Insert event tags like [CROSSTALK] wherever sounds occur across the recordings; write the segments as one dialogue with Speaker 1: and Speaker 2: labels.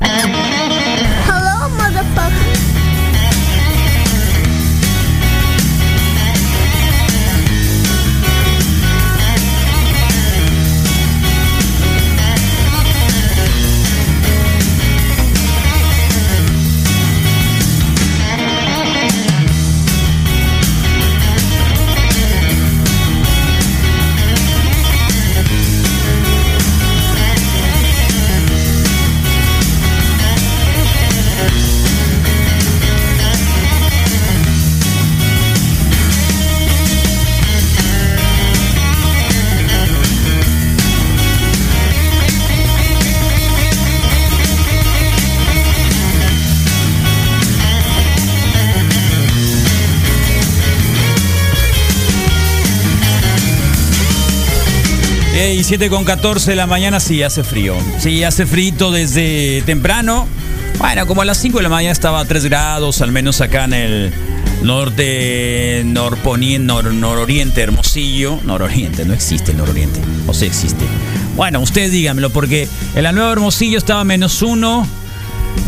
Speaker 1: Hello, motherfucker.
Speaker 2: Eh, Y 7 con 14 de la mañana sí hace frío. Sí, hace frito desde temprano. Bueno, como a las 5 de la mañana estaba a 3 grados, al menos acá en el norte, norponiente, nor- nororiente, hermosillo. Nororiente, no existe el nororiente. O sí existe. Bueno, ustedes díganmelo, porque en la nueva hermosillo estaba menos 1.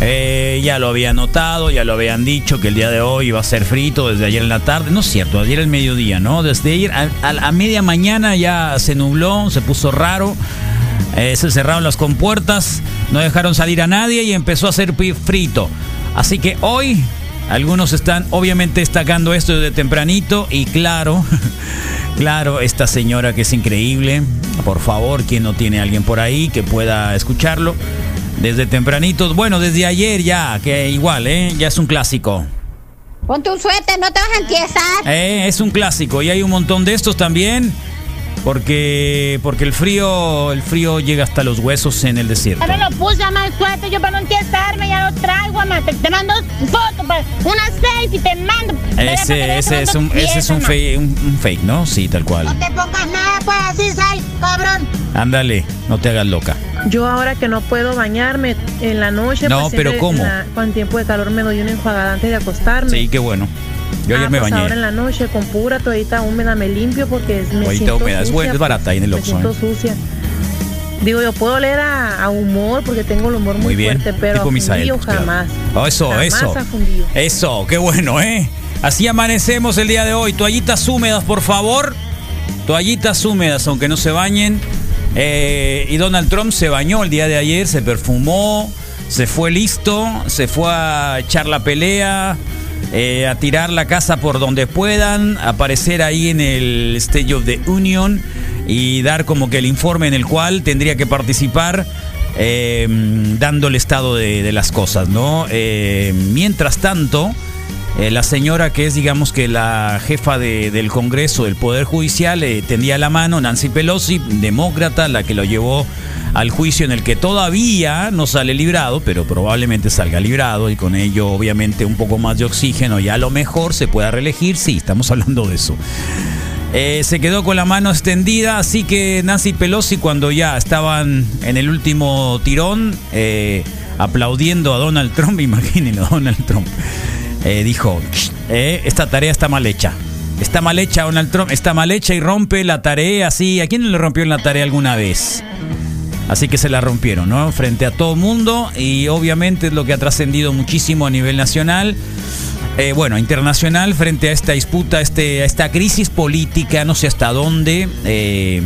Speaker 2: Eh, ya lo había notado, ya lo habían dicho que el día de hoy iba a ser frito desde ayer en la tarde. No es cierto, ayer el mediodía, ¿no? Desde ayer a, a la media mañana ya se nubló, se puso raro. eh, se cerraron las compuertas, no dejaron salir a nadie y empezó a hacer pi- frito. Así que hoy algunos están obviamente destacando esto desde tempranito y claro, [LAUGHS] claro, esta señora que es increíble. Por favor, quien no tiene a alguien por ahí que pueda escucharlo. Desde tempranito, bueno, desde ayer ya, que igual, ¿eh? ya es un clásico.
Speaker 1: Ponte un suéter, no te vas a empiezar.
Speaker 2: Eh, es un clásico y hay un montón de estos también, porque porque el frío el frío llega hasta los huesos en el desierto.
Speaker 3: Ah,
Speaker 4: Ya me lo puse, ama, el suéter, yo para no empiezarme, ya lo traigo, ama. Te, te mando fotos, pa- una selfie, te mando.
Speaker 2: Ese, ese es un ese es un,
Speaker 4: fake.
Speaker 2: fe- un- un fake, ¿no? Sí, tal
Speaker 1: No
Speaker 2: cual.
Speaker 1: te pongas nada, pues así sal, cabrón.
Speaker 2: Ándale, no te hagas loca.
Speaker 3: Yo ahora que no puedo bañarme en la noche,
Speaker 2: No, pero
Speaker 3: siempre
Speaker 2: ¿cómo?
Speaker 3: en la- con tiempo de calor me doy una enjuagada antes de acostarme.
Speaker 2: Sí, qué bueno. Yo ayer
Speaker 3: Ah,
Speaker 2: me
Speaker 3: pues Ahora en
Speaker 2: bañé.
Speaker 3: la noche con pura toallita húmeda me limpio porque es- me
Speaker 2: Toallita
Speaker 3: siento
Speaker 2: húmeda, es
Speaker 3: sucia,
Speaker 2: buena, es
Speaker 3: pues,
Speaker 2: barata ahí en el
Speaker 3: me
Speaker 2: Oxxo,
Speaker 3: siento
Speaker 2: ¿eh?
Speaker 3: sucia. Digo, yo puedo leer a, a humor porque tengo el humor muy,
Speaker 2: Muy bien.
Speaker 3: fuerte, pero
Speaker 2: tipo
Speaker 3: a
Speaker 2: Misael.
Speaker 3: fundillo
Speaker 2: pues, claro.
Speaker 3: jamás.
Speaker 2: Oh, eso,
Speaker 3: Jamás
Speaker 2: eso.
Speaker 3: a fundillo.
Speaker 2: Eso, qué bueno, ¿eh? Así amanecemos el día de hoy. Toallitas húmedas, por favor. Toallitas húmedas, aunque no se bañen. Eh, y Donald Trump se bañó el día de ayer, se perfumó, se fue listo, se fue a echar la pelea, eh, a tirar la casa por donde puedan, a aparecer ahí en el State of the Union y dar como que el informe en el cual tendría que participar eh, dando el estado de, de las cosas, ¿no? Eh, mientras tanto, eh, la señora que es, digamos que la jefa de- del Congreso, del Poder Judicial, eh, tendía la mano, Nancy Pelosi, demócrata, la que lo llevó al juicio en el que todavía no sale librado, pero probablemente salga librado y con ello obviamente un poco más de oxígeno y a lo mejor se pueda reelegir, sí, estamos [LAUGHS] hablando de eso. Eh, se quedó con la mano extendida, así que Nancy Pelosi cuando ya estaban en el último tirón, eh, aplaudiendo a Donald Trump, [LAUGHS] imagínenlo, Donald Trump, eh, dijo, "Eh, esta tarea está mal hecha. Está mal hecha Donald Trump, está mal hecha y rompe la tarea, así. ¿A quién le rompió en la tarea alguna vez? Así que se la rompieron, ¿no? Frente a todo mundo y obviamente es lo que ha trascendido muchísimo a nivel nacional. Eh, bueno, internacional frente a esta disputa, a este, a esta crisis política, no sé hasta dónde. eh,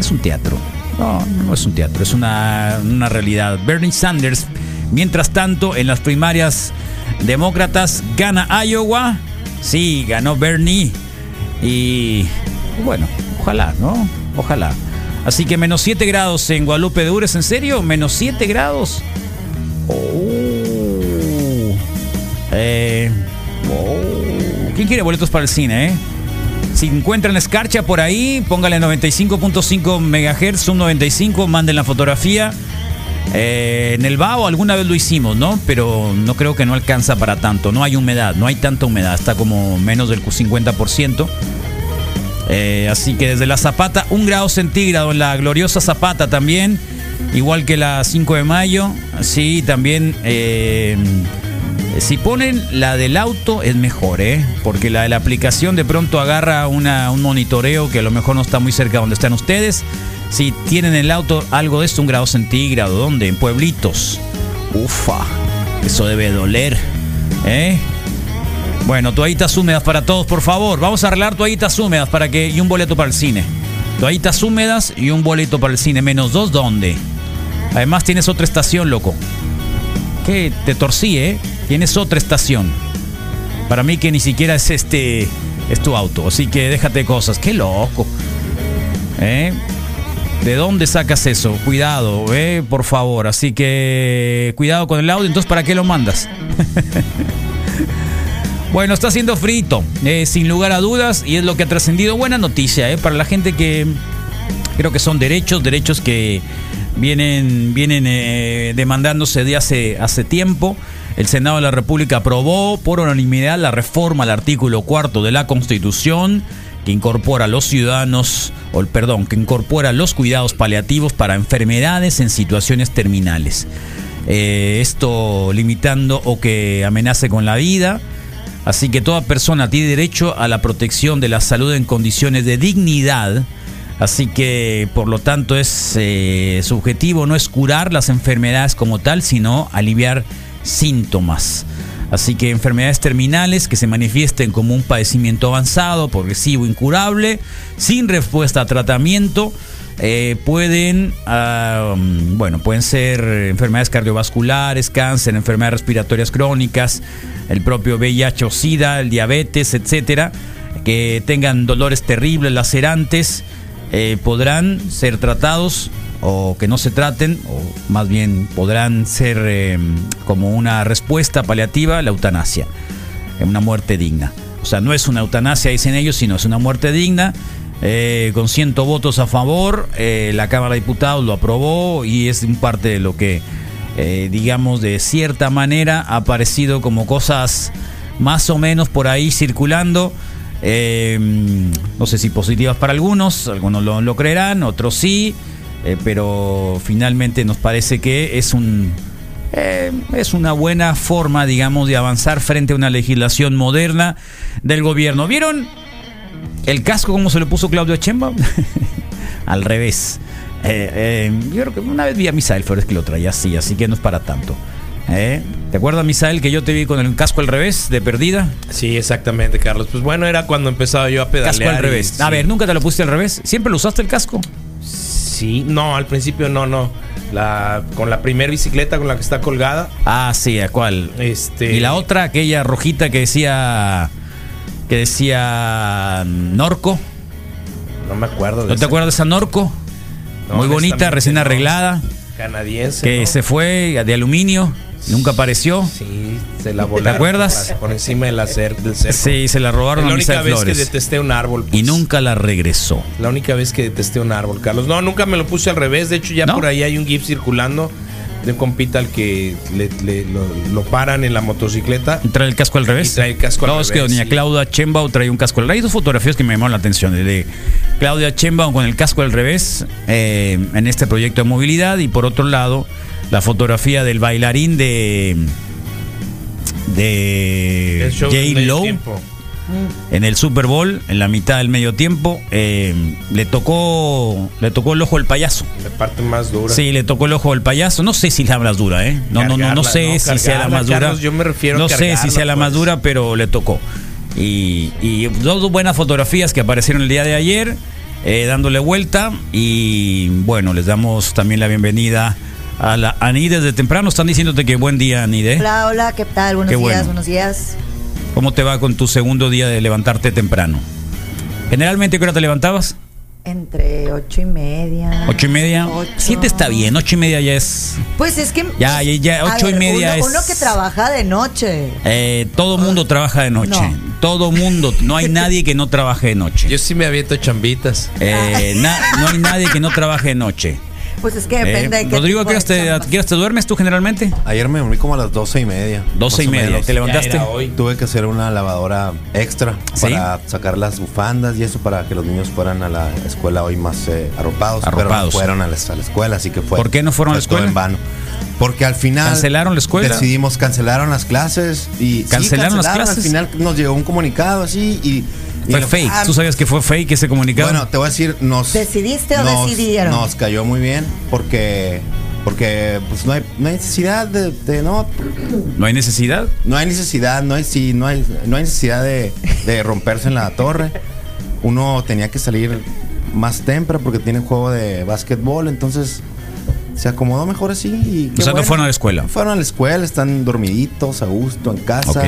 Speaker 2: es un teatro. No, no es un teatro, es una, una realidad. Bernie Sanders, mientras tanto, en las primarias demócratas, gana Iowa. Sí, ganó Bernie. Y bueno, ojalá, ¿no? Ojalá. Así que menos 7 grados en Guadalupe de Ures, ¿en serio? Menos 7 grados. Oh. Eh, ¿Quién quiere boletos para el cine, eh? Si encuentran escarcha por ahí, póngale 95.5 MHz, Zoom 95, manden la fotografía. Eh, en el Bao alguna vez lo hicimos, ¿no? Pero no creo que no alcanza para tanto. No hay humedad, no hay tanta humedad. Está como menos del 50%. Eh, así que desde la Zapata, un grado centígrado en la gloriosa Zapata también. Igual que la 5 de mayo. Sí, también. eh, si ponen la del auto es mejor, ¿eh? Porque la de la aplicación de pronto agarra una- un monitoreo que a lo mejor no está muy cerca de donde están ustedes. Si tienen en el auto algo de esto, un grado centígrado, ¿dónde? En pueblitos. Ufa, eso debe doler, ¿eh? Bueno, toallitas húmedas para todos, por favor. Vamos a arreglar toallitas húmedas para que y un boleto para el cine. Toallitas húmedas y un boleto para el cine. Menos dos, ¿dónde? Además tienes otra estación, loco. Que te torcí, ¿eh? Tienes otra estación. Para mí que ni siquiera es este... Es tu auto. Así que déjate de cosas. Qué loco. ¿Eh? ¿De dónde sacas eso? Cuidado, ¿eh? Por favor. Así que... Cuidado con el audio. Entonces, ¿para qué lo mandas? [LAUGHS] Bueno, está haciendo frito, eh, sin lugar a dudas, y es lo que ha trascendido. Buena noticia, eh, para la gente que creo que son derechos, derechos que vienen, vienen eh, demandándose de hace, hace tiempo. El Senado de la República aprobó por unanimidad la reforma al artículo cuarto de la Constitución que incorpora a los ciudadanos, o el- perdón, que incorpora los cuidados paliativos para enfermedades en situaciones terminales. Eh, esto limitando o que amenace con la vida, Así que toda persona tiene derecho a la protección de la salud en condiciones de dignidad. Así que, por lo tanto, es eh, su objetivo no es curar las enfermedades como tal, sino aliviar síntomas. Así que enfermedades terminales que se manifiesten como un padecimiento avanzado, progresivo, incurable, sin respuesta a tratamiento, eh, pueden, ah, mm, bueno, pueden ser enfermedades cardiovasculares, cáncer, enfermedades respiratorias crónicas, el propio VIH o SIDA, el diabetes, etcétera, que tengan dolores terribles, lacerantes, eh, podrán ser tratados o que no se traten, o más bien podrán ser eh, como una respuesta paliativa la eutanasia en una muerte digna. O sea, no es una eutanasia, dicen ellos, sino es una muerte digna. Eh, con 100 votos a favor, eh, la Cámara de Diputados lo aprobó y es un parte de lo que, eh, digamos, de cierta manera ha aparecido como cosas más o menos por ahí circulando. Eh, no sé si positivas para algunos, algunos lo, lo creerán, otros sí, eh, pero finalmente nos parece que es un, eh, es una buena forma, digamos, de avanzar frente a una legislación moderna del gobierno. ¿Vieron el casco como se lo puso Claudio Chemba? [LAUGHS] Al revés. Eh, eh, yo creo que una vez vi a Misael Flores que lo traía así, así que no es para tanto. ¿Eh? ¿Te acuerdas, Misael, que yo te vi con el casco al revés, de perdida?
Speaker 5: Sí, exactamente, Carlos. Pues bueno, era cuando empezaba yo a pedalear.
Speaker 2: Casco al
Speaker 5: y-
Speaker 2: revés. A
Speaker 5: sí.
Speaker 2: ver, ¿nunca te lo pusiste al revés? ¿Siempre lo usaste el casco?
Speaker 5: Sí, no, al principio no, no. La, con la primera bicicleta con la que está colgada.
Speaker 2: Ah, sí, ¿a cuál?
Speaker 5: Este,
Speaker 2: Y la otra, aquella rojita que decía... Que decía... Norco.
Speaker 5: No me acuerdo. de
Speaker 2: ¿No te
Speaker 5: esa.
Speaker 2: acuerdas de esa Norco?
Speaker 5: No,
Speaker 2: Muy bonita,
Speaker 5: honestamente,
Speaker 2: recién
Speaker 5: no.
Speaker 2: arreglada,
Speaker 5: Canadiense.
Speaker 2: que
Speaker 5: ¿no?
Speaker 2: se fue de aluminio, nunca apareció.
Speaker 5: Sí, se la volaron.
Speaker 2: acuerdas?
Speaker 5: Por, encima de la cer- del cerco.
Speaker 2: Sí, se la
Speaker 5: Es
Speaker 2: robaron
Speaker 5: la
Speaker 2: a
Speaker 5: única
Speaker 2: Misa
Speaker 5: vez que
Speaker 2: Flores.
Speaker 5: detesté un árbol. pues.
Speaker 2: Y nunca la regresó.
Speaker 5: La única vez que detesté un árbol, Carlos. No, nunca me lo puse al revés. De hecho, ya
Speaker 2: ¿No?
Speaker 5: por ahí hay un GIF circulando de un compita al que le- le- lo, lo paran en la motocicleta.
Speaker 2: Trae el casco al revés.
Speaker 5: Y trae el casco al
Speaker 2: No, es que
Speaker 5: revés,
Speaker 2: doña
Speaker 5: sí.
Speaker 2: Claudia Chembao trae un casco al revés. Hay dos fotografías que me llamaron la atención. de- De Claudia Chembao con el casco al revés eh, en este proyecto de movilidad. Y por otro lado, la fotografía del bailarín de. de.
Speaker 5: El show del
Speaker 2: J.
Speaker 5: medio
Speaker 2: Lowe.
Speaker 5: tiempo.
Speaker 2: en el Super Bowl, en la mitad del medio tiempo, eh, le tocó le tocó el ojo del payaso.
Speaker 5: La parte más dura.
Speaker 2: Sí, le tocó el ojo del payaso. No sé si es la más dura, ¿eh? No, no, no, no
Speaker 5: Cargarla,
Speaker 2: sé
Speaker 5: no,
Speaker 2: si sea la
Speaker 5: cargarla,
Speaker 2: más dura.
Speaker 5: Carlos, yo me refiero a
Speaker 2: No sé si
Speaker 5: cargarla,
Speaker 2: sea la más
Speaker 5: pues.
Speaker 2: dura, pero le tocó. Y, y dos buenas fotografías que aparecieron el día de ayer, eh, dándole vuelta. Y bueno, les damos también la bienvenida a la Ani desde temprano. Están diciéndote que buen día, Ani. ¿eh?
Speaker 6: Hola, hola, ¿qué tal? Buenos
Speaker 2: Qué
Speaker 6: días,
Speaker 2: bueno.
Speaker 6: buenos días.
Speaker 2: ¿Cómo te va con tu segundo día de levantarte temprano? Generalmente, ¿a ¿qué hora te levantabas?
Speaker 6: Entre ocho y media.
Speaker 2: Ocho y media.
Speaker 6: Ocho.
Speaker 2: Siete está bien, ocho y media ya es.
Speaker 6: Pues es que.
Speaker 2: Ya, ya, ya,
Speaker 6: A
Speaker 2: ocho y media
Speaker 6: uno,
Speaker 2: es-
Speaker 6: Uno que trabaja de noche.
Speaker 2: eh, todo mundo trabaja de noche.
Speaker 6: No.
Speaker 2: Todo mundo, no hay nadie que no trabaje de noche.
Speaker 7: Yo sí me aviento chambitas.
Speaker 2: Eh, na- no hay nadie que no trabaje de noche.
Speaker 6: Pues es que
Speaker 2: Eh,
Speaker 6: depende de qué.
Speaker 2: Rodrigo, ¿a
Speaker 6: tipo
Speaker 2: qué horas
Speaker 6: de
Speaker 2: te, a
Speaker 6: chamba.
Speaker 2: qué horas te duermes tú generalmente?
Speaker 8: Ayer me dormí como a las doce y media.
Speaker 2: Doce
Speaker 8: más
Speaker 2: y
Speaker 8: o
Speaker 2: media.
Speaker 8: menos.
Speaker 2: ¿Te levantaste?
Speaker 5: Ya era hoy.
Speaker 8: Tuve que hacer una lavadora extra
Speaker 2: ¿Sí?
Speaker 8: para sacar las bufandas y eso para que los niños fueran a la escuela hoy más eh, arropados, pero no
Speaker 2: Arropados.
Speaker 8: fueron a la, a la escuela, así que fue.
Speaker 2: ¿Por qué no fueron a la
Speaker 8: fue todo
Speaker 2: escuela?
Speaker 8: en vano. Porque al final
Speaker 2: ¿Cancelaron la escuela?
Speaker 8: Decidimos cancelaron las clases y sí,
Speaker 2: ¿Cancelaron las clases?
Speaker 8: Al final nos llegó un comunicado así y, y
Speaker 2: Fue
Speaker 8: lo-
Speaker 2: fake.
Speaker 8: ah,
Speaker 2: ¿Tú sabías que fue fake ese comunicado?
Speaker 8: Bueno, te voy a decir, nos.
Speaker 6: ¿Decidiste o
Speaker 8: nos-
Speaker 6: decidieron?
Speaker 8: Nos cayó muy bien porque. Porque pues no hay, no hay necesidad de, de- no
Speaker 2: ¿No hay necesidad?
Speaker 8: no hay necesidad no hay sí, no hay no hay necesidad de, de romperse en la torre uno tenía que salir más temprano porque tiene juego de básquetbol entonces se acomodó mejor así y
Speaker 2: O
Speaker 8: qué
Speaker 2: sea, no
Speaker 8: bueno.
Speaker 2: fueron a la escuela.
Speaker 8: fueron a la escuela están dormiditos a gusto en casa
Speaker 2: Ok,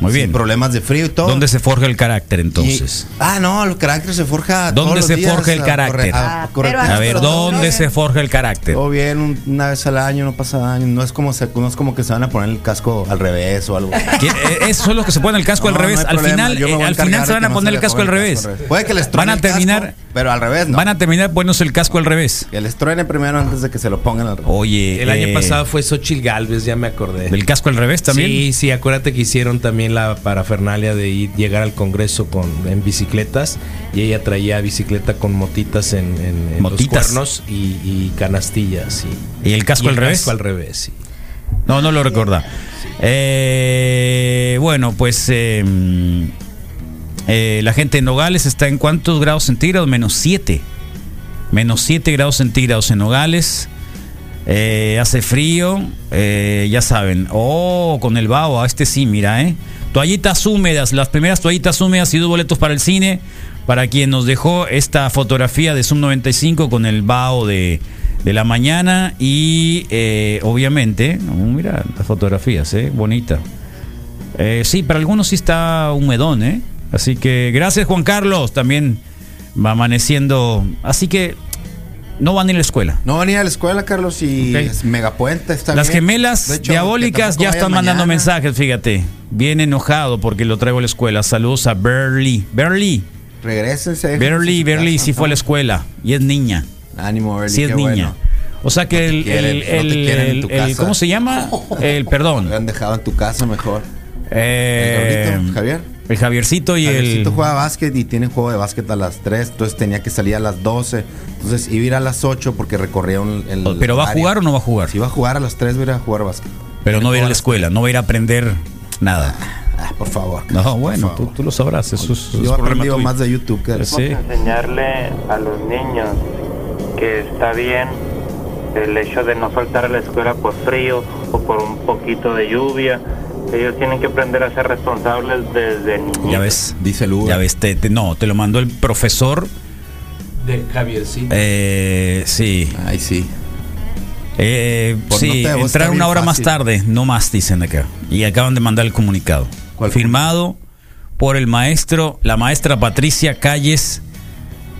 Speaker 2: muy bien.
Speaker 8: sin problemas de frío y todo
Speaker 2: ¿Dónde se forja el carácter entonces?
Speaker 8: Y- ah, no, el carácter se forja.
Speaker 2: ¿Dónde
Speaker 8: Ah, todos los
Speaker 2: se
Speaker 8: días,
Speaker 2: forja el
Speaker 8: a
Speaker 2: carácter?
Speaker 8: corre-
Speaker 6: Ah,
Speaker 8: corre-
Speaker 6: pero
Speaker 2: A ver,
Speaker 6: Astro,
Speaker 2: ¿dónde
Speaker 6: ¿no?
Speaker 2: se forja el carácter?
Speaker 8: Todo bien, un- una vez al año, no pasa daño. No es como se, no es como que se van a poner el casco al revés o algo.
Speaker 2: ¿Quién- eh, Esos son los que se ponen el casco
Speaker 8: No,
Speaker 2: al
Speaker 8: no
Speaker 2: revés.
Speaker 8: hay
Speaker 2: al
Speaker 8: problema,
Speaker 2: final,
Speaker 8: yo me
Speaker 2: eh,
Speaker 8: voy a
Speaker 2: al
Speaker 8: encargar
Speaker 2: final se
Speaker 8: de
Speaker 2: van
Speaker 8: que
Speaker 2: a
Speaker 8: no
Speaker 2: poner
Speaker 8: se
Speaker 2: el
Speaker 8: le
Speaker 2: casco al
Speaker 8: ponga el
Speaker 2: revés.
Speaker 8: Puede que les
Speaker 2: Van a
Speaker 8: truene el casco,
Speaker 2: terminar-
Speaker 8: pero al revés, no.
Speaker 2: Van a terminar poniéndose el casco al revés.
Speaker 8: Que les truene primero antes de que se lo pongan al revés.
Speaker 2: Oye,
Speaker 7: [LAUGHS] El año
Speaker 2: eh,
Speaker 7: pasado fue Xochil Galvez, ya me acordé.
Speaker 2: ¿Del casco al revés también?
Speaker 7: Sí, sí, acuérdate que hicieron también la parafernalia de ir- llegar al Congreso con, en bicicletas y ella traía bicicleta con motitas en, en- en
Speaker 2: Motitas.
Speaker 7: los cuernos y, y canastillas. Y,
Speaker 2: ¿Y el casco
Speaker 7: y
Speaker 2: al revés?
Speaker 7: casco al revés, sí.
Speaker 2: No, no lo recuerda. Eh, bueno, pues eh, eh, la gente en Nogales está en cuántos grados centígrados? Menos 7. Menos 7 grados centígrados en Nogales. Eh, hace frío, eh, ya saben. Oh, con el vaho, este sí, mira, ¿eh? Toallitas húmedas, las primeras toallitas húmedas y dos boletos para el cine. Para quien nos dejó esta fotografía de Zoom 95 con el vaho de, de la mañana. Y eh, obviamente, oh, mira las fotografías, ¿eh? Bonita. Eh, sí, para algunos sí está humedón, ¿eh? Así que gracias, Juan Carlos. También va amaneciendo. Así que no van a ir a la escuela.
Speaker 8: No venía a la escuela, Carlos, y
Speaker 2: Ok.
Speaker 8: es megapuente. Está
Speaker 2: Las
Speaker 8: bien.
Speaker 2: gemelas
Speaker 8: De hecho, que
Speaker 2: diabólicas
Speaker 8: tampoco
Speaker 2: ya
Speaker 8: vaya
Speaker 2: están mandando
Speaker 8: mañana.
Speaker 2: mensajes, fíjate. Bien enojado porque lo traigo a la escuela. Saludos a Berly. Berly,
Speaker 8: Regrésense. déjense en
Speaker 2: Berly,
Speaker 8: su
Speaker 2: Berly
Speaker 8: casa,
Speaker 2: sí fue a la
Speaker 8: ¿no?
Speaker 2: escuela y es niña.
Speaker 8: Ánimo, Berly.
Speaker 2: Sí es
Speaker 8: qué
Speaker 2: niña.
Speaker 8: bueno.
Speaker 2: O sea
Speaker 8: No
Speaker 2: que
Speaker 8: te
Speaker 2: el,
Speaker 8: quieren,
Speaker 2: el-
Speaker 8: no te
Speaker 2: el-
Speaker 8: quieren en tu
Speaker 2: el- el-
Speaker 8: casa.
Speaker 2: ¿cómo se llama? El
Speaker 8: [LAUGHS]
Speaker 2: perdón.
Speaker 8: Lo han dejado en tu casa mejor.
Speaker 2: Eh,
Speaker 8: gordito, Javier.
Speaker 2: El Javiercito y el.
Speaker 8: Javiercito juega básquet y tiene juego de básquet a las 3, entonces tenía que salir a las 12. Entonces iba a ir a las 8 porque recorría un, el.
Speaker 2: Pero va a
Speaker 8: área.
Speaker 2: jugar o no va a jugar.
Speaker 8: Si va a jugar a las 3, voy a ir a jugar básquet.
Speaker 2: Pero no va a ir a la
Speaker 8: Ahora-
Speaker 2: escuela, no va a ir a aprender nada.
Speaker 8: Ah, por favor.
Speaker 2: No,
Speaker 8: Por
Speaker 2: bueno, tú,
Speaker 8: favor.
Speaker 2: tú lo sabrás. Eso es, es
Speaker 8: Yo he
Speaker 2: problema
Speaker 8: aprendido
Speaker 2: tuyo.
Speaker 8: más de YouTube que de
Speaker 2: Sí.
Speaker 9: enseñarle a los niños que está bien el hecho de no faltar a la escuela por frío o por un poquito de lluvia. Ellos tienen que aprender a ser responsables desde niños.
Speaker 2: Ya ves.
Speaker 8: Dice el Uber.
Speaker 2: Ya ves, te- te- no, te lo mandó el profesor.
Speaker 7: De Javier, sí.
Speaker 2: Eh, sí.
Speaker 8: Ay, sí. Pues
Speaker 2: Eh,
Speaker 8: Por
Speaker 2: sí,
Speaker 8: nota de voz
Speaker 2: entrar
Speaker 8: está
Speaker 2: una
Speaker 8: bien
Speaker 2: hora más
Speaker 8: fácil.
Speaker 2: tarde, no más, dicen acá. Y acaban de mandar el comunicado.
Speaker 8: ¿Cuál?
Speaker 2: Firmado por el maestro, la maestra Patricia Calles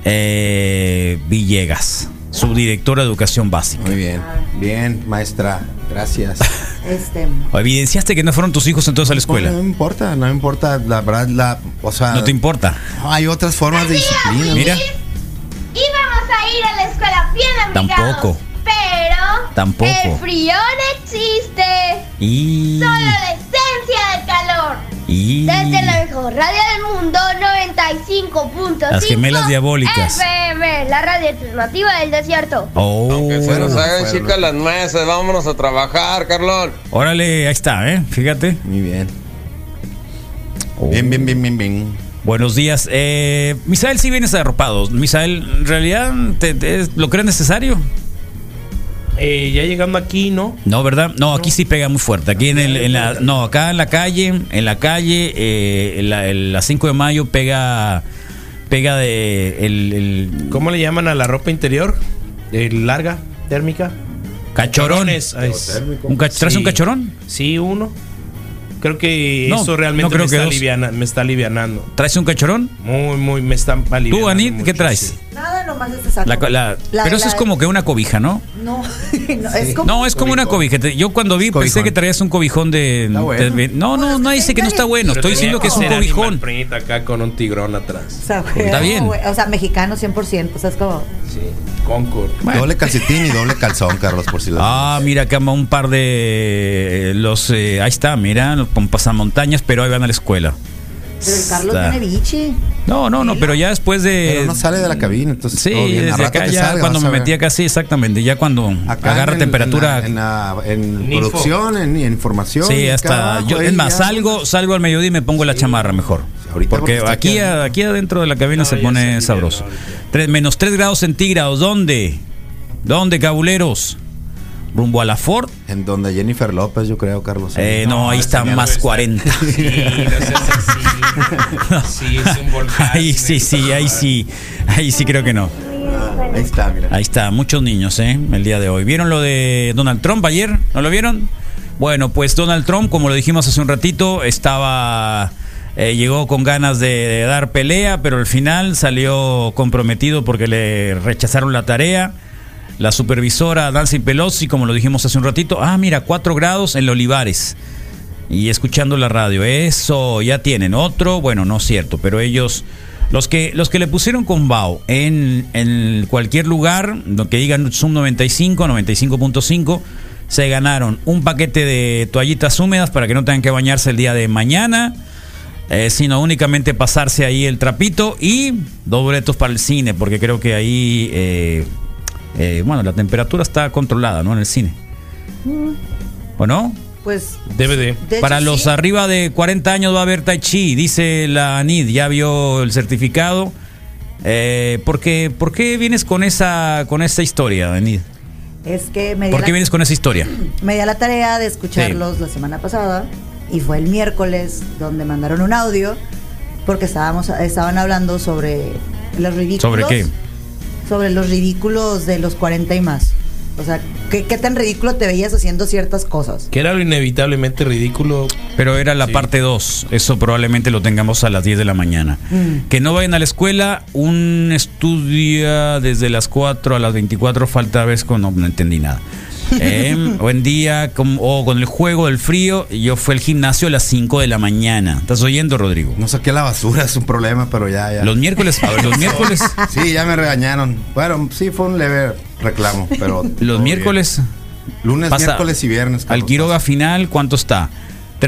Speaker 2: eh, Villegas, subdirectora de Educación Básica.
Speaker 8: Muy bien. Bien, maestra. Gracias.
Speaker 6: Este,
Speaker 2: Evidenciaste que no fueron tus hijos entonces a la escuela.
Speaker 8: No, me importa, no me importa. La verdad, la. O sea.
Speaker 2: No te importa.
Speaker 8: hay otras formas de disciplina.
Speaker 2: Mira,
Speaker 1: Íbamos a ir a la escuela bien amigados.
Speaker 2: Tampoco.
Speaker 1: Pero.
Speaker 2: Tampoco.
Speaker 1: El frío no existe.
Speaker 2: y.
Speaker 1: Solo la esencia del calor.
Speaker 2: y-
Speaker 1: Desde la mejor radio del mundo, 95.5.
Speaker 2: Las gemelas diabólicas.
Speaker 1: FM, la radio alternativa del desierto.
Speaker 2: Oh.
Speaker 8: hagan chicas
Speaker 9: las mesas, vámonos a trabajar, Carlón.
Speaker 2: Órale, ahí está, ¿eh? Fíjate.
Speaker 8: Muy bien.
Speaker 2: Oh.
Speaker 8: Bien, bien, bien, bien, bien.
Speaker 2: Buenos días. Eh, Misael, sí vienes arropado. Misael, ¿en realidad te- te- lo crees necesario?
Speaker 5: Eh, ya llegando aquí, ¿no?
Speaker 2: No, ¿verdad? No, aquí sí pega muy fuerte. Aquí en, el, en la... No, acá en la calle, en la calle, eh, en la, en la 5 de mayo pega... Pega de... El, el
Speaker 5: ¿Cómo le llaman a la ropa interior? Eh, larga, térmica.
Speaker 2: cachorón.
Speaker 5: Cachorones. Ah, es-
Speaker 2: ¿Un cach- ¿Traes
Speaker 5: Sí.
Speaker 2: un cachorón?
Speaker 5: Sí, uno. Creo que
Speaker 2: No,
Speaker 5: eso realmente
Speaker 2: no creo
Speaker 5: me,
Speaker 2: que
Speaker 5: está
Speaker 2: dos.
Speaker 5: aliviana- me está alivianando.
Speaker 2: ¿Traes un cachorón?
Speaker 5: Muy, muy, me están aliviando.
Speaker 2: ¿Tú, Anit, qué
Speaker 5: mucho,
Speaker 2: traes?
Speaker 5: sí.
Speaker 6: nada, nomás es esa.
Speaker 2: La co- la-
Speaker 6: La-
Speaker 2: pero eso
Speaker 6: la-
Speaker 2: es como que una cobija, ¿no?
Speaker 6: No, [LAUGHS] no, es como.
Speaker 2: No, es como una cobija. Te- Yo cuando vi pensé
Speaker 7: Cobijón.
Speaker 2: que traías un cobijón de.
Speaker 7: bueno.
Speaker 2: de- no, no, nadie dice que no está bueno. Estoy diciendo que es un cobijón.
Speaker 7: acá con un tigrón atrás.
Speaker 6: O sea, güey,
Speaker 2: Está bien.
Speaker 6: güey, O sea, mexicano 100%. O sea, es como.
Speaker 7: Sí.
Speaker 2: [LAUGHS]
Speaker 7: Concord.
Speaker 8: Doble calcetín y doble calzón, Carlos, por si lo
Speaker 2: Ah, mira, acá va un par de. eh, Los, eh, ahí está, mira, los con pasamontañas, pero ahí van a la escuela.
Speaker 6: Pero el Carlos
Speaker 2: Está.
Speaker 6: tiene biche.
Speaker 2: No, no, no, pero ya después de.
Speaker 8: Pero no sale de la cabina, entonces
Speaker 2: Sí,
Speaker 8: todo bien. Al
Speaker 2: desde
Speaker 8: rato
Speaker 2: acá
Speaker 8: que
Speaker 2: ya
Speaker 8: salga,
Speaker 2: cuando
Speaker 8: vas a
Speaker 2: me
Speaker 8: ver.
Speaker 2: metí acá, sí, exactamente. Ya cuando
Speaker 8: Acá
Speaker 2: agarra
Speaker 8: en el-
Speaker 2: temperatura.
Speaker 8: en, la- en la- en
Speaker 7: Ninfo.
Speaker 8: producción, en, en información.
Speaker 2: Sí,
Speaker 8: acá
Speaker 2: hasta.
Speaker 8: abajo,
Speaker 2: Yo,
Speaker 8: ahí
Speaker 2: es más,
Speaker 8: ya.
Speaker 2: salgo, salgo al mediodía y me pongo la chamarra mejor.
Speaker 8: Ahorita porque
Speaker 2: Porque
Speaker 8: está
Speaker 2: aquí,
Speaker 8: aquí
Speaker 2: a- aquí adentro de la cabina se
Speaker 7: ya
Speaker 2: pone
Speaker 7: sé,
Speaker 2: sabroso.
Speaker 7: bien,
Speaker 2: Tres- menos 3 grados centígrados. ¿Dónde? ¿Dónde, cabuleros? ¿Rumbo a la Ford?
Speaker 8: En donde Jennifer López, yo creo, Carlos.
Speaker 2: Eh, no, ahí está
Speaker 8: señor,
Speaker 2: más 40. [LAUGHS]
Speaker 7: Sí, es un volcán.
Speaker 2: Ahí sí, sí, ahí sí. Ahí sí creo que no.
Speaker 8: Ahí está, mira.
Speaker 2: Ahí está, muchos niños, ¿eh? El día de hoy. ¿Vieron lo de Donald Trump ayer? ¿No lo vieron? Bueno, pues Donald Trump, como lo dijimos hace un ratito, estaba. eh, llegó con ganas de, de dar pelea, pero al final salió comprometido porque le rechazaron la tarea. La supervisora Nancy Pelosi, como lo dijimos hace un ratito, ah, mira, 4 grados en los Olivares y escuchando la radio. Eso, ya tienen otro. Bueno, no es cierto, pero ellos, los que, los que le pusieron con BAO en, en cualquier lugar, lo que digan Zoom 95, 95.5, se ganaron un paquete de toallitas húmedas para que no tengan que bañarse el día de mañana. eh, sino únicamente pasarse ahí el trapito y dos boletos para el cine, porque creo que ahí, eh, eh, bueno, la temperatura está controlada, ¿no? En el cine. ¿O no?
Speaker 6: Pues.
Speaker 7: DVD.
Speaker 6: de hecho,
Speaker 2: Para
Speaker 6: sí.
Speaker 2: los arriba de 40 años va a haber Tai Chi, dice la ANID, ya vio el certificado. Eh, ¿por, qué, por qué vienes con esa, con esa historia, ANID?
Speaker 6: Es que me di
Speaker 2: ¿Por
Speaker 6: la-
Speaker 2: qué vienes con esa historia?
Speaker 6: me di a la tarea de escucharlos la semana pasada y fue el miércoles donde mandaron un audio porque estábamos estaban hablando sobre los ridículos
Speaker 2: ¿Sobre qué?
Speaker 6: sobre los ridículos de los 40 y más o sea qué, qué tan ridículo te veías haciendo ciertas cosas
Speaker 7: Que era lo inevitablemente ridículo.
Speaker 2: Pero era la
Speaker 7: Sí.
Speaker 2: parte 2, eso probablemente lo tengamos a las 10 de la mañana.
Speaker 6: Mm.
Speaker 2: Que no vayan a la escuela, un estudia desde las 4 a las 24, falta vez con... No, no entendí nada. Eh, buen día, con- o con el juego del frío, y yo fui al gimnasio a las 5 de la mañana. ¿Estás oyendo, Rodrigo?
Speaker 8: No saqué la basura, es un problema, pero ya, ya.
Speaker 2: Los miércoles, a ver, los miércoles,
Speaker 8: Sí, ya me regañaron. Bueno, sí, fue un leve reclamo, pero. todo
Speaker 2: [LAUGHS] los
Speaker 8: bien.
Speaker 2: miércoles,
Speaker 8: Lunes,
Speaker 2: pasa
Speaker 8: miércoles y viernes.
Speaker 2: al
Speaker 8: Carlos.
Speaker 2: Quiroga final, ¿cuánto está?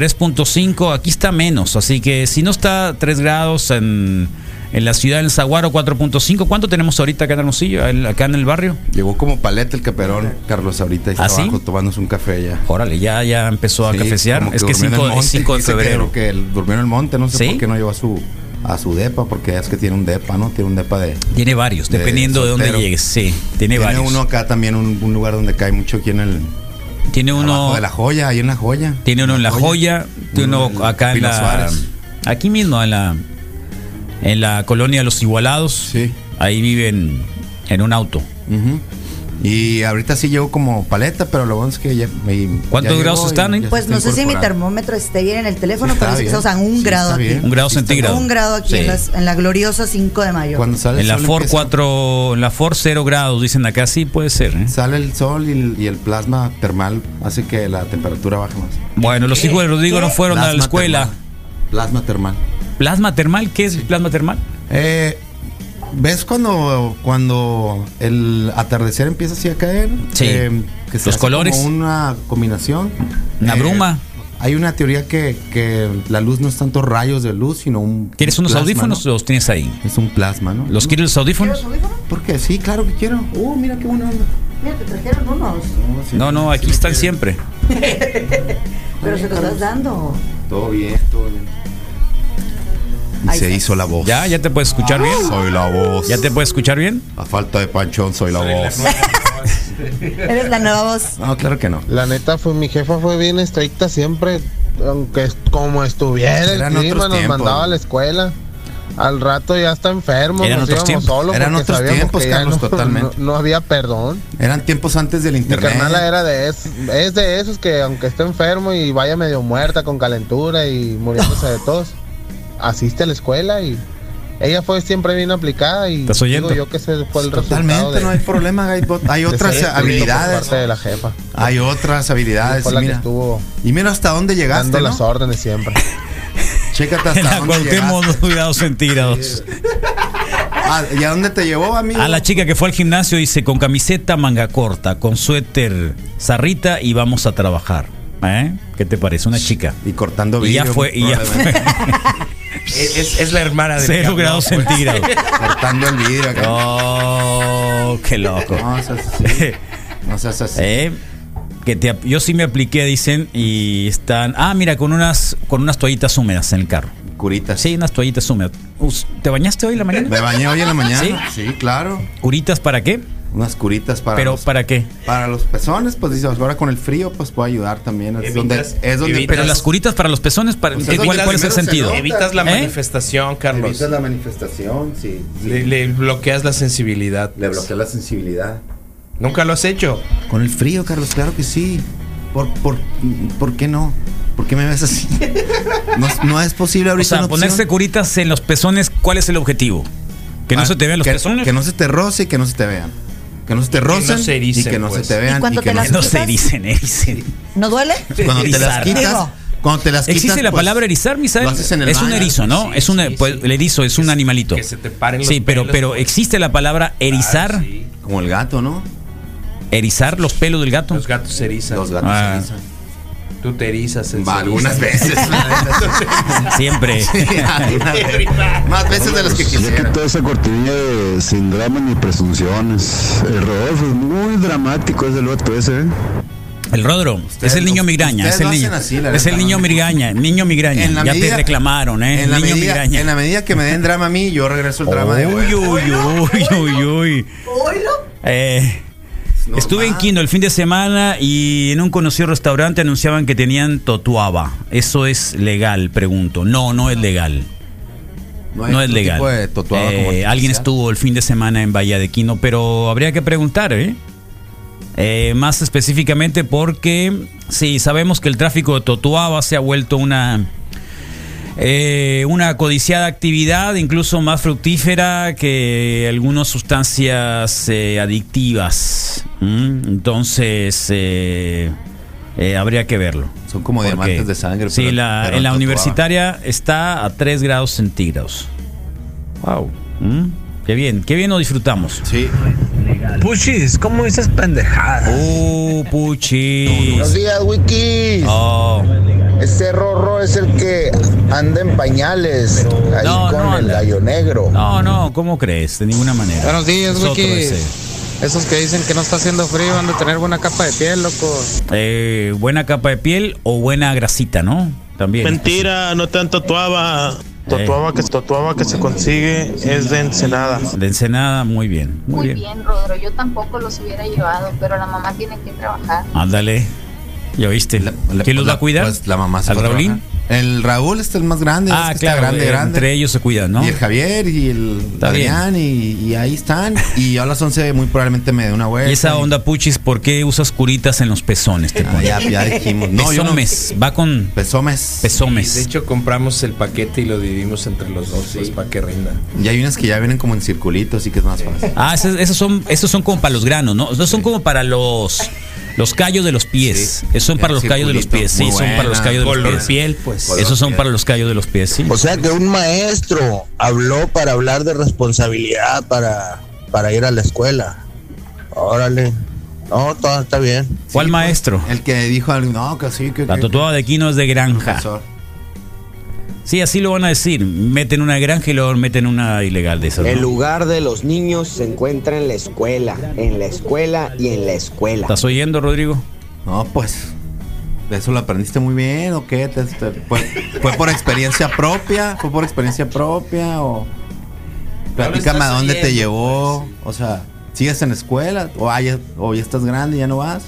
Speaker 2: 3.5, aquí está menos, así que si no está 3 grados en, en la ciudad del Zaguaro, 4.5, ¿cuánto tenemos ahorita acá en Hermosillo, el- acá en el barrio?
Speaker 8: Llegó como paleta el caperón, Carlos, ahorita. y Está
Speaker 2: ¿Ah, sí?
Speaker 8: abajo tomándose un café ya.
Speaker 2: Órale, ya, ya empezó a
Speaker 8: Sí,
Speaker 2: cafecear,
Speaker 8: como
Speaker 2: es que
Speaker 8: durmió en el monte.
Speaker 2: 5, de
Speaker 8: Dice que-
Speaker 2: febrero.
Speaker 8: Que, él durmió en el monte, no sé
Speaker 2: ¿Sí?
Speaker 8: por qué no llevó a su, a su depa, porque es que tiene un depa, ¿no? Tiene un depa de.
Speaker 2: Tiene varios,
Speaker 8: de
Speaker 2: dependiendo de dónde
Speaker 8: soltero.
Speaker 2: llegues, sí, tiene,
Speaker 8: Tiene
Speaker 2: varios.
Speaker 8: uno acá también, un, un lugar donde cae mucho aquí en el.
Speaker 2: tiene uno
Speaker 8: abajo de la joya, ahí en la joya.
Speaker 2: Tiene uno en la joya, tiene uno
Speaker 8: en
Speaker 2: acá en
Speaker 8: Pino
Speaker 2: la.
Speaker 8: Suárez.
Speaker 2: Aquí mismo, en la, en la colonia Los Igualados.
Speaker 8: Sí.
Speaker 2: Ahí viven en un auto.
Speaker 8: Ujú. Y ahorita sí llevo como paleta, pero lo bueno es que ya. y-
Speaker 2: ¿Cuántos
Speaker 8: ya
Speaker 2: grados
Speaker 8: llegó y
Speaker 2: están, eh?
Speaker 8: ya se
Speaker 6: pues
Speaker 8: está
Speaker 6: no sé si mi
Speaker 8: incorporando.
Speaker 6: termómetro esté bien en el
Speaker 8: Sí,
Speaker 6: teléfono
Speaker 8: está
Speaker 6: pero sí,
Speaker 8: bien.
Speaker 6: o sea un
Speaker 8: Sí,
Speaker 6: grado
Speaker 8: está
Speaker 6: aquí
Speaker 8: bien.
Speaker 2: Un grado
Speaker 8: Sí, está
Speaker 2: centígrado.
Speaker 6: un grado aquí
Speaker 2: Sí.
Speaker 6: en, las- en la gloriosa 5 de mayo
Speaker 8: Cuando sale
Speaker 2: En
Speaker 8: el
Speaker 2: la
Speaker 8: sol
Speaker 2: Ford
Speaker 8: empieza-
Speaker 2: 4, en la Ford 0 grados, dicen acá, sí puede ser. ¿eh?
Speaker 8: Sale el sol y el, y el plasma termal hace que la temperatura baje más.
Speaker 2: Bueno, los hijos de Rodrigo no fueron a la
Speaker 8: Plasma
Speaker 2: escuela.
Speaker 8: termal. Plasma termal.
Speaker 2: ¿Plasma termal? ¿Qué es plasma termal?
Speaker 8: Eh, ¿Ves cuando, cuando el atardecer empieza así a caer? Eh,
Speaker 2: Sí.
Speaker 8: que se
Speaker 2: Los
Speaker 8: hace
Speaker 2: colores.
Speaker 8: Como una combinación. Eh,
Speaker 2: Una bruma.
Speaker 8: Hay una teoría que, que la luz no es tanto rayos de luz, sino un.
Speaker 2: ¿Quieres unos
Speaker 8: plasma,
Speaker 2: audífonos?
Speaker 8: ¿no?
Speaker 2: Los tienes ahí.
Speaker 8: Es un plasma, ¿no?
Speaker 2: ¿Los quieres los audífonos?
Speaker 8: Porque sí, claro que quiero. Uh, mira qué buena onda.
Speaker 6: mira te trajeron unos
Speaker 8: No, sí,
Speaker 2: No, no,
Speaker 8: sí
Speaker 2: aquí
Speaker 8: los
Speaker 2: están
Speaker 8: quiero.
Speaker 2: siempre.
Speaker 6: pero se los estás dando
Speaker 8: Todo bien, todo bien. Y
Speaker 6: Ahí
Speaker 8: se
Speaker 6: está.
Speaker 8: hizo la voz.
Speaker 2: ¿Ya? ¿Ya te puedes escuchar bien?
Speaker 8: Soy la voz.
Speaker 2: ¿Ya te puedes escuchar bien?
Speaker 8: A falta de panchón, soy la voz.
Speaker 6: eres la nueva voz
Speaker 8: No, claro que no.
Speaker 10: La neta fue mi jefa fue bien estricta siempre, aunque es- como estuviera
Speaker 8: Eran
Speaker 10: el clima
Speaker 8: otros
Speaker 10: nos
Speaker 8: tiempos.
Speaker 10: mandaba a la escuela. Al rato ya está enfermo,
Speaker 2: Eran
Speaker 10: nos
Speaker 2: otros
Speaker 10: íbamos
Speaker 2: tiempos.
Speaker 10: solos
Speaker 8: Eran
Speaker 10: porque
Speaker 8: otros
Speaker 10: sabíamos
Speaker 8: tiempos,
Speaker 10: que ya
Speaker 8: Carlos,
Speaker 10: no,
Speaker 8: totalmente.
Speaker 10: [LAUGHS] no- no había perdón.
Speaker 8: Eran tiempos antes del
Speaker 10: Mi
Speaker 8: internet.
Speaker 10: carnala era de es, es de esos que aunque esté enfermo y vaya medio muerta con calentura y muriéndose de tos, asiste a la escuela y ella fue siempre bien aplicada y
Speaker 8: ¿Estás oyendo?
Speaker 10: digo yo que ese fue el resultado
Speaker 8: Totalmente,
Speaker 10: de-
Speaker 8: no hay problema, Gaibot. Hay
Speaker 10: de ser
Speaker 8: otras
Speaker 10: estricto por
Speaker 8: habilidades.
Speaker 10: parte de la jefa.
Speaker 8: Hay otras habilidades.
Speaker 10: Fue la que
Speaker 8: mira.
Speaker 10: estuvo
Speaker 8: Y mira hasta dónde llegaste.
Speaker 10: dando
Speaker 8: ¿no?
Speaker 10: las órdenes siempre.
Speaker 8: [LAUGHS] Chécate
Speaker 2: [LAUGHS] En
Speaker 8: hasta
Speaker 2: la
Speaker 8: dónde
Speaker 2: Cuauhtémoc,
Speaker 8: llegaste.
Speaker 2: [LAUGHS] dos grados centígrados.
Speaker 8: Ah, ¿Y a dónde te llevó, amigo?
Speaker 2: A la chica que fue al gimnasio dice con camiseta manga corta, con suéter zarrita y vamos a trabajar. ¿Eh? ¿Qué te parece? Una chica.
Speaker 8: Y cortando
Speaker 2: Y ya
Speaker 8: vidrio,
Speaker 2: fue, y ya fue. [LAUGHS]
Speaker 8: probablemente.
Speaker 7: Es, es- es la hermana de Pues,
Speaker 2: Cero grados
Speaker 8: pues.
Speaker 7: [LAUGHS]
Speaker 2: centígrados.
Speaker 8: [LAUGHS] Cortando el vidrio acá.
Speaker 2: Oh, qué loco.
Speaker 8: No seas así. No seas así.
Speaker 2: [LAUGHS] Eh, que te ap- yo sí me apliqué, dicen, y están. Ah, mira, con unas, con unas toallitas húmedas en el carro.
Speaker 8: Curitas.
Speaker 2: Sí, unas toallitas húmedas. Us- ¿Te bañaste hoy en la mañana?
Speaker 8: Me bañé hoy en la mañana.
Speaker 2: ¿Sí?
Speaker 8: ¿Sí? claro.
Speaker 2: ¿Curitas para qué?
Speaker 8: Unas curitas para
Speaker 2: ¿Pero
Speaker 8: los,
Speaker 2: para qué?
Speaker 8: para los pezones, pues dices, ahora con el frío, pues puede ayudar también. Es
Speaker 7: Evitas-
Speaker 8: donde, es donde
Speaker 7: evitas-
Speaker 2: Pero las curitas para los pezones, para,
Speaker 8: Pues es
Speaker 2: ¿cuál,
Speaker 8: donde
Speaker 2: cuál es el
Speaker 8: primero se
Speaker 2: sentido?
Speaker 8: nota.
Speaker 7: Evitas la
Speaker 2: ¿Eh?
Speaker 7: manifestación, Carlos.
Speaker 8: Evitas la manifestación, sí. sí.
Speaker 7: Le, le bloqueas la sensibilidad.
Speaker 8: Le bloquea la sensibilidad.
Speaker 7: Nunca lo has hecho.
Speaker 8: Con el frío, Carlos, claro que sí. ¿Por, por, por qué no? ¿Por qué me ves así? [LAUGHS] No, es- no es posible
Speaker 2: O
Speaker 8: ahorita.
Speaker 2: sea,
Speaker 8: una opción.
Speaker 2: ponerse curitas en los pezones, ¿cuál es el objetivo? Que no
Speaker 8: Ah,
Speaker 2: se te vean los
Speaker 8: que,
Speaker 2: pezones.
Speaker 8: Que no se te roce y que no se te vean. Que no se te
Speaker 7: no
Speaker 8: rocen
Speaker 7: se
Speaker 8: y
Speaker 7: ericen,
Speaker 8: que no
Speaker 7: pues.
Speaker 8: se te vean.
Speaker 6: ¿Y cuando
Speaker 8: que
Speaker 6: te
Speaker 8: no
Speaker 6: las
Speaker 8: se-
Speaker 2: No se ericen, ericen.
Speaker 6: ¿No duele?
Speaker 8: Cuando te las
Speaker 6: [LAUGHS]
Speaker 2: Erizar.
Speaker 8: quitas. Cuando te [LAUGHS] las quitas.
Speaker 2: ¿Existe la
Speaker 8: pues,
Speaker 2: palabra erizar, Misael?
Speaker 8: lo haces en el
Speaker 2: es un
Speaker 8: baño.
Speaker 2: erizo, ¿no?
Speaker 7: Sí,
Speaker 2: es un,
Speaker 7: sí,
Speaker 2: pues,
Speaker 7: sí.
Speaker 2: el erizo es un
Speaker 7: se-
Speaker 2: animalito.
Speaker 7: que se te paren los
Speaker 2: Sí, pero,
Speaker 7: pelos,
Speaker 2: pero
Speaker 7: pues.
Speaker 2: ¿existe la palabra erizar?
Speaker 7: Ah, sí.
Speaker 8: Como el gato, ¿no?
Speaker 2: ¿Erizar los pelos del gato?
Speaker 7: Los gatos se erizan.
Speaker 8: Los gatos
Speaker 2: Ah.
Speaker 8: erizan.
Speaker 7: Tú te erizas. él
Speaker 8: Va,
Speaker 7: se
Speaker 8: algunas
Speaker 2: [LAUGHS]
Speaker 7: eriza.
Speaker 8: veces. [LAUGHS]
Speaker 2: Siempre.
Speaker 8: Algunas veces. Más veces de las que
Speaker 11: Ya
Speaker 8: quisiera.
Speaker 11: quitó esa cortinilla de sin drama ni presunciones. El Rodolfo es muy dramático, es el vato ese, ¿eh?
Speaker 2: El Rodro, es el niño migraña,
Speaker 8: ustedes
Speaker 2: es el
Speaker 8: lo hacen
Speaker 2: niño.
Speaker 8: así, la
Speaker 2: es el
Speaker 8: verdad,
Speaker 2: niño
Speaker 8: ¿no?
Speaker 2: migraña, niño migraña.
Speaker 8: En la
Speaker 2: ya te
Speaker 8: medida-
Speaker 2: reclamaron, eh,
Speaker 8: En la,
Speaker 2: niño
Speaker 8: medida,
Speaker 2: migraña.
Speaker 8: en la medida que me den drama a mí, yo regreso el drama de
Speaker 2: Uy, uy, uy, uy, uy. Eh,
Speaker 8: normal.
Speaker 2: estuve en Quino el fin de semana y en un conocido restaurante anunciaban que tenían totuaba. ¿Eso es legal? Pregunto. No, no es legal.
Speaker 8: hay
Speaker 2: No es
Speaker 8: otro
Speaker 2: legal.
Speaker 8: tipo de tatuado como este
Speaker 2: Eh,
Speaker 8: artificial.
Speaker 2: alguien estuvo el fin de semana en Bahía de Quino, pero habría que preguntar, ¿eh? Eh, más específicamente porque sí, sabemos que el tráfico de Totuaba se ha vuelto una, eh, una codiciada actividad, incluso más fructífera que algunas sustancias eh, adictivas. ¿Mm? Entonces, eh, eh, habría que verlo.
Speaker 8: Son como
Speaker 2: Porque-
Speaker 8: diamantes de sangre.
Speaker 2: Sí,
Speaker 8: pero-
Speaker 2: la,
Speaker 8: pero
Speaker 2: en la
Speaker 8: tatuado.
Speaker 2: universitaria está a 3 grados centígrados. ¡Wow! Qué bien, qué bien nos disfrutamos.
Speaker 8: Sí.
Speaker 12: Puchis, ¿cómo dices pendejadas?
Speaker 2: ¡Oh,
Speaker 13: Buenos
Speaker 2: puchis!
Speaker 13: días, Wiki.
Speaker 2: Oh.
Speaker 13: Ese Rorro es el que anda en pañales ahí
Speaker 2: No,
Speaker 13: con
Speaker 2: no
Speaker 13: el
Speaker 2: anda.
Speaker 13: gallo negro.
Speaker 2: No, no, ¿cómo crees? De ninguna manera.
Speaker 10: Buenos días,
Speaker 2: Es otro
Speaker 10: Wiki.
Speaker 2: ese.
Speaker 10: Esos que dicen que no está haciendo frío han de tener buena capa de piel, loco.
Speaker 2: Eh, buena capa de piel o buena grasita, ¿no? También. Eh.
Speaker 14: Mentira, no te han tatuaba. Tatuaba que, tatuaba que se consigue es de Ensenada.
Speaker 2: De Ensenada, muy bien, muy,
Speaker 15: Muy
Speaker 2: bien.
Speaker 15: bien, Rodro. Yo tampoco los hubiera llevado, pero la mamá tiene que trabajar.
Speaker 2: Ándale. ¿Ya viste?
Speaker 8: La-
Speaker 2: ¿Quién los va
Speaker 8: la-
Speaker 2: a cuidar?
Speaker 8: pues, la mamá se
Speaker 2: ¿Al
Speaker 8: fue a
Speaker 2: Raulín?
Speaker 8: trabajar. El Raúl está el más grande.
Speaker 2: Ah,
Speaker 8: es que está
Speaker 2: claro,
Speaker 8: grande,
Speaker 2: eh,
Speaker 8: grande.
Speaker 2: entre ellos se cuidan, ¿no?
Speaker 8: Y el Javier y el
Speaker 2: Está bien.
Speaker 8: Adrián y, y ahí están. Y yo a las 11 muy probablemente me dé una vuelta.
Speaker 2: Y esa onda, puchis, ¿por qué usas curitas en los pezones? Te
Speaker 8: Ah,
Speaker 2: pones?
Speaker 8: ya,
Speaker 2: [LAUGHS]
Speaker 8: ya dijimos. No, yo no.
Speaker 2: Pezomes, va con
Speaker 8: Pezomes.
Speaker 2: pezomes.
Speaker 7: Y de hecho, compramos el paquete y lo dividimos entre los dos pues, para que rinda.
Speaker 8: Y hay unas que ya vienen como en circulitos, así que es más fácil.
Speaker 2: Ah, esos, esos son, esos son como para los granos, ¿no? No son como para los los callos de los pies. Esos son
Speaker 8: El
Speaker 2: para los callos de los
Speaker 8: circulito,
Speaker 2: pies. Sí,
Speaker 8: muy
Speaker 2: son para los
Speaker 8: buena.
Speaker 2: callos de
Speaker 8: Color
Speaker 2: los pies.
Speaker 8: piel, pues.
Speaker 2: Esos
Speaker 8: Color
Speaker 2: son
Speaker 8: piel.
Speaker 2: para los callos de los pies, sí.
Speaker 14: O sea que un maestro habló para hablar de responsabilidad para, para ir a la escuela. Órale. No, todo está bien.
Speaker 2: ¿Cuál
Speaker 8: pues.
Speaker 2: maestro?
Speaker 8: El que dijo algo, no, que sí, que.
Speaker 2: La
Speaker 8: que-
Speaker 2: tatuada de Quino es de granja.
Speaker 8: profesor.
Speaker 2: Sí, así lo van a decir. Meten una de granja y luego meten una ilegal de esas. ¿no?
Speaker 16: El lugar de los niños se encuentra en la escuela, en la escuela y en la escuela.
Speaker 2: ¿Estás oyendo, Rodrigo?
Speaker 8: No, pues. ¿De eso lo aprendiste muy bien o qué? ¿Te- te- fue, fue por experiencia propia? ¿Fue por experiencia propia? ¿O.? Platícame a
Speaker 7: estás
Speaker 8: dónde te
Speaker 7: oyendo,
Speaker 8: llevó. O sea, ¿sigues en la escuela? ¿O, ah, ya, o ya estás grande y ya no vas?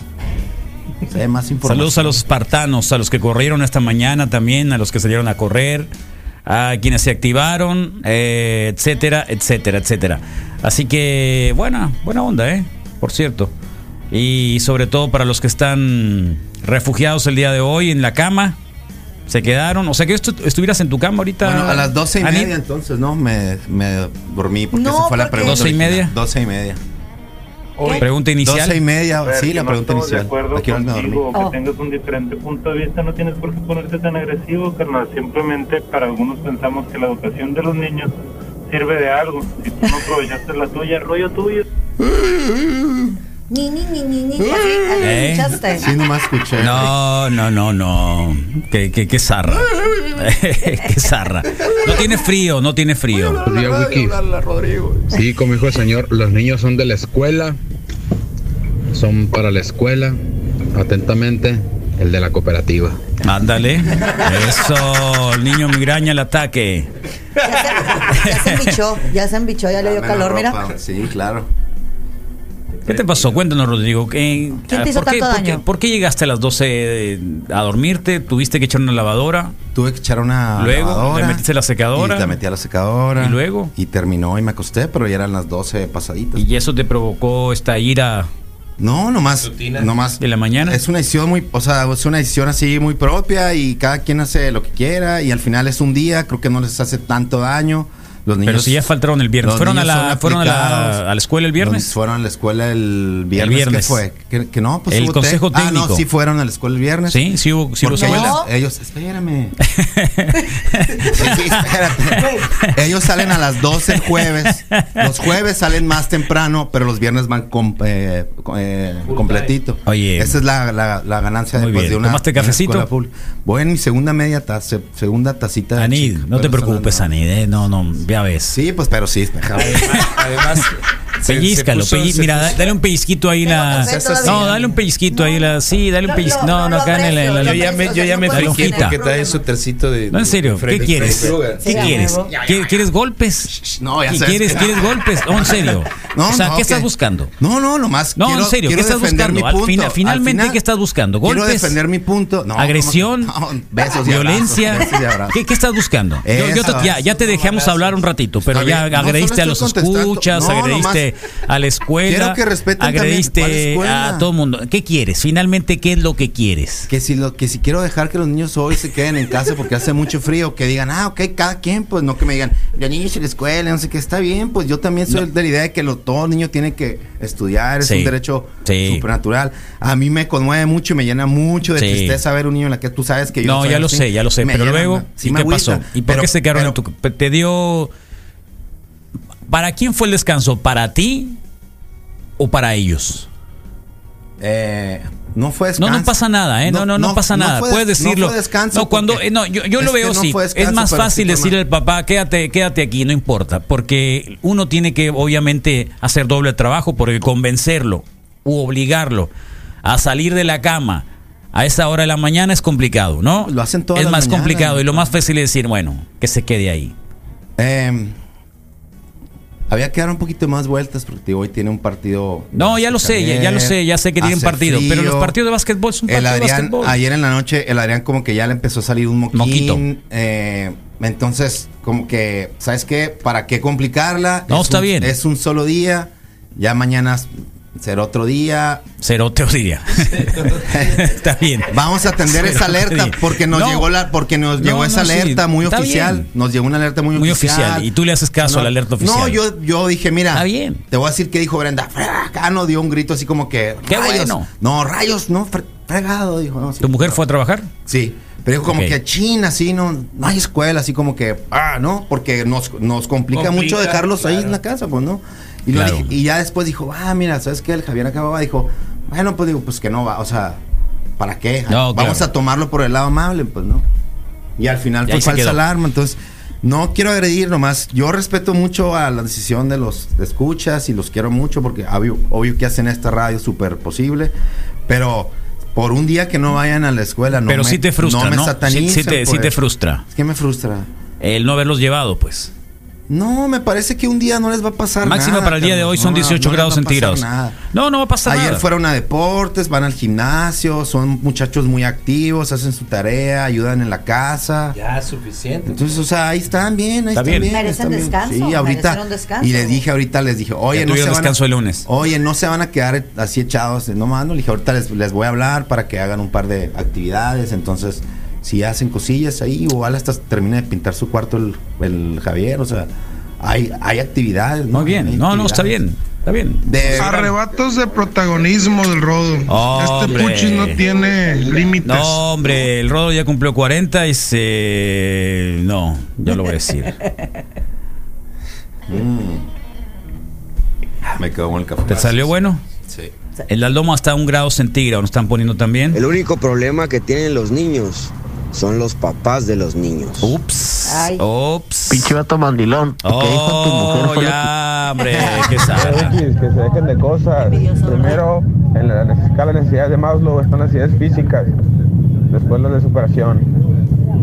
Speaker 8: O sea, hay más información.
Speaker 2: Saludos a los espartanos, a los que corrieron esta mañana también, a los que salieron a correr, a quienes se activaron, eh, etcétera, etcétera, etcétera. Así que buena, buena onda, ¿eh? Por cierto. Y sobre todo para los que están refugiados el día de hoy en la cama, Se quedaron. O sea que estu- estuvieras en tu cama ahorita.
Speaker 8: Bueno, a las doce y
Speaker 2: Anit.
Speaker 8: media entonces, ¿no? Me, me dormí porque
Speaker 2: No,
Speaker 8: esa fue la
Speaker 2: porque-
Speaker 8: pregunta.
Speaker 2: ¿Doce y media?
Speaker 8: Doce y media.
Speaker 2: ¿Qué? Pregunta inicial.
Speaker 8: Doce y media,
Speaker 9: Fer,
Speaker 8: sí,
Speaker 9: que
Speaker 8: la
Speaker 9: no
Speaker 8: pregunta
Speaker 9: estamos
Speaker 8: inicial.
Speaker 9: De acuerdo
Speaker 8: Aquí me dormí.
Speaker 9: contigo, que tengas un diferente punto de vista, no tienes por qué ponerte tan agresivo, carnal. Simplemente para algunos pensamos que la educación de los niños sirve de algo. Si tú no aprovechaste la tuya, rollo tuyo.
Speaker 6: Ni, ni, ni, ni, ni. así,
Speaker 2: ¿Eh?
Speaker 6: ¿Escuchaste?
Speaker 8: nomás escuché.
Speaker 2: No, no, no, no. Qué, qué, qué zarra. [LAUGHS] qué zarra. No tiene frío, no tiene frío.
Speaker 17: Pues Sí, como dijo el señor, los niños son de la escuela, son para la escuela.
Speaker 7: [LAUGHS]
Speaker 17: Atentamente, el de la cooperativa.
Speaker 2: Ándale. Eso, el niño migraña al ataque.
Speaker 6: Ya se embichó, ya se embichó, ya le dio calor, mira.
Speaker 8: Sí, claro.
Speaker 2: ¿Qué te pasó? Cuéntanos, Rodrigo. ¿Qué-
Speaker 6: ¿Quién te hizo
Speaker 2: ¿por, qué,
Speaker 6: tanto
Speaker 2: por qué-
Speaker 6: daño?
Speaker 2: por qué llegaste a las 12 de- a dormirte? ¿Tuviste que echar una lavadora?
Speaker 8: Tuve que echar una
Speaker 2: Luego,
Speaker 8: lavadora.
Speaker 2: le metiste la secadora.
Speaker 8: Y la metí a la secadora.
Speaker 2: ¿Y luego?
Speaker 8: Y terminó y me acosté, pero ya eran las 12 pasaditas.
Speaker 2: ¿Y eso te provocó esta ira?
Speaker 8: No, nomás. nomás
Speaker 2: ¿De la mañana?
Speaker 8: Es una decisión muy, o sea, es una decisión así muy propia y cada quien hace lo que quiera y al final es un día, creo que no les hace tanto daño. Los niños
Speaker 2: Pero si ya faltaron el viernes.
Speaker 8: los
Speaker 2: ¿Fueron, a
Speaker 8: niños
Speaker 2: la,
Speaker 8: son
Speaker 2: fueron a,
Speaker 8: aplicados.
Speaker 2: la, a la escuela el viernes?
Speaker 8: Los- fueron a la escuela el viernes.
Speaker 2: viernes.
Speaker 8: ¿Qué fue? ¿Que, que no?
Speaker 2: El
Speaker 8: hubo
Speaker 2: consejo
Speaker 8: tec- Ah,
Speaker 2: técnico.
Speaker 8: no, sí fueron a la escuela el viernes.
Speaker 2: Sí, sí hubo, sí hubo
Speaker 8: Porque
Speaker 2: escuela.
Speaker 8: ellos- Ellos,
Speaker 2: [LAUGHS]
Speaker 8: espérame. Pues Sí, espérate. Ellos salen a las 12 el jueves. Los jueves salen más temprano, pero los viernes van com- eh, co- eh, completito.
Speaker 2: Oye.
Speaker 8: Esa es la, la- la ganancia
Speaker 2: Muy
Speaker 8: después
Speaker 2: bien.
Speaker 8: de una.
Speaker 2: ¿Tomaste
Speaker 8: de una
Speaker 2: cafecito?
Speaker 8: escuela pública. Voy en mi segunda media taza, segunda tacita. de
Speaker 2: Anid,
Speaker 8: chico.
Speaker 2: no te
Speaker 8: Pero
Speaker 2: preocupes,
Speaker 8: no, no.
Speaker 2: Anid. eh, No, no, ya ves.
Speaker 8: Sí, pues, pero sí.
Speaker 5: Además, se- se
Speaker 2: Pellízcalo,
Speaker 5: puso-
Speaker 2: pelliz-
Speaker 5: se
Speaker 2: mira,
Speaker 5: puso-
Speaker 2: da- dale un pellizquito ahí la.
Speaker 5: Se hace así.
Speaker 2: No, dale un pellizquito ahí la. Sí, dale un pellizquito. No, no, acá en la- en la.
Speaker 5: yo ya me, yo ya me
Speaker 2: La
Speaker 5: friqué
Speaker 2: lonjita.
Speaker 5: porque trae su tercito de.
Speaker 2: No, en serio, ¿qué
Speaker 5: Freddy
Speaker 2: quieres?
Speaker 5: Krueger.
Speaker 2: ¿Qué quieres? ¿Quieres- ¿Quieres golpes?
Speaker 8: No, ya
Speaker 2: ¿Y
Speaker 8: sabes
Speaker 2: ¿Quieres,
Speaker 8: que- [LAUGHS]
Speaker 2: quieres golpes? No, en serio.
Speaker 8: No,
Speaker 2: o sea,
Speaker 8: no,
Speaker 2: ¿qué
Speaker 8: ok.
Speaker 2: estás buscando?
Speaker 8: No, no, nomás.
Speaker 2: No,
Speaker 8: quiero-
Speaker 2: en serio, ¿qué
Speaker 8: quiero
Speaker 2: estás
Speaker 8: defender
Speaker 2: buscando?
Speaker 8: mi
Speaker 2: Al
Speaker 8: punto.
Speaker 2: fina-
Speaker 8: Al
Speaker 2: finalmente,
Speaker 8: final,
Speaker 2: ¿qué estás buscando?
Speaker 8: Quiero
Speaker 2: ¿Golpes?
Speaker 8: defender mi punto. No,
Speaker 2: ¿Agresión?
Speaker 8: ¿cómo que- [LAUGHS] no, besos y
Speaker 2: ¿Violencia?
Speaker 8: abrazos, besos y abrazos.
Speaker 2: ¿Qué, qué estás buscando? Yo- yo
Speaker 8: Esa-
Speaker 2: te- ya, ya te dejamos hablar un ratito, pero
Speaker 8: Está
Speaker 2: ya
Speaker 8: bien. No,
Speaker 2: agrediste
Speaker 8: solo
Speaker 2: a los
Speaker 8: estoy contestando.
Speaker 2: escuchas,
Speaker 8: No,
Speaker 2: agrediste a la escuela.
Speaker 8: Quiero que respeten también. ¿Cuál
Speaker 2: Agrediste
Speaker 8: escuela?
Speaker 2: a todo el mundo. ¿Qué quieres? Finalmente, ¿qué es lo que quieres?
Speaker 8: Que si, lo, que si quiero dejar que los niños hoy se queden en casa porque hace mucho frío, que digan, ah, ok, cada quien, pues no que me digan, los niños en la escuela, no sé qué, está bien, pues yo también soy de la idea de que lo, todo niño tiene que estudiar, es
Speaker 2: Sí.
Speaker 8: un derecho
Speaker 2: Sí.
Speaker 8: supernatural. A mí me conmueve mucho y me llena mucho de
Speaker 2: Sí.
Speaker 8: tristeza ver un niño en la que tú sabes que yo
Speaker 2: no,
Speaker 8: soy
Speaker 2: ya lo
Speaker 8: así.
Speaker 2: sé, ya lo sé.
Speaker 8: Me
Speaker 2: Pero
Speaker 8: llena,
Speaker 2: luego,
Speaker 8: me- sí
Speaker 2: ¿y
Speaker 8: me
Speaker 2: qué
Speaker 8: agüita,
Speaker 2: pasó? ¿Y por
Speaker 8: pero-
Speaker 2: qué se quedaron en tu.? ¿Te dio. ¿Para quién fue el descanso? ¿Para ti o para ellos?
Speaker 8: Eh, no fue
Speaker 2: No,
Speaker 8: descanso.
Speaker 2: no pasa nada, ¿eh? No, no, no, pasa nada.
Speaker 8: fue des-
Speaker 2: Puedes decirlo.
Speaker 8: No, fue descanso
Speaker 2: No, cuando,
Speaker 8: porque-
Speaker 2: eh, no, yo, yo
Speaker 8: es
Speaker 2: lo
Speaker 8: que
Speaker 2: veo
Speaker 8: no
Speaker 2: así.
Speaker 8: fue
Speaker 2: es
Speaker 8: descanso,
Speaker 2: más
Speaker 8: pero
Speaker 2: fácil
Speaker 8: sí fue
Speaker 2: decirle al papá, quédate, quédate aquí, no importa. Porque uno tiene que, obviamente, hacer doble trabajo porque convencerlo u obligarlo a salir de la cama a esa hora de la mañana es complicado, ¿no?
Speaker 8: Lo hacen todas
Speaker 2: Es
Speaker 8: las
Speaker 2: más
Speaker 8: mañanas.
Speaker 2: complicado y lo más fácil es decir, bueno, que se quede ahí.
Speaker 8: Eh, había que dar un poquito más vueltas porque digo, hoy tiene un partido.
Speaker 2: No, ya lo sé, ya, ya lo sé, ya sé que tienen
Speaker 8: Hace
Speaker 2: partido, pero los
Speaker 8: frío.
Speaker 2: partidos de básquetbol son
Speaker 8: El
Speaker 2: partidos de
Speaker 8: Adrián,
Speaker 2: básquetbol.
Speaker 8: ayer en la noche, el Adrián como que ya le empezó a salir un moquín.
Speaker 2: Moquito.
Speaker 8: eh, entonces, como que, ¿sabes qué? ¿Para qué complicarla?
Speaker 2: No,
Speaker 8: Es
Speaker 2: está
Speaker 8: un-
Speaker 2: bien.
Speaker 8: Es un solo día, ya mañana será otro día.
Speaker 2: Cero teoría. [LAUGHS] Está bien.
Speaker 8: Vamos a atender
Speaker 2: Cero
Speaker 8: esa alerta
Speaker 2: teoría.
Speaker 8: porque nos
Speaker 2: No.
Speaker 8: llegó la porque nos
Speaker 2: No,
Speaker 8: llegó esa
Speaker 2: no, sí,
Speaker 8: alerta muy
Speaker 2: está
Speaker 8: oficial,
Speaker 2: bien.
Speaker 8: nos llegó una alerta muy,
Speaker 2: Muy
Speaker 8: oficial.
Speaker 2: oficial. Y tú le haces caso a la alerta oficial.
Speaker 8: No, yo, yo dije, mira,
Speaker 2: Está bien.
Speaker 8: te voy a decir que dijo Brenda, fregano, dio un grito así como que.
Speaker 2: Qué
Speaker 8: "Rayos".
Speaker 2: bueno.
Speaker 8: No, rayos, no, fre- fregado, dijo. no, sí.
Speaker 2: ¿Tu mujer fue a trabajar?
Speaker 8: Sí. Pero dijo como
Speaker 2: Ok.
Speaker 8: que China, así, no, no hay escuela, así como que, ah, ¿no? Porque nos, nos complica,
Speaker 5: Complica,
Speaker 8: mucho dejarlos ahí en la casa, pues, ¿no? Y, lo
Speaker 2: Claro.
Speaker 8: dije- y ya después dijo, ah, mira, ¿sabes qué? El Javier acababa, dijo, bueno, pues digo, pues que no va, o sea, ¿para qué?
Speaker 2: No,
Speaker 8: Vamos
Speaker 2: claro.
Speaker 8: a tomarlo por el lado amable, pues, ¿no? Y al final
Speaker 2: Y ahí
Speaker 8: fue
Speaker 2: se
Speaker 8: falsa
Speaker 2: quedó.
Speaker 8: alarma, entonces no quiero agredir nomás. Yo respeto mucho a la decisión de los escuchas y los quiero mucho porque obvio, obvio que hacen esta radio súper posible, pero por un día que no vayan a la escuela no
Speaker 2: pero
Speaker 8: me,
Speaker 2: sí te frustra,
Speaker 8: no me
Speaker 2: ¿no? Sí,
Speaker 8: satanicen,
Speaker 2: sí te, sí
Speaker 8: pues.
Speaker 2: te frustra.
Speaker 8: Es que me frustra.
Speaker 2: El no haberlos llevado, pues.
Speaker 8: No, me parece que un día no les va a pasar
Speaker 2: Máxima
Speaker 8: nada,
Speaker 2: para el día de
Speaker 8: carnal.
Speaker 2: hoy son
Speaker 8: No, no
Speaker 2: 18
Speaker 8: les va a
Speaker 2: grados
Speaker 8: pasar
Speaker 2: centígrados.
Speaker 8: nada.
Speaker 2: No, no va a pasar
Speaker 8: Ayer
Speaker 2: nada.
Speaker 8: fueron a deportes, van al gimnasio, son muchachos muy activos, hacen su tarea, ayudan en la casa.
Speaker 5: Ya, suficiente.
Speaker 8: Entonces, o sea, ahí están bien, ahí
Speaker 2: Está
Speaker 8: están
Speaker 2: bien.
Speaker 8: bien.
Speaker 6: Merecen
Speaker 8: están bien.
Speaker 6: descanso,
Speaker 8: Sí, ahorita.
Speaker 6: merecieron descanso.
Speaker 8: Y les dije ahorita, les dije, oye,
Speaker 2: Ya
Speaker 8: no se
Speaker 2: tuvieron
Speaker 8: van
Speaker 2: descanso
Speaker 8: a,
Speaker 2: el lunes.
Speaker 8: Oye, no se van a quedar así echados, no mano. Le dije, ahorita les, les voy a hablar para que hagan un par de actividades. Entonces, si hacen cosillas ahí, o hasta termina de pintar su cuarto el, el Javier, o sea, hay, hay actividades.
Speaker 2: Muy bien,
Speaker 8: Hay
Speaker 2: no, no,
Speaker 8: actividades.
Speaker 2: está bien, está bien.
Speaker 18: Arrebatos de protagonismo del Rodo.
Speaker 2: Hombre.
Speaker 18: Este Puchis no tiene límites.
Speaker 2: No, hombre, el Rodo ya cumplió 40 y se... No, yo lo voy a decir.
Speaker 8: Me quedo con el café.
Speaker 2: ¿Te salió bueno?
Speaker 8: Sí.
Speaker 2: El la loma está a un grado centígrado, ¿no están poniendo también?
Speaker 16: El único problema que tienen los niños son los papás de los niños.
Speaker 8: Uh,
Speaker 2: Ups.
Speaker 6: Ay.
Speaker 2: Ups.
Speaker 16: Pinche vato mandilón.
Speaker 2: Oh, ya, hombre, qué sala.
Speaker 7: [LAUGHS]
Speaker 19: que se dejen de cosas. Primero, en la escala de necesidades de Maslow están las necesidades físicas, después las de superación.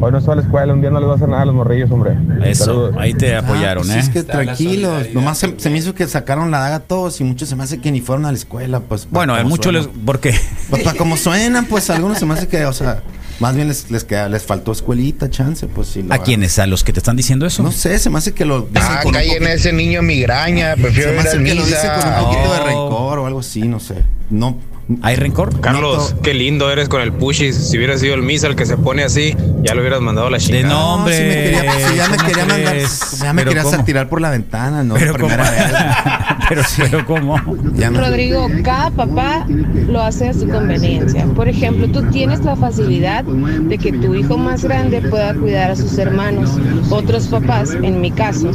Speaker 19: Hoy no se va a la escuela, un día no les va a hacer nada a los morrillos, hombre.
Speaker 2: Eso,
Speaker 19: Saludos.
Speaker 2: ahí te apoyaron,
Speaker 8: Pues
Speaker 2: ¿eh?
Speaker 8: Es que tranquilos, nomás se, se me hizo que sacaron la daga a todos y muchos se me hace que ni fueron a la escuela, pues.
Speaker 2: Bueno, a muchos les... ¿Por qué?
Speaker 8: Pues para como suenan, pues algunos se me hace que, o sea, más bien les, les, queda- les faltó escuelita, chance, pues sí.
Speaker 2: ¿A quiénes? ¿A los que te están diciendo eso?
Speaker 8: No sé, se me hace que lo dicen
Speaker 13: Ah,
Speaker 8: con un
Speaker 13: cae en
Speaker 8: poquito-
Speaker 13: ese niño migraña, pues, prefiero
Speaker 8: se me
Speaker 13: ir
Speaker 8: hace
Speaker 13: a
Speaker 8: que lo dicen con un
Speaker 13: misa.
Speaker 8: poquito de
Speaker 2: Oh.
Speaker 8: rencor o algo así, no sé. No. ah,
Speaker 2: ¿Hay rencor?
Speaker 20: Carlos, qué lindo eres con el pushis. Si hubiera sido el misa el que se pone así, ya lo hubieras mandado a la
Speaker 2: De
Speaker 20: chingada.
Speaker 2: nombre.
Speaker 8: si me quería, si ya me
Speaker 2: ¿cómo
Speaker 8: quería mandar,
Speaker 2: crees?
Speaker 8: ya me
Speaker 2: Pero
Speaker 8: querías
Speaker 2: ¿cómo?
Speaker 8: tirar por la ventana, ¿no?
Speaker 2: Pero
Speaker 8: Primera
Speaker 2: ¿cómo?
Speaker 8: vez.
Speaker 2: [LAUGHS] Pero, pero ¿cómo?
Speaker 8: Ya me-
Speaker 21: Rodrigo, cada papá lo hace a su conveniencia. Por ejemplo, tú tienes la facilidad de que tu hijo más grande pueda cuidar a sus hermanos. Otros papás, en mi caso,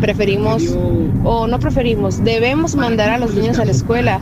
Speaker 21: preferimos o no preferimos, debemos mandar a los niños a la escuela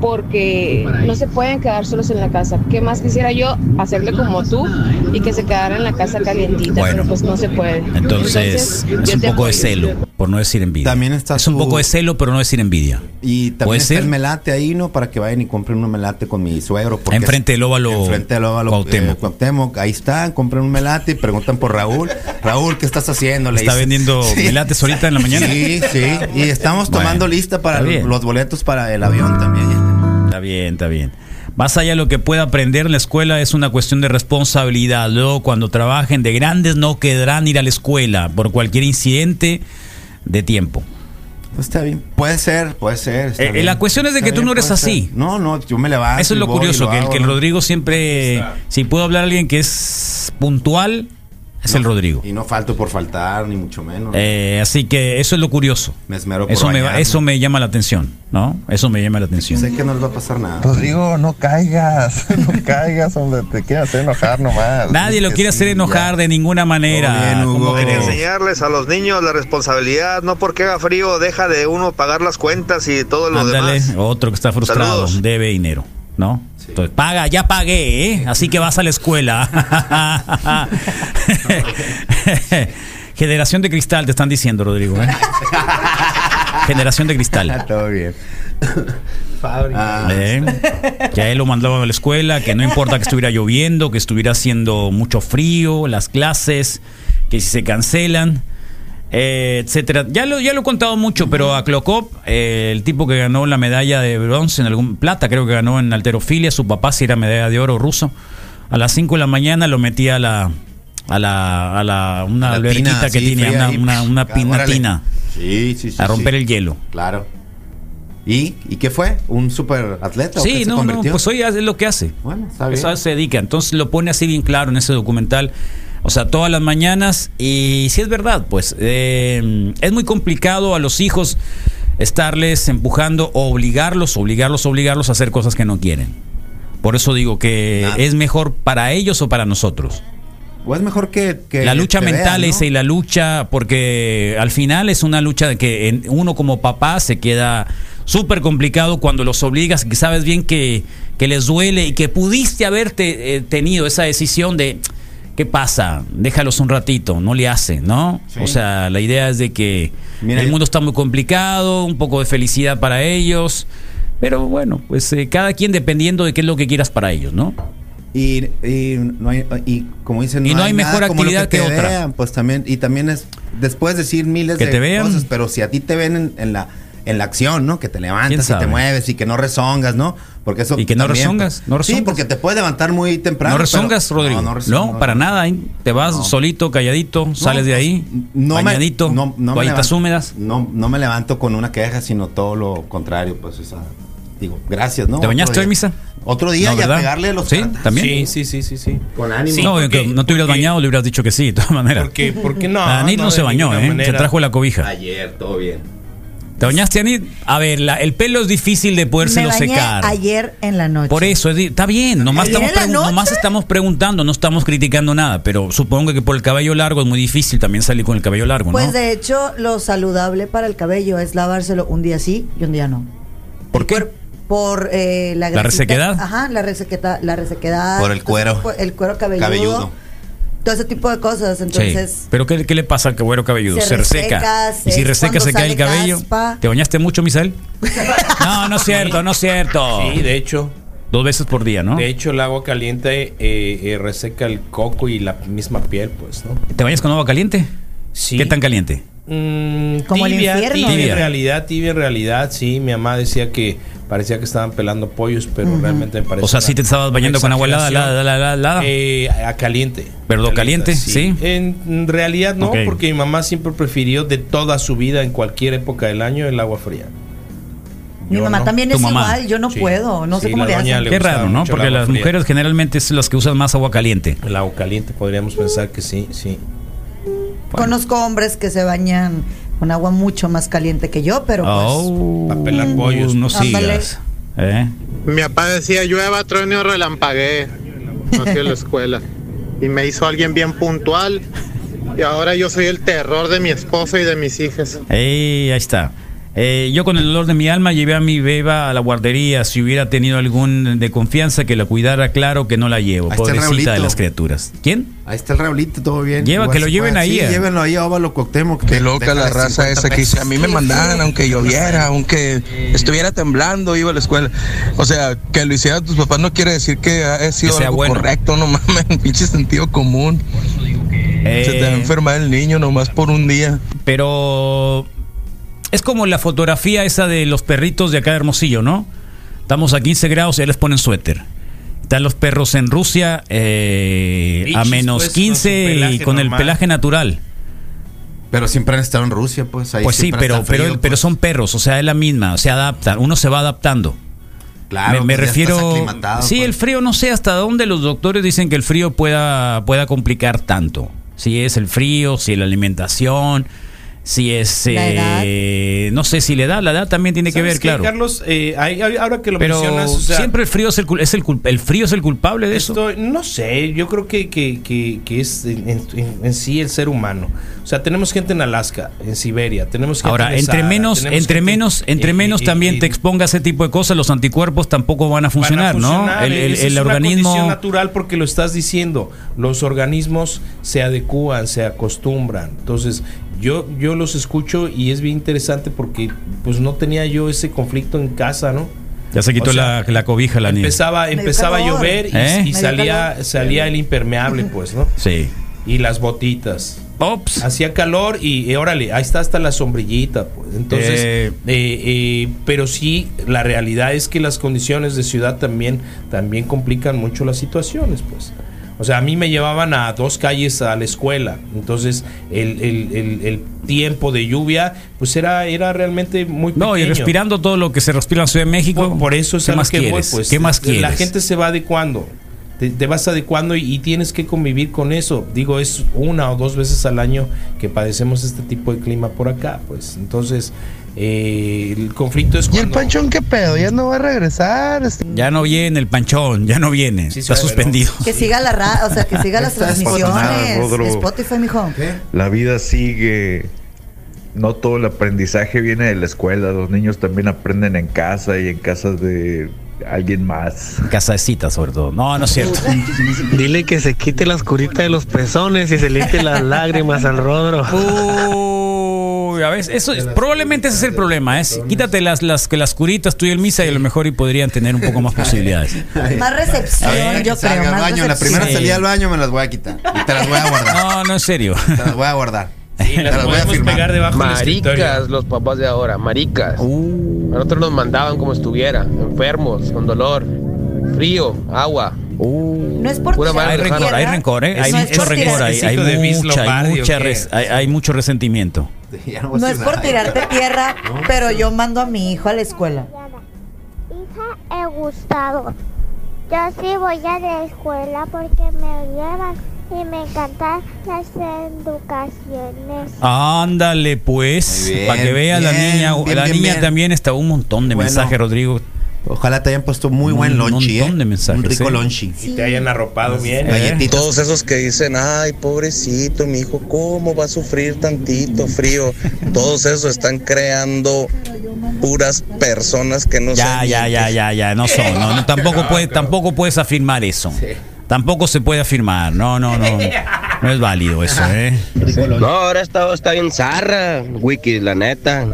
Speaker 21: porque no se pueden quedar solos en la casa. ¿Qué más quisiera yo hacerle como tú y que se quedara en la casa calientita?
Speaker 2: Bueno.
Speaker 21: pero pues no se puede.
Speaker 2: Entonces,
Speaker 21: yo
Speaker 2: es un
Speaker 21: te
Speaker 2: poco de
Speaker 21: apoyo.
Speaker 2: celo, por no decir envidia.
Speaker 8: También está
Speaker 2: es un
Speaker 8: su-
Speaker 2: poco de celo, pero no decir envidia.
Speaker 8: Y también
Speaker 2: ¿Puede
Speaker 8: está
Speaker 2: ser?
Speaker 8: el melate ahí, ¿no? Para que vayan y compren un melate con mi suegro. porque-
Speaker 2: Enfrente del óvalo.
Speaker 8: Enfrente del óvalo.
Speaker 2: Cuauhtémoc.
Speaker 8: eh, Cuauhtémoc. Ahí están, compren un melate y preguntan por Raúl. Raúl, ¿qué estás haciendo? Le
Speaker 2: Está
Speaker 8: dicen.
Speaker 2: vendiendo
Speaker 8: [LAUGHS] Sí.
Speaker 2: melates ahorita en la mañana.
Speaker 8: Sí, sí. Y estamos
Speaker 2: Bueno,
Speaker 8: tomando lista para
Speaker 2: está bien.
Speaker 8: los boletos para el avión también.
Speaker 2: Está bien, está bien. Más allá de lo que pueda aprender en la escuela es una cuestión de responsabilidad. Luego, cuando trabajen de grandes, no quedarán ir a la escuela por cualquier incidente de tiempo.
Speaker 8: Pues está bien. Puede ser, puede ser. está
Speaker 2: Eh,
Speaker 8: bien.
Speaker 2: la cuestión es de
Speaker 8: Está
Speaker 2: que tú no eres
Speaker 8: puede ser.
Speaker 2: así.
Speaker 8: No, no, yo me levanto.
Speaker 2: Eso es
Speaker 8: y
Speaker 2: lo
Speaker 8: Ah, voy y
Speaker 2: curioso, que el,
Speaker 8: hago,
Speaker 2: que el
Speaker 8: ¿no?
Speaker 2: Rodrigo siempre, si puedo hablar a alguien que es puntual, es el Rodrigo.
Speaker 8: Y no falto por faltar, ni mucho menos.
Speaker 2: Eh, así que eso es lo curioso.
Speaker 8: me esmero por
Speaker 2: Eso me, va-
Speaker 8: bañarme.
Speaker 2: eso me llama la atención, ¿no? Eso me llama la atención.
Speaker 8: Sé que no les va a pasar nada.
Speaker 13: Rodrigo, no caigas, [LAUGHS] no caigas, hombre, te quieren hacer enojar nomás.
Speaker 2: Nadie lo quiere hacer enojar de ninguna manera. ¿Cómo crees?
Speaker 22: enseñarles a los niños la responsabilidad, no porque haga frío, deja de uno pagar las cuentas y todo lo
Speaker 2: Ándale,
Speaker 22: demás.
Speaker 2: otro que está frustrado,
Speaker 22: Saludos.
Speaker 2: debe dinero, ¿no? Entonces, paga, ya pagué, ¿eh? así que vas a
Speaker 22: [LAUGHS]
Speaker 2: la escuela. Generación de cristal, te están diciendo, Rodrigo.
Speaker 22: [LAUGHS]
Speaker 2: ¿eh? Generación de cristal.
Speaker 8: Todo bien. Ah,
Speaker 2: ¿eh? Que a él lo mandaban a la escuela, que no importa que estuviera lloviendo, que estuviera haciendo mucho frío, las clases, que si se cancelan, eh, etcétera. Ya lo, ya lo he contado mucho, pero a Klokop, eh, el tipo que ganó la medalla de bronce en algún plata, creo que ganó en alterofilia, su papá sí era medalla de oro ruso. A las 5 de la mañana lo metía a la a la a la una
Speaker 8: La
Speaker 2: alberquita
Speaker 8: tina,
Speaker 2: que
Speaker 8: sí,
Speaker 2: tiene
Speaker 8: fría
Speaker 2: una,
Speaker 8: ahí.
Speaker 2: una, una pi- una
Speaker 8: Órale.
Speaker 2: tina
Speaker 8: Sí, sí, sí.
Speaker 2: a romper
Speaker 8: sí.
Speaker 2: el hielo.
Speaker 8: Claro. ¿Y, ¿Y qué fue? ¿Un super atleta?
Speaker 2: Sí, no, no, pues hoy hace lo que hace.
Speaker 8: Bueno, está bien.
Speaker 2: Eso se dedica. Entonces lo pone así bien claro en ese documental. O sea, todas las mañanas. Y si es verdad, pues eh, es muy complicado a los hijos estarles empujando o obligarlos, obligarlos, obligarlos a hacer cosas que no quieren. Por eso digo que es mejor para ellos o para nosotros.
Speaker 8: O es mejor que. que
Speaker 2: la lucha
Speaker 8: te vean,
Speaker 2: mental
Speaker 8: ¿no?
Speaker 2: esa y la lucha, porque al final es una lucha de que en- uno como papá se queda súper complicado cuando los obligas, que sabes bien que, que les duele y que pudiste haberte eh, tenido esa decisión de, ¿qué pasa? Déjalos un ratito, no le hace, ¿no? O sea, la idea es de que
Speaker 8: Mira,
Speaker 2: el
Speaker 8: yo-
Speaker 2: mundo está muy complicado, un poco de felicidad para ellos, pero bueno, pues eh, cada quien dependiendo de qué es lo que quieras para ellos, ¿no?
Speaker 8: Y, y no hay, y como dicen,
Speaker 2: Y no hay
Speaker 8: nada
Speaker 2: mejor
Speaker 8: como lo
Speaker 2: actividad
Speaker 8: te
Speaker 2: que otra.
Speaker 8: vean, pues también, y también es. Después decir miles
Speaker 2: Que
Speaker 8: de
Speaker 2: te vean.
Speaker 8: cosas, pero si a ti te ven en, en la. En la acción, ¿no? Que te
Speaker 2: ¿Quién
Speaker 8: levantas y
Speaker 2: sabe?
Speaker 8: te mueves y que no rezongas, ¿no? Porque eso. pues,
Speaker 2: Y que no rezongas, no
Speaker 8: Sí,
Speaker 2: rezongas.
Speaker 8: porque te puedes levantar muy temprano.
Speaker 2: no
Speaker 8: pero-
Speaker 2: rezongas, Rodrigo. No,
Speaker 8: No, no rezongo,
Speaker 2: para nada. ¿eh? Te vas solito, calladito, sales de ahí,
Speaker 8: no me-
Speaker 2: bañadito,
Speaker 8: no- no me
Speaker 2: toallitas
Speaker 8: levanto-
Speaker 2: húmedas.
Speaker 8: No, no me levanto con una queja, sino todo lo contrario, pues, o sea, digo, gracias, ¿no?
Speaker 2: ¿Te bañaste hoy, misa?
Speaker 8: Otro día
Speaker 2: No,
Speaker 8: y
Speaker 2: ¿verdad?
Speaker 8: a pegarle los
Speaker 2: Sí,
Speaker 8: cartas.
Speaker 2: también.
Speaker 7: Sí, sí, sí, sí, sí.
Speaker 8: Con ánimo.
Speaker 2: no,
Speaker 8: porque-
Speaker 2: que no te hubieras bañado, le hubieras dicho que sí, de todas maneras.
Speaker 5: Porque, porque no.
Speaker 2: La Anit no, se
Speaker 5: de
Speaker 2: bañó,
Speaker 5: ninguna
Speaker 2: ¿eh? Se
Speaker 5: manera.
Speaker 2: trajo la cobija.
Speaker 8: Ayer, todo bien.
Speaker 2: ¿Te bañaste, Anit? A ver, la- el pelo es difícil de
Speaker 6: Me
Speaker 2: podérselo
Speaker 6: bañé
Speaker 2: secar.
Speaker 6: ayer en la noche.
Speaker 2: Por eso, es di- está bien, nomás
Speaker 6: ¿Ayer
Speaker 2: estamos,
Speaker 6: en
Speaker 2: pregun-
Speaker 6: la noche?
Speaker 2: nomás estamos preguntando, no estamos criticando nada, pero supongo que por el cabello largo es muy difícil también salir con el cabello largo, ¿no?
Speaker 6: Pues de hecho, lo saludable para el cabello es lavárselo un día sí y un día no.
Speaker 2: ¿Por qué?
Speaker 6: Por eh, la, grasita-
Speaker 2: resequedad?
Speaker 6: Ajá, la resequedad, la resequedad.
Speaker 8: Por el
Speaker 6: Entonces,
Speaker 8: cuero.
Speaker 6: por El cuero cabelludo.
Speaker 8: Cabelludo.
Speaker 6: Todo ese tipo de cosas.
Speaker 2: sí.
Speaker 6: Entonces,
Speaker 2: Pero qué, qué le pasa al cabello cabelludo?
Speaker 6: Se
Speaker 2: Se, reseca.
Speaker 6: reseca,
Speaker 2: y
Speaker 6: se-
Speaker 2: si reseca
Speaker 6: cuando
Speaker 2: se cae el
Speaker 6: sale
Speaker 2: cabello.
Speaker 6: caspa.
Speaker 2: ¿Te bañaste mucho,
Speaker 6: [LAUGHS]
Speaker 2: Misael? no, no es cierto, no es cierto.
Speaker 7: Sí, de hecho.
Speaker 2: Dos veces por día, Oh. ¿no?
Speaker 7: De hecho, el agua caliente eh, eh, reseca el coco y la misma piel, pues, ¿no?
Speaker 2: ¿Te bañas con agua caliente?
Speaker 7: Sí.
Speaker 2: ¿Qué tan caliente?
Speaker 7: Mm,
Speaker 6: Como el
Speaker 7: tibia,
Speaker 6: infierno.
Speaker 7: Tibia,
Speaker 2: Tibia.
Speaker 7: en realidad, tibia en realidad, sí. Mi mamá decía que parecía que estaban pelando pollos, pero
Speaker 6: Ujú.
Speaker 7: realmente me parece.
Speaker 2: O sea,
Speaker 7: una-
Speaker 2: sí te estabas
Speaker 7: una
Speaker 2: bañando con agua helada, helada,
Speaker 7: exageración.
Speaker 2: helada, helada, helada.
Speaker 7: Eh, a caliente.
Speaker 2: Verdo caliente, sí.
Speaker 7: En realidad no,
Speaker 2: Ok.
Speaker 7: porque mi mamá siempre prefirió de toda su vida, en cualquier época del año, el agua fría.
Speaker 6: mi
Speaker 7: Yo
Speaker 6: mamá
Speaker 7: no.
Speaker 6: también
Speaker 2: Tu
Speaker 6: es
Speaker 2: mamá.
Speaker 6: igual. Yo no
Speaker 7: Sí.
Speaker 6: puedo. No
Speaker 7: Sí,
Speaker 6: sé cómo
Speaker 7: la
Speaker 6: le
Speaker 7: doña
Speaker 6: hacen.
Speaker 7: le-
Speaker 2: Qué
Speaker 7: gustaba
Speaker 2: raro, ¿no?
Speaker 7: mucho el
Speaker 2: Porque
Speaker 7: agua
Speaker 2: las
Speaker 7: fría.
Speaker 2: mujeres generalmente es las que usan más agua caliente.
Speaker 7: El agua caliente, podríamos pensar que sí, sí.
Speaker 6: Conozco hombres que se bañan con agua mucho más caliente que yo, pero pues.
Speaker 2: Oh,
Speaker 7: Para pelar pollos.
Speaker 2: no
Speaker 6: Ándale.
Speaker 2: sigas. ¿Eh?
Speaker 18: Mi papá decía llueva, trueno, relampaguee. No fui a la escuela. Y me hizo alguien bien puntual. Y ahora yo soy el terror de mi esposo y de mis hijas.
Speaker 2: Ey, ahí está. Eh, yo con el dolor de mi alma llevé a mi beba a la guardería. Si hubiera tenido algún de confianza que la cuidara, claro que no la llevo.
Speaker 8: Ahí está el
Speaker 2: Pobrecita de
Speaker 8: Raulito.
Speaker 2: las criaturas. ¿Quién?
Speaker 8: Ahí está el Raulito, todo bien.
Speaker 2: Lleva, que lo
Speaker 8: se
Speaker 2: lleven
Speaker 8: puede.
Speaker 2: ahí,
Speaker 8: Sí,
Speaker 2: eh.
Speaker 8: llévenlo ahí a Óvalo Cuauhtémoc.
Speaker 12: Qué
Speaker 8: Te-
Speaker 12: loca
Speaker 8: déjale
Speaker 12: la raza
Speaker 8: 50
Speaker 12: esa que dice, a mí me
Speaker 8: pesos.
Speaker 12: mandaban, aunque lloviera, aunque estuviera temblando, iba a la escuela. O sea, que lo hicieran tus papás no quiere decir que ha sido
Speaker 2: sea
Speaker 12: algo
Speaker 2: bueno.
Speaker 12: correcto, no mames, pinche sentido común. Se te va a
Speaker 2: Eh,
Speaker 12: enfermar el niño nomás por un día.
Speaker 2: pero es como la fotografía esa de los perritos de acá de Hermosillo, ¿no? Estamos a 15 grados y ahí les ponen suéter. Están los perros en Rusia eh, a
Speaker 7: Bichis,
Speaker 2: menos
Speaker 7: pues, con su
Speaker 2: 15 y
Speaker 7: pelaje
Speaker 2: con el
Speaker 7: normal.
Speaker 2: pelaje natural.
Speaker 8: Pero siempre han estado en Rusia, pues ahí
Speaker 2: Pues sí,
Speaker 8: siempre
Speaker 2: pero,
Speaker 8: está frío,
Speaker 2: pero, pero
Speaker 8: pues.
Speaker 2: son perros, o sea, es la misma, se adaptan, uno se va adaptando.
Speaker 8: Claro,
Speaker 2: me, me
Speaker 8: pues, ya estás
Speaker 2: refiero.
Speaker 8: aclimatado,
Speaker 2: Sí,
Speaker 8: pues.
Speaker 2: el frío, no sé hasta dónde los doctores dicen que el frío pueda, pueda complicar tanto. Si es el frío, si la alimentación, si es.
Speaker 6: La
Speaker 2: eh, no sé si la edad, la edad también tiene que
Speaker 7: ¿Sabes
Speaker 2: ver,
Speaker 7: qué,
Speaker 2: claro.
Speaker 7: Carlos, Eh, ahí- ahí- ahora que lo
Speaker 2: Pero
Speaker 7: mencionas, o sea,
Speaker 2: siempre el frío es el, cul- es el, cul- el frío es el culpable de eso.
Speaker 7: esto, no sé, yo creo que, que- que- que es en, en- en sí el ser humano. O sea, tenemos gente en Alaska, en Siberia, tenemos gente en
Speaker 2: Ahora,
Speaker 7: el
Speaker 2: entre
Speaker 7: Sahara,
Speaker 2: menos,
Speaker 7: tenemos
Speaker 2: entre
Speaker 7: gente
Speaker 2: menos, entre
Speaker 7: en-
Speaker 2: menos
Speaker 7: en-
Speaker 2: también
Speaker 7: en-
Speaker 2: te exponga a ese tipo de cosas, los anticuerpos tampoco van a funcionar,
Speaker 7: van a
Speaker 2: ¿no?
Speaker 7: funcionar.
Speaker 2: El, el-
Speaker 7: Esa
Speaker 2: el
Speaker 7: es Una condición
Speaker 2: organismo.
Speaker 7: natural porque lo estás diciendo. Los organismos se adecúan, se acostumbran. Entonces, yo, yo los escucho y es bien interesante porque pues no tenía yo ese conflicto en casa, ¿no?
Speaker 2: Ya se quitó
Speaker 7: O sea,
Speaker 2: la, la cobija la niña.
Speaker 7: Empezaba,
Speaker 6: dio
Speaker 7: empezaba a
Speaker 6: calor.
Speaker 7: llover y,
Speaker 2: ¿Eh?
Speaker 7: y
Speaker 6: Me dio
Speaker 7: salía,
Speaker 6: calor.
Speaker 7: salía el impermeable, pues, ¿no?
Speaker 2: Sí.
Speaker 7: Y las botitas.
Speaker 2: Ops.
Speaker 7: Hacía calor y, eh, órale, ahí está hasta la sombrillita. Pues. Entonces,
Speaker 2: Eh.
Speaker 7: eh, eh, pero sí, la realidad es que las condiciones de ciudad también, también complican mucho las situaciones, pues. O sea, a mí me llevaban a dos calles a la escuela. Entonces, el, el- el- el tiempo de lluvia, pues era, era realmente muy pequeño.
Speaker 2: No, y respirando todo lo que se respira en la Ciudad de México.
Speaker 7: Por, por eso es
Speaker 2: ¿qué
Speaker 7: a lo
Speaker 2: más
Speaker 7: que voy,
Speaker 2: quieres?
Speaker 7: pues.
Speaker 2: ¿Qué más quieres?
Speaker 7: La gente se va adecuando. Te, te vas adecuando y, y tienes que convivir con eso. Digo, es una o dos veces al año que padecemos este tipo de clima por acá, pues. Entonces, eh, el conflicto es
Speaker 18: ¿Y el
Speaker 7: cuando-
Speaker 18: panchón qué pedo? ¿Ya no va a regresar? Este-
Speaker 2: Ya no viene el panchón, ya no viene.
Speaker 7: Sí,
Speaker 2: está
Speaker 7: sí,
Speaker 2: suspendido.
Speaker 6: Que siga la ra- o
Speaker 7: [LAUGHS]
Speaker 6: sea, que
Speaker 8: [LAUGHS]
Speaker 6: siga las
Speaker 8: Estás
Speaker 6: transmisiones.
Speaker 8: fascinado,
Speaker 23: Rodro.
Speaker 6: Spotify, mijo.
Speaker 12: ¿Eh?
Speaker 8: ¿Qué?
Speaker 23: La vida sigue. No todo el aprendizaje viene de la escuela. Los niños también aprenden en casa y en casas de alguien más.
Speaker 2: Casa de citas, sobre todo. No, no es cierto.
Speaker 18: Dile que se quite la oscurita de los pezones y se limpie las lágrimas al Rodro.
Speaker 2: Uy, a veces, eso es- probablemente ese es el problema. ¿eh? Si- Quítate las, las, que las curitas tú y el misa y a lo mejor y podrían tener un poco más posibilidades.
Speaker 6: Más recepción,
Speaker 8: Ahora que
Speaker 6: yo creo.
Speaker 8: salga al
Speaker 6: más
Speaker 8: baño, la
Speaker 6: recepción.
Speaker 8: primera
Speaker 2: Sí.
Speaker 8: salida al baño me las voy a quitar. Y te las voy a guardar.
Speaker 2: No, no, en serio.
Speaker 8: Te las voy a guardar.
Speaker 7: Y
Speaker 8: te
Speaker 7: las
Speaker 8: las voy a
Speaker 7: podemos
Speaker 8: firmar.
Speaker 7: pegar debajo del escritorio.
Speaker 12: los papás de ahora, maricas. Nosotros nos mandaban como estuviera, enfermos, con dolor, frío, agua.
Speaker 6: No es por
Speaker 12: Pura
Speaker 6: tirar
Speaker 2: Hay
Speaker 12: madre,
Speaker 6: tierra,
Speaker 2: rencor, hay rencor, ¿eh? Hay
Speaker 6: no es
Speaker 2: mucho
Speaker 6: por tirar-
Speaker 2: rencor, hay, hay
Speaker 7: hijo de Vince
Speaker 2: mucha, hay,
Speaker 7: Lombardi, ¿o
Speaker 2: mucha
Speaker 7: qué?
Speaker 2: res- hay- hay mucho resentimiento.
Speaker 8: Ya voy a
Speaker 6: No es
Speaker 8: decir
Speaker 6: por
Speaker 8: nada.
Speaker 6: tirarte tierra, pero yo mando a mi hijo a la escuela.
Speaker 24: gustado. Yo sí voy a la escuela porque me llevan y me encantan las educaciones.
Speaker 2: Ándale, pues.
Speaker 8: Muy bien,
Speaker 2: Para que veas, la
Speaker 8: bien,
Speaker 2: niña,
Speaker 8: bien,
Speaker 2: la
Speaker 8: bien,
Speaker 2: niña
Speaker 8: bien.
Speaker 2: también está un montón de
Speaker 8: Bueno.
Speaker 2: mensajes, Rodrigo.
Speaker 8: Ojalá te hayan puesto muy buen lonchi,
Speaker 2: montón
Speaker 8: eh.
Speaker 2: de mensajes,
Speaker 8: Un rico
Speaker 2: sí.
Speaker 8: lonchi.
Speaker 7: Y te hayan arropado bien. eh.
Speaker 8: Galletitas.
Speaker 14: Todos esos que dicen, ay, pobrecito, mi hijo, ¿cómo va a sufrir tantito
Speaker 2: [LAUGHS]
Speaker 14: frío? Todos esos están creando puras personas que no
Speaker 2: Ya,
Speaker 14: saben
Speaker 2: ya,
Speaker 14: ni
Speaker 2: ya,
Speaker 14: qué-
Speaker 2: ya, ya. No son. No, no, tampoco, puedes, tampoco puedes afirmar eso. Tampoco se puede afirmar. No, no, no. No es válido eso,
Speaker 8: [LAUGHS]
Speaker 2: ¿eh?
Speaker 16: No, ahora está, está bien zarra, Wiki, la neta.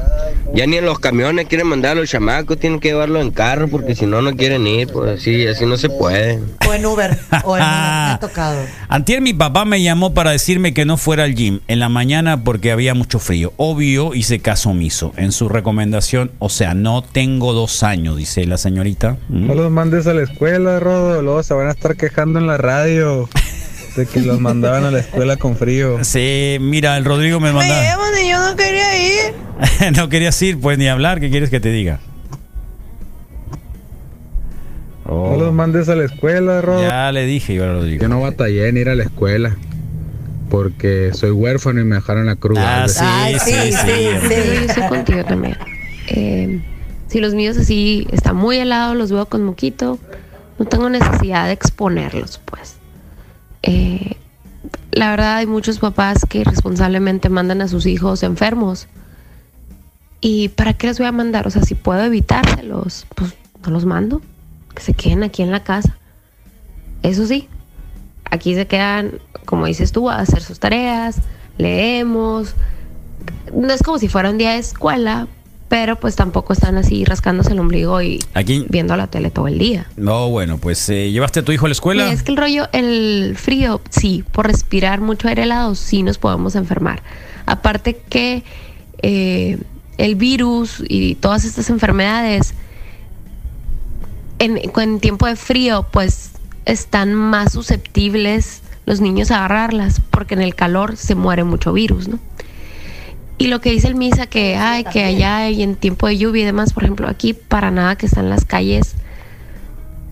Speaker 16: Ya ni en los camiones quieren mandar a los chamacos, tienen que llevarlo en carro porque si no, no quieren ir, pues así, así no se puede.
Speaker 6: O en Uber.
Speaker 2: [LAUGHS]
Speaker 6: O en Uber. Me ha tocado.
Speaker 2: Antier mi papá me llamó para decirme que no fuera al gym en la mañana porque había mucho frío. Obvio hice caso omiso. En su recomendación, o sea, no tengo dos años, dice la señorita. Mm.
Speaker 19: No los mandes a la escuela, Rodo. Luego se van a estar quejando en la radio de que los mandaban a la escuela con frío.
Speaker 2: Sí, mira, el Rodrigo me manda.
Speaker 25: y yo no quería ir.
Speaker 2: [LAUGHS] no querías ir, pues ni hablar. ¿Qué quieres que te diga?
Speaker 19: No los mandes a la escuela, Rodo.
Speaker 2: Oh, Ya le dije, yo a Rodrigo.
Speaker 17: Yo no batallé en ir a la escuela porque soy huérfano y me dejaron la cruz.
Speaker 2: Ah, sí, Ay, sí, sí, sí.
Speaker 1: yo estoy contigo también. Eh, si los míos así está muy helado, los veo con moquito, no tengo necesidad de exponerlos, pues. Eh, la verdad hay muchos papás que irresponsablemente mandan a sus hijos enfermos. ¿Y para qué les voy a mandar? O sea, si puedo evitárselos, pues no los mando. Que se queden aquí en la casa. Eso sí, aquí se quedan, como dices tú, a hacer sus tareas, leemos. No es como si fuera un día de escuela, pero pues tampoco están así rascándose el ombligo y
Speaker 2: Aquí.
Speaker 1: viendo la tele todo el día.
Speaker 2: No, bueno, pues eh, llevaste a tu hijo a la escuela.
Speaker 1: Mira, es que el rollo, el frío, sí, por respirar mucho aire helado, sí nos podemos enfermar. Aparte que eh, el virus y todas estas enfermedades en, en tiempo de frío, pues están más susceptibles los niños a agarrarlas, porque en el calor se muere mucho virus, ¿no? Y lo que dice el misa que, ay, que allá y en tiempo de lluvia y demás, por ejemplo, aquí para nada que están las calles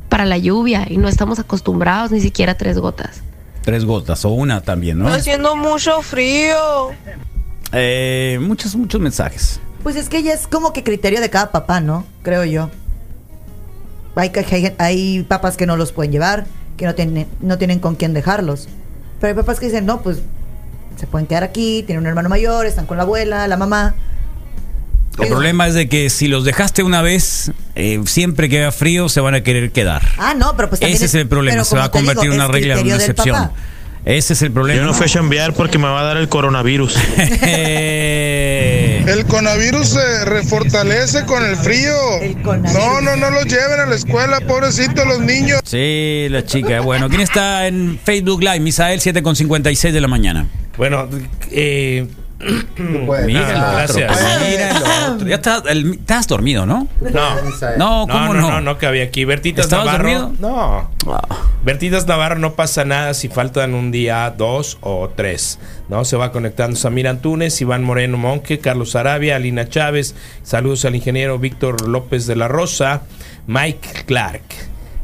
Speaker 1: para la lluvia y no estamos acostumbrados ni siquiera a tres gotas.
Speaker 2: Tres gotas o una también, ¿no?
Speaker 1: haciendo mucho frío.
Speaker 2: Eh, muchos, muchos mensajes.
Speaker 6: Pues es que ya es como que criterio de cada papá, ¿no? Creo yo. Hay, ca- hay, hay papás que no los pueden llevar, que no tienen, no tienen con quién dejarlos. Pero hay papás que dicen, no, pues se pueden quedar aquí, tienen un hermano mayor, están con la abuela, la mamá.
Speaker 2: El problema es de que si los dejaste una vez, eh, siempre que haga frío se van a querer quedar.
Speaker 6: Ah, no, pero pues también
Speaker 2: Ese es el problema,
Speaker 6: pero
Speaker 2: se va a
Speaker 6: como te
Speaker 2: convertir
Speaker 6: digo,
Speaker 2: en una
Speaker 6: es
Speaker 2: regla, en
Speaker 6: criterio
Speaker 2: una
Speaker 6: del
Speaker 2: excepción.
Speaker 6: papá.
Speaker 2: Ese es el problema.
Speaker 4: Yo
Speaker 2: [LAUGHS]
Speaker 4: no fui a chambear porque me va a dar el coronavirus.
Speaker 3: El
Speaker 17: [LAUGHS]
Speaker 3: coronavirus se refortalece con el frío. No, no, no los lleven a la escuela, pobrecitos los niños.
Speaker 2: Sí, la chica. Bueno, ¿quién está en Facebook Live? Misael, 7 con 56 de la mañana.
Speaker 7: Bueno, eh.
Speaker 8: pues.
Speaker 2: Mira el
Speaker 7: Ah,
Speaker 2: otro,
Speaker 7: gracias.
Speaker 2: pues, mira el otro. Ya estás, el- estás dormido, ¿no?
Speaker 7: No,
Speaker 2: No, ¿cómo
Speaker 7: no,
Speaker 2: no?
Speaker 7: no, no cabía aquí. Bertitas
Speaker 2: ¿Estabas
Speaker 7: Navarro.
Speaker 2: dormido? Ah.
Speaker 7: No. Bertitas Navarro no pasa nada si faltan un día, dos o tres. No se va conectando Samir Antunes, Iván Moreno Monque, Carlos Arabia, Alina Chávez. Saludos al ingeniero Víctor López de la Rosa, Mike Clark.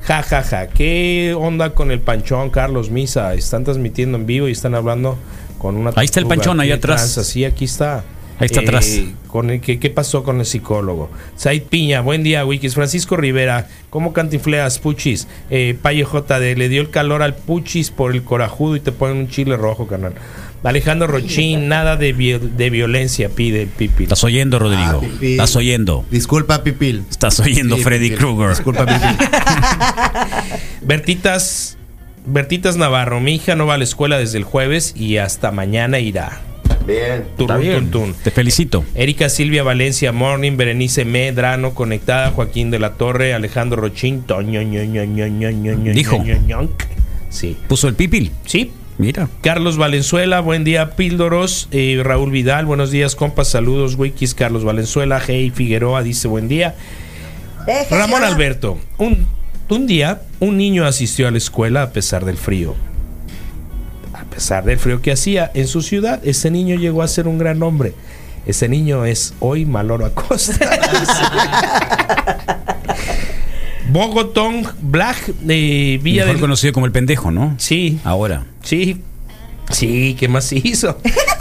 Speaker 7: Ja, ja, ja. ¿Qué onda con el panchón, Carlos Misa? Están transmitiendo en vivo y están hablando con una.
Speaker 2: Ahí está el
Speaker 7: tortuga.
Speaker 2: panchón, ahí
Speaker 7: ¿Qué
Speaker 2: atrás.
Speaker 7: tranza? Sí, aquí está. Eh,
Speaker 2: Ahí está atrás.
Speaker 7: Con el, ¿qué, qué pasó con el psicólogo? Said Piña, buen día, Wikis. Francisco Rivera, ¿cómo cantinfleas, Puchis? Eh, Payo JD, le dio el calor al Puchis por el corajudo y te ponen un chile rojo, canal. Alejandro Rochín, nada de, viol- de violencia, pide Pipi.
Speaker 2: Estás oyendo, Rodrigo.
Speaker 8: Ah,
Speaker 2: Estás oyendo.
Speaker 8: Disculpa, Pipil.
Speaker 2: Estás oyendo
Speaker 7: Sí,
Speaker 2: Freddy
Speaker 7: Pipil.
Speaker 2: Krueger.
Speaker 8: Disculpa, Pipil.
Speaker 2: [LAUGHS]
Speaker 7: Bertitas, Bertitas Navarro, mi hija no va a la escuela desde el jueves y hasta mañana irá.
Speaker 8: Bien.
Speaker 7: Turun, tun, tun.
Speaker 2: Te felicito.
Speaker 7: Erika Silvia Valencia Morning, Berenice Medrano conectada, Joaquín de la Torre, Alejandro Rochín, Toño, ño, ño, ño, ño, ño, ño,
Speaker 2: Dijo.
Speaker 7: ño, ño, ñonk. Sí.
Speaker 2: ¿Puso el pipil?
Speaker 7: Sí.
Speaker 2: Mira.
Speaker 7: Carlos Valenzuela, buen día, Píldoros. Eh, Raúl Vidal, buenos días, compas, saludos, wikis. Carlos Valenzuela, Hey Figueroa dice buen día.
Speaker 6: Dejen
Speaker 7: Ramón
Speaker 6: llorar.
Speaker 7: Alberto, un, un día un niño asistió a la escuela a pesar del frío. A pesar del frío que hacía en su ciudad, ese niño llegó a ser un gran hombre. Ese [LAUGHS] niño es hoy Maloro Acosta. Bogotón Black de Villa
Speaker 2: Mejor
Speaker 7: del...
Speaker 2: conocido como el pendejo, ¿no?
Speaker 7: Sí.
Speaker 2: Ahora.
Speaker 7: Sí. Sí, ¿qué
Speaker 2: [LAUGHS]
Speaker 7: más hizo?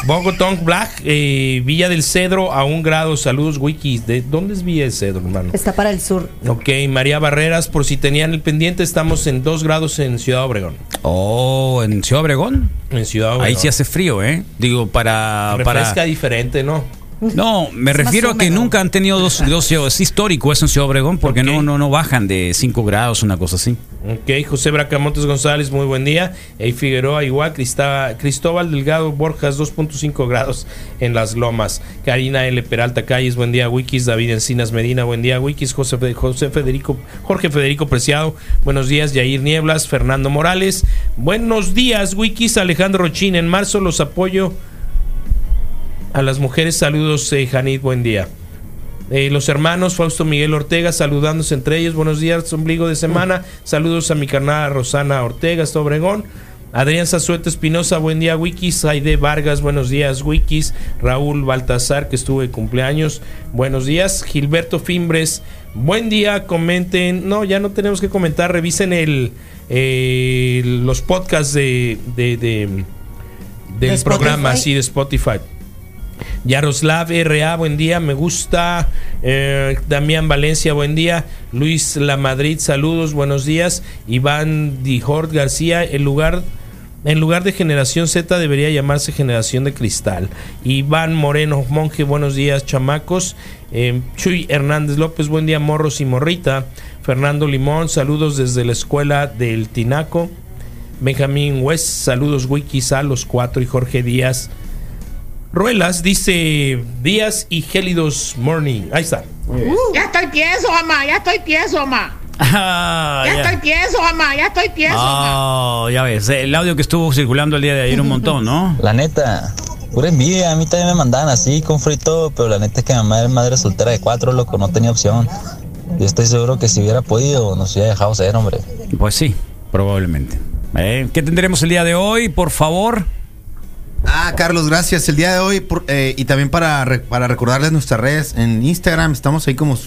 Speaker 7: Bogotón Black, eh, Villa del Cedro a un grado. Saludos, Wikis. ¿De dónde es Villa del Cedro, hermano?
Speaker 6: Está para el sur.
Speaker 7: Ok, María Barreras, por si tenían el pendiente, estamos en 2 grados en Ciudad Obregón.
Speaker 2: Oh, en Ciudad Obregón.
Speaker 7: En Ciudad Obregón.
Speaker 2: Ahí sí hace frío, ¿eh? Digo, para.
Speaker 7: Refresca
Speaker 2: para...
Speaker 7: diferente, ¿no?
Speaker 2: No, me
Speaker 7: Es más
Speaker 2: refiero a que
Speaker 7: húmedo.
Speaker 2: nunca han tenido dos, dos- Es histórico eso en Ciudad Obregón porque no, no, no bajan de 5 grados, una cosa así.
Speaker 7: Ok, José Bracamontes González, muy buen día. Ey Figueroa, igual, Crista- Cristóbal Delgado Borjas, 2.5 grados en las lomas. Karina L. Peralta Calles, buen día, Wikis. David Encinas Medina, buen día, Wikis. José, Fe- José Federico, Jorge Federico Preciado, buenos días. Yair Nieblas, Fernando Morales, buenos días, Wikis. Alejandro Chin, en marzo los apoyo a las mujeres. Saludos, eh, Janit, buen día. Eh, los hermanos Fausto Miguel Ortega saludándose entre ellos. Buenos días, ombligo de semana. Saludos a mi carnal Rosana Ortega, hasta Obregón. Adrián Sazueta Espinosa, buen día, Wikis. Aide Vargas, buenos días, Wikis. Raúl Baltasar, que estuvo de cumpleaños, buenos días. Gilberto Fimbres, buen día, comenten. No, ya no tenemos que comentar, revisen el, eh, los podcasts de, de- de-
Speaker 9: ¿De
Speaker 7: del
Speaker 9: Spotify?
Speaker 7: programa, sí, de Spotify. Yaroslav R.A., buen día, me gusta. Eh, Damián Valencia, buen día. Luis La Madrid, saludos, buenos días. Iván Dijord García, el lugar. En lugar de generación Z debería llamarse generación de cristal. Iván Moreno Monje, buenos días, chamacos. Eh, Chuy Hernández López, buen día, morros y morrita. Fernando Limón, saludos desde la escuela del Tinaco. Benjamín West, saludos Wikis a los cuatro y Jorge Díaz. Ruelas dice Díaz y Gélidos Morning. Ahí está.
Speaker 9: Ya estoy tieso, mamá, ya estoy tieso, mamá.
Speaker 2: [LAUGHS] Ah,
Speaker 9: Ya estoy tieso, mamá, ya estoy tieso.
Speaker 2: Oh, ya ves, el audio que estuvo circulando el día de ayer un montón, [LAUGHS] ¿no?
Speaker 10: La neta, pura envidia. A mí también me mandaban así, con free y todo, pero la neta es que mi mamá era madre soltera de cuatro, loco, no tenía opción. Yo estoy seguro que si hubiera podido, nos hubiera dejado ser, hombre.
Speaker 2: Pues sí, probablemente. Eh, ¿Qué tendremos el día de hoy, por favor?
Speaker 8: Ah, Carlos, gracias. El día de hoy, por- eh, y también para, re- para recordarles nuestras redes en Instagram, estamos ahí como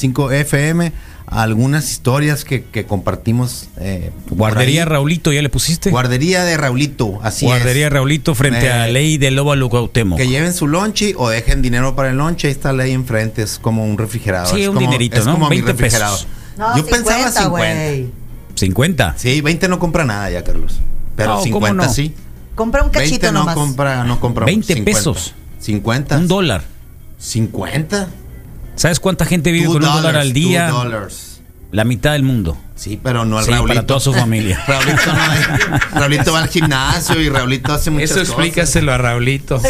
Speaker 8: Zoom95FM. Algunas historias que, que compartimos. eh, por
Speaker 2: Guardería
Speaker 8: ahí.
Speaker 2: Raulito, ¿ya le pusiste?
Speaker 8: Guardería de Raulito, así
Speaker 2: Guardería
Speaker 8: es.
Speaker 2: Raulito frente
Speaker 8: Eh,
Speaker 2: a Ley del Óvalo Cuauhtémoc.
Speaker 8: Que lleven su lonche o dejen dinero para el lonche. Ahí está la ley enfrente, es como un refrigerador.
Speaker 2: Sí,
Speaker 8: es
Speaker 2: un
Speaker 8: como,
Speaker 2: dinerito,
Speaker 8: es
Speaker 2: ¿no?
Speaker 8: como mi
Speaker 2: 20 pesos.
Speaker 8: refrigerador.
Speaker 6: No,
Speaker 8: Yo
Speaker 6: 50,
Speaker 8: pensaba 50.
Speaker 6: güey.
Speaker 2: ¿50?
Speaker 8: Sí, 20 no compra nada ya, Carlos. Pero
Speaker 2: No, ¿cómo
Speaker 8: 50
Speaker 2: no?
Speaker 8: sí.
Speaker 6: Compra un
Speaker 8: 20
Speaker 6: cachito
Speaker 8: no
Speaker 6: nomás.
Speaker 8: compra, no compra.
Speaker 2: 20
Speaker 8: 50.
Speaker 2: pesos.
Speaker 8: 50.
Speaker 2: Un dólar.
Speaker 8: 50.
Speaker 2: ¿Sabes cuánta gente vive
Speaker 8: Two
Speaker 2: con un dólar
Speaker 8: dollars,
Speaker 2: al
Speaker 8: two
Speaker 2: día?
Speaker 8: dollars.
Speaker 2: La mitad del mundo.
Speaker 8: Sí, pero no al
Speaker 2: Sí,
Speaker 8: Raulito.
Speaker 2: para toda su familia.
Speaker 8: [LAUGHS] Raulito, no hay- Raulito va al gimnasio y Raulito hace muchas
Speaker 7: Eso
Speaker 8: cosas.
Speaker 7: explícaselo a Raulito.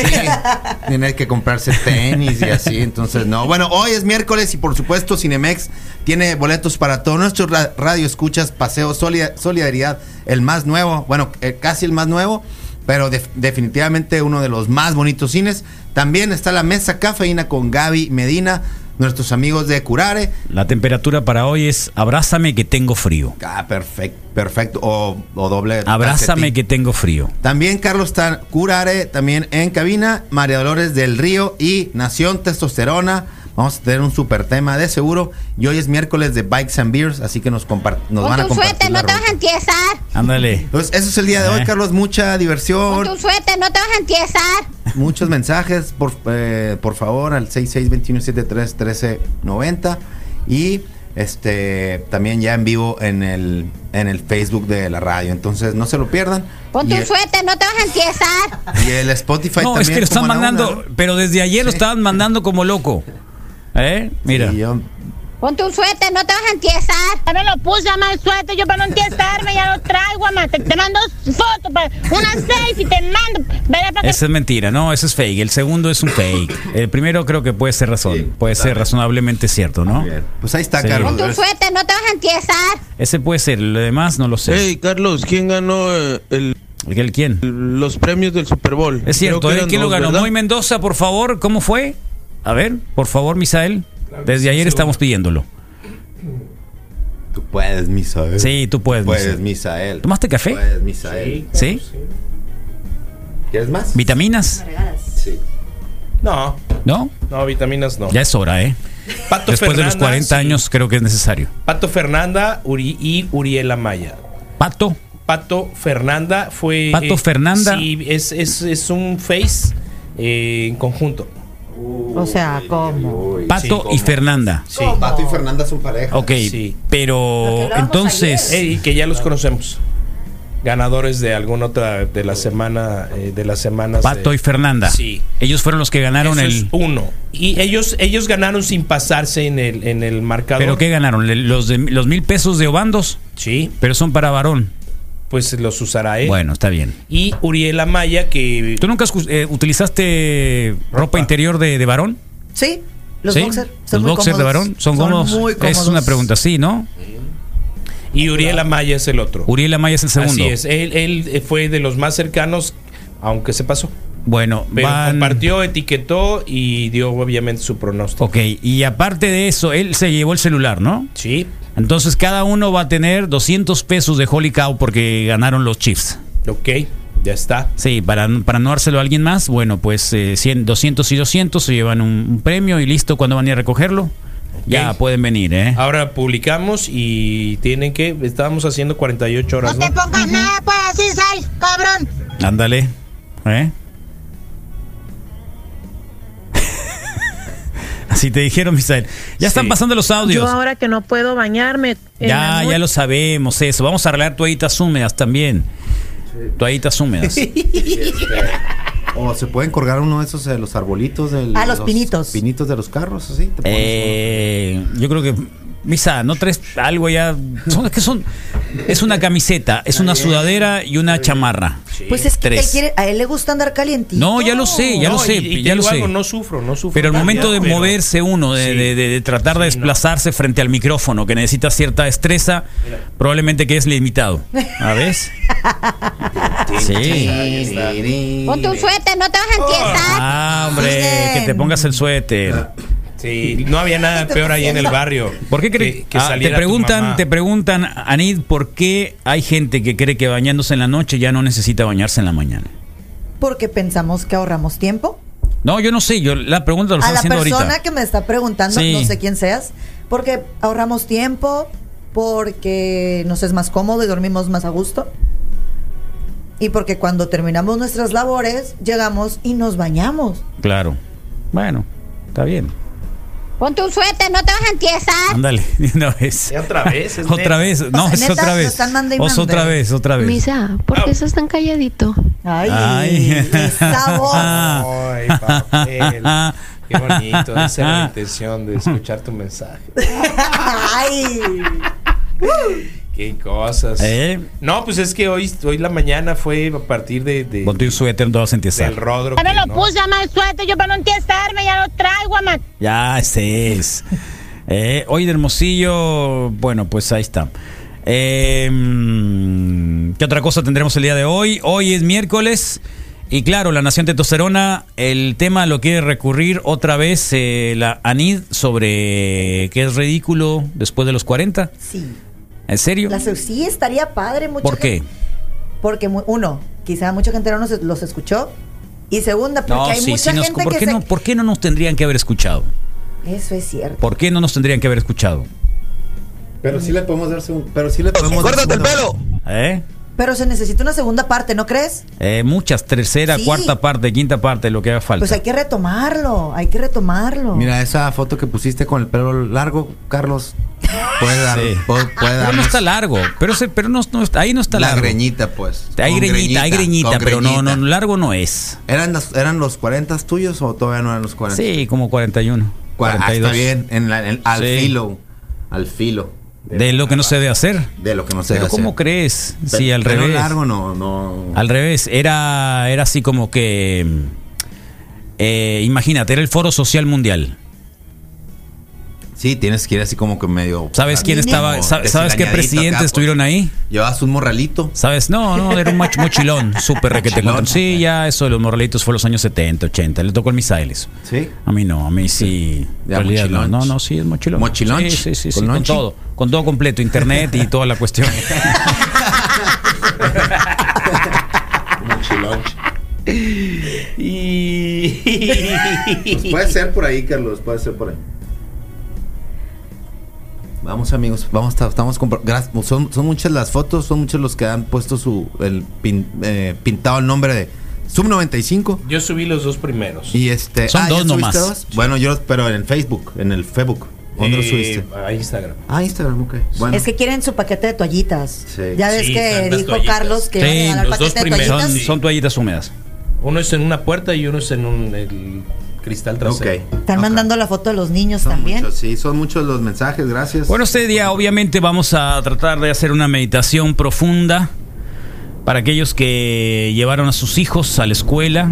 Speaker 8: Tiene que comprarse tenis y así, entonces no. Bueno, hoy es miércoles y por supuesto Cinemex tiene boletos para todos nuestros ra- radioescuchas, Paseo Solia- Solidaridad, el más nuevo, bueno, eh, casi el más nuevo, pero def- definitivamente uno de los más bonitos cines. También está la mesa cafeína con Gaby Medina, nuestros amigos de Curare.
Speaker 2: La temperatura para hoy es abrázame que tengo frío.
Speaker 8: Ah, perfecto, perfecto. O, o doble.
Speaker 2: Abrázame
Speaker 8: calcetín.
Speaker 2: que tengo frío.
Speaker 8: También Carlos Tan- Curare, también en cabina, María Dolores del Río y Nación Testosterona. Vamos a tener un super tema de seguro. Y hoy es miércoles de Bikes and Beers, así que nos, compar- nos
Speaker 11: Con
Speaker 8: van a
Speaker 11: tu suéter
Speaker 8: compartir. la
Speaker 11: no te
Speaker 8: rola.
Speaker 11: vas a entiesar.
Speaker 2: Ándale.
Speaker 8: Entonces, eso es el día de hoy,
Speaker 2: Eh.
Speaker 8: Carlos. Mucha
Speaker 11: Con
Speaker 8: diversión,
Speaker 11: tu suéter no te vas a entiesar.
Speaker 8: muchos mensajes. Por, eh, por favor, al 6621731390. Y este también ya en vivo en el, en el Facebook de la radio. Entonces, no se lo pierdan.
Speaker 11: Con
Speaker 8: Y
Speaker 11: tu
Speaker 8: el-
Speaker 11: suéter no te vas a entiesar.
Speaker 8: Y el Spotify
Speaker 2: No,
Speaker 8: también.
Speaker 2: es que lo están
Speaker 8: como a la
Speaker 2: mandando,
Speaker 8: una, ¿no?
Speaker 2: pero desde ayer lo estaban mandando como loco. ¿Eh? Mira.
Speaker 8: Sí, yo-
Speaker 11: Con tu suéter no te vas a entiesar.
Speaker 9: Ya me lo puse, mamá, el suéter, yo para no entiestarme, ya lo traigo, mamá. Te, te mando fotos, pa- unas seis y te mando. Verá para que
Speaker 2: Esa es mentira, no, eso es fake. El segundo es un fake. El primero creo que puede ser razón, puede ser razonablemente cierto, ¿no?
Speaker 8: Pues ahí está,
Speaker 2: Sí.
Speaker 11: Con tu suéter no te vas a entiesar.
Speaker 2: Ese puede ser, lo demás no lo sé.
Speaker 12: [LAUGHS] Hey, Carlos, ¿quién ganó eh, el,
Speaker 2: ¿El quién?
Speaker 12: los premios del Super Bowl?
Speaker 2: Es cierto,
Speaker 12: Creo que
Speaker 2: ¿eh?
Speaker 12: eran
Speaker 2: ¿quién lo
Speaker 12: dos,
Speaker 2: ganó?
Speaker 12: ¿verdad?
Speaker 2: Moy Mendoza, por favor, ¿cómo fue? A ver, por favor, Misael. Desde ayer estamos pidiéndolo.
Speaker 8: Tú puedes, Misael.
Speaker 2: Sí, tú puedes.
Speaker 8: Puedes,
Speaker 2: Misael.
Speaker 8: Misael.
Speaker 2: ¿Tomaste café?
Speaker 8: Puedes, Misael.
Speaker 2: ¿Sí?
Speaker 8: ¿Quieres más?
Speaker 2: ¿Vitaminas?
Speaker 7: No,
Speaker 2: ¿No?
Speaker 7: no, vitaminas no.
Speaker 2: Ya es hora, ¿eh?
Speaker 7: Pato
Speaker 2: Después de los
Speaker 7: Fernanda,
Speaker 2: 40
Speaker 7: sí.
Speaker 2: años creo que es necesario.
Speaker 7: Pato Fernanda Uri- y Uriela Maya.
Speaker 2: Pato.
Speaker 7: Pato Fernanda fue. eh,
Speaker 2: Pato Fernanda.
Speaker 7: Sí, es, es- es un face eh, en conjunto.
Speaker 6: O sea, ¿cómo?
Speaker 2: Pato y Fernanda.
Speaker 7: Sí.
Speaker 8: Pato y Fernanda son pareja.
Speaker 2: Ok, pero entonces...
Speaker 7: Ey, que ya los conocemos. Ganadores de alguna otra de la semana. eh, de las semanas. de-
Speaker 2: Pato y Fernanda.
Speaker 7: Sí.
Speaker 2: Ellos fueron los que ganaron
Speaker 7: Eso es
Speaker 2: el...
Speaker 7: uno. Y ellos, ellos ganaron sin pasarse en el, en el marcador.
Speaker 2: ¿Pero qué ganaron? ¿Le- ¿Los, de- los mil pesos de Obandos?
Speaker 7: Sí.
Speaker 2: Pero son para varón.
Speaker 7: Pues los usará él.
Speaker 2: Bueno, está bien.
Speaker 7: Y Uriela Maya, que
Speaker 2: ¿Tú nunca escu- eh, utilizaste ropa, interior de, de varón?
Speaker 6: Sí, los
Speaker 2: ¿Sí?
Speaker 6: boxers.
Speaker 2: ¿Los boxers de varón? ¿Son, cómodos?
Speaker 6: muy
Speaker 2: Es una
Speaker 6: cómodos.
Speaker 2: pregunta, sí, ¿no?
Speaker 7: Y Uriel Amaya es el otro.
Speaker 2: Uriel Amaya es el segundo.
Speaker 7: Así es. Él, él fue de los más cercanos, aunque se pasó.
Speaker 2: Bueno,
Speaker 7: Pero
Speaker 2: van...
Speaker 7: compartió, etiquetó y dio obviamente su pronóstico.
Speaker 2: Ok, y aparte de eso, él se llevó el celular, ¿no?
Speaker 7: Sí.
Speaker 2: Entonces cada uno va a tener 200 pesos de Holy Cow porque ganaron los Chiefs.
Speaker 7: Ok, ya está.
Speaker 2: Sí, para, para no dárselo a alguien más, bueno, pues eh, 100, 200 y 200 se llevan un, un premio y listo, cuando van a ir a recogerlo, ya pueden venir, ¿eh?
Speaker 7: Ahora publicamos y tienen que. Estábamos haciendo 48 horas. ¿no?
Speaker 9: pongas nada para así sal, cabrón.
Speaker 2: Ándale, ¿eh? [LAUGHS] Así te dijeron, Misael. Ya están pasando los audios.
Speaker 13: Yo ahora que no puedo bañarme. eh, en la
Speaker 2: Ya,
Speaker 13: noche-
Speaker 2: ya lo sabemos eso. Vamos a arreglar toallitas húmedas también. Toallitas húmedas.
Speaker 8: O se pueden colgar uno de esos de los arbolitos del-
Speaker 6: Ah, los pinitos.
Speaker 8: Pinitos de los carros, así. te pones
Speaker 2: Eh, yo creo que Misa, no traes algo ya. Son, es que son. Es una camiseta, es una sudadera y una chamarra.
Speaker 6: Pues es que él
Speaker 2: Tres.
Speaker 6: quiere- a él le gusta andar calientito.
Speaker 2: No, ya lo sé, ya
Speaker 7: No,
Speaker 2: lo sé,
Speaker 7: y- y te
Speaker 2: ya lo
Speaker 7: digo
Speaker 2: sé.
Speaker 7: algo, no sufro, no sufro.
Speaker 2: pero el momento de
Speaker 7: Pero-
Speaker 2: moverse uno, de, de- de- de tratar de desplazarse frente al micrófono, que necesita cierta destreza, probablemente que es limitado. ¿A ves? Sí.
Speaker 11: Ponte un suéter, no te vas a entiesar.
Speaker 2: Ah, hombre, que te pongas el suéter.
Speaker 7: Sí, no
Speaker 9: [LAUGHS]
Speaker 7: había nada peor ahí en el barrio.
Speaker 2: ¿Por qué
Speaker 7: que-
Speaker 2: crees Ah,
Speaker 7: que
Speaker 2: te
Speaker 7: saliera tu
Speaker 2: preguntan,
Speaker 7: mamá?
Speaker 2: te preguntan, Anid, por qué hay gente que cree que bañándose en la noche ya no necesita bañarse en la mañana?
Speaker 6: Porque pensamos que ahorramos tiempo.
Speaker 2: No, yo no sé, yo la pregunta lo
Speaker 6: A
Speaker 2: estoy
Speaker 6: la
Speaker 2: haciendo
Speaker 6: persona
Speaker 2: ahorita.
Speaker 6: que me está preguntando,
Speaker 2: Sí.
Speaker 6: no sé quién seas, porque ahorramos tiempo, porque nos es más cómodo y dormimos más a gusto. Y porque cuando terminamos nuestras labores, llegamos y nos bañamos.
Speaker 2: Claro. Bueno, está bien.
Speaker 11: Ponte un suéter, no te vas a entiesar.
Speaker 2: Ándale, [LAUGHS] de una vez.
Speaker 7: otra vez? es
Speaker 2: Otra
Speaker 7: neta.
Speaker 2: vez, no,
Speaker 11: sea,
Speaker 2: es
Speaker 11: neta,
Speaker 2: otra
Speaker 11: lo
Speaker 2: vez.
Speaker 11: están mande y
Speaker 2: Os
Speaker 11: mande.
Speaker 2: otra vez, otra vez.
Speaker 1: Misa, ¿por qué estás tan calladito?
Speaker 6: Ay,
Speaker 2: Ay. [LAUGHS]
Speaker 6: esa voz.
Speaker 7: Ay, papel. Qué bonito. Esa era la intención de escuchar tu mensaje.
Speaker 6: Ay.
Speaker 7: Qué cosas.
Speaker 2: ¿Eh?
Speaker 7: No, pues es que hoy, hoy la mañana fue a partir de, de-
Speaker 2: Ponte un suéter, no vas a
Speaker 7: del
Speaker 2: empezar.
Speaker 7: rodro.
Speaker 9: Ya me
Speaker 7: que
Speaker 9: lo
Speaker 7: no.
Speaker 9: puse, ama, el suéter, yo para no entiestarme, ya lo traigo, ama.
Speaker 2: Ya, ese es. Eh, hoy de Hermosillo, bueno, pues ahí está. Eh, mm, ¿Qué otra cosa tendremos el día de hoy? Hoy es miércoles y claro, la Nación Tetosterona, el tema lo quiere recurrir otra vez eh, la ANID sobre que es ridículo después de los 40.
Speaker 6: Sí.
Speaker 2: ¿En serio?
Speaker 6: La, sí, estaría padre. mucha
Speaker 2: ¿Por qué?
Speaker 6: gente- Porque, mu- uno, quizá mucha gente no nos- los escuchó. Y segunda, porque
Speaker 2: No,
Speaker 6: hay
Speaker 2: sí,
Speaker 6: mucha
Speaker 2: sí, nos-
Speaker 6: gente
Speaker 2: ¿por,
Speaker 6: que
Speaker 2: qué
Speaker 6: se-
Speaker 2: no, ¿por qué no nos tendrían que haber escuchado?
Speaker 6: Eso es cierto.
Speaker 2: ¿Por qué no nos tendrían que haber escuchado?
Speaker 8: Pero sí le podemos dar segun- Pero sí le podemos dar
Speaker 12: ¡Córtate el
Speaker 8: segunda-
Speaker 12: pelo!
Speaker 2: ¿Eh?
Speaker 6: Pero se necesita una segunda parte, ¿no crees?
Speaker 2: Eh, muchas, tercera,
Speaker 6: Sí.
Speaker 2: cuarta parte, quinta parte, lo que haga falta.
Speaker 6: Pues hay que retomarlo, hay que retomarlo.
Speaker 8: Mira, esa foto que pusiste con el pelo largo, Carlos. Puede dar.
Speaker 2: Sí.
Speaker 8: Puede, puede
Speaker 2: Pero
Speaker 8: darnos
Speaker 2: no está largo, pero, se- pero no, no está- ahí no está
Speaker 8: la
Speaker 2: largo.
Speaker 8: greñita, pues.
Speaker 2: Hay
Speaker 8: Con
Speaker 2: greñita, hay greñita,
Speaker 8: con
Speaker 2: pero no,
Speaker 8: greñita.
Speaker 2: no, largo no es.
Speaker 8: ¿Eran, las- ¿Eran los 40 tuyos o todavía no eran los 40?
Speaker 2: Sí, como 41.
Speaker 8: Cua- ah, está
Speaker 2: 42.
Speaker 8: bien, en la- en- al
Speaker 2: Sí.
Speaker 8: filo. Al filo.
Speaker 2: De lo que no se debe hacer.
Speaker 8: De lo que no se
Speaker 2: Pero
Speaker 8: hace.
Speaker 2: ¿cómo crees?
Speaker 8: Pe-
Speaker 2: Sí, al
Speaker 8: pero
Speaker 2: revés.
Speaker 8: largo no, no.
Speaker 2: Al revés, era, era así como que... eh, imagínate, era el Foro Social Mundial.
Speaker 8: Sí, tienes que ir así como que medio.
Speaker 2: ¿Sabes quién estaba?
Speaker 8: como
Speaker 2: sa- ¿Sabes qué
Speaker 8: desaliñadito
Speaker 2: presidentes
Speaker 8: ¿eh? acá, pues.
Speaker 2: estuvieron ahí?
Speaker 8: Llevabas un morralito.
Speaker 2: ¿Sabes? No, no, era un
Speaker 8: [LAUGHS]
Speaker 2: mach- mochilón, súper requete.
Speaker 8: Mochilón.
Speaker 2: contra- Sí, ya eso de los morralitos fue los años 70, 80. Le tocó el Misael eso.
Speaker 8: Sí.
Speaker 2: A mí no, a mí sí.
Speaker 8: Ya,
Speaker 2: En realidad, no,
Speaker 8: mochilón.
Speaker 2: no, no, sí, es mochilón.
Speaker 8: Mochilón.
Speaker 2: Sí, sí, sí, sí,
Speaker 8: Con
Speaker 2: con,
Speaker 8: lonche.
Speaker 2: todo. Con todo completo, internet y toda la cuestión.
Speaker 7: Y...
Speaker 8: Pues puede ser por ahí, Carlos, puede ser por ahí. Vamos amigos, vamos a- estamos compro- gra- son, son muchas las fotos, son muchos los que han puesto su el pin- eh, pintado el nombre de Sub 95
Speaker 7: [LAUGHS] Yo subí los dos primeros.
Speaker 8: y este
Speaker 7: Son dos
Speaker 8: ¿ya subiste
Speaker 7: nomás.
Speaker 8: Bueno, yo pero en el Facebook, en el Facebook. ¿Dónde lo
Speaker 7: Eh,
Speaker 8: subiste?
Speaker 7: A Instagram.
Speaker 8: Ah, Instagram, ok. Bueno.
Speaker 6: Es que quieren su paquete de toallitas.
Speaker 8: Sí.
Speaker 6: Ya ves
Speaker 7: Sí,
Speaker 6: que
Speaker 7: tantas
Speaker 6: dijo
Speaker 7: toallitas.
Speaker 6: Carlos [LAUGHS] que
Speaker 7: Sí,
Speaker 6: van
Speaker 7: los
Speaker 6: a regalar
Speaker 7: dos
Speaker 6: paquete de
Speaker 7: primeros.
Speaker 6: toallitas.
Speaker 7: Sí.
Speaker 2: Son toallitas húmedas.
Speaker 7: Uno es en una puerta y uno es en un, el cristal trasero.
Speaker 6: Están mandando la foto de los niños también.
Speaker 8: sí, son muchos los mensajes, gracias.
Speaker 2: Bueno, este día obviamente vamos a tratar de hacer una meditación profunda para aquellos que llevaron a sus hijos a la escuela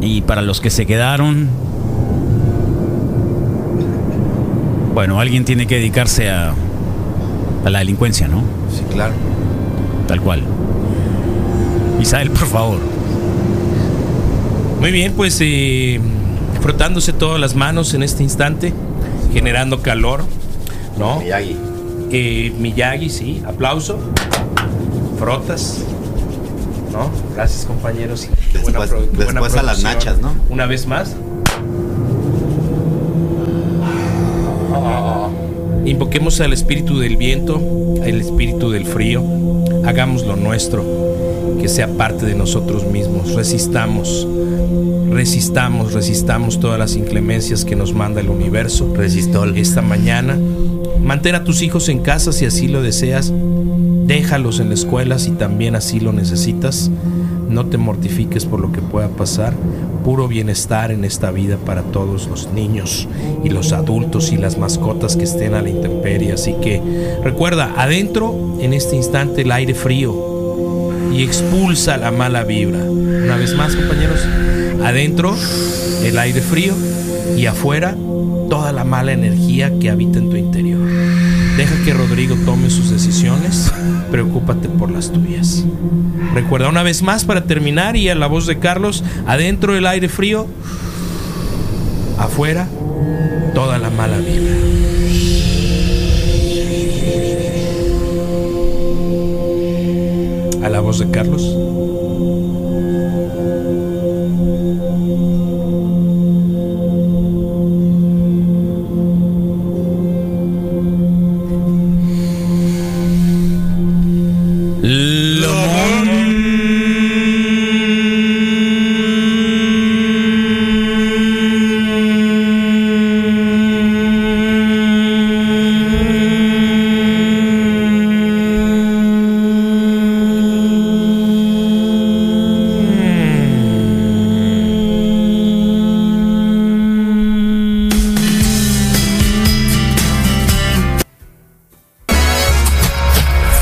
Speaker 2: y para los que se quedaron. Bueno, alguien tiene que dedicarse a, a la delincuencia, ¿no?
Speaker 8: Sí, claro.
Speaker 2: Tal cual. Isabel, por favor.
Speaker 7: Muy bien, pues eh, frotándose todas las manos en este instante, generando calor, ¿no? Eh,
Speaker 8: Miyagi.
Speaker 7: Miyagi, sí, aplauso, frotas, ¿no? Gracias compañeros. y qué buena
Speaker 8: Después-
Speaker 7: pro- qué buena
Speaker 8: después a las
Speaker 7: producción.
Speaker 8: nachas, ¿no?
Speaker 7: Una vez más. Invoquemos al espíritu del viento, al espíritu del frío, hagámoslo nuestro, que sea parte de nosotros mismos, resistamos, resistamos, resistamos todas las inclemencias que nos manda el universo.
Speaker 8: Resistol.
Speaker 7: Esta mañana, mantén a tus hijos en casa si así lo deseas, déjalos en la escuela si también así lo necesitas, no te mortifiques por lo que pueda pasar, puro bienestar en esta vida para todos los niños y los adultos y las mascotas que estén a la intemperie, así que recuerda, adentro en este instante el aire frío, y expulsa la mala vibra. Una vez más, compañeros, adentro el aire frío y afuera toda la mala energía que habita en tu interior. Deja que Rodrigo tome sus decisiones, preocúpate por las tuyas. Recuerda una vez más para terminar y a la voz de Carlos, adentro el aire frío, afuera toda la mala vibra. A la voz de Carlos.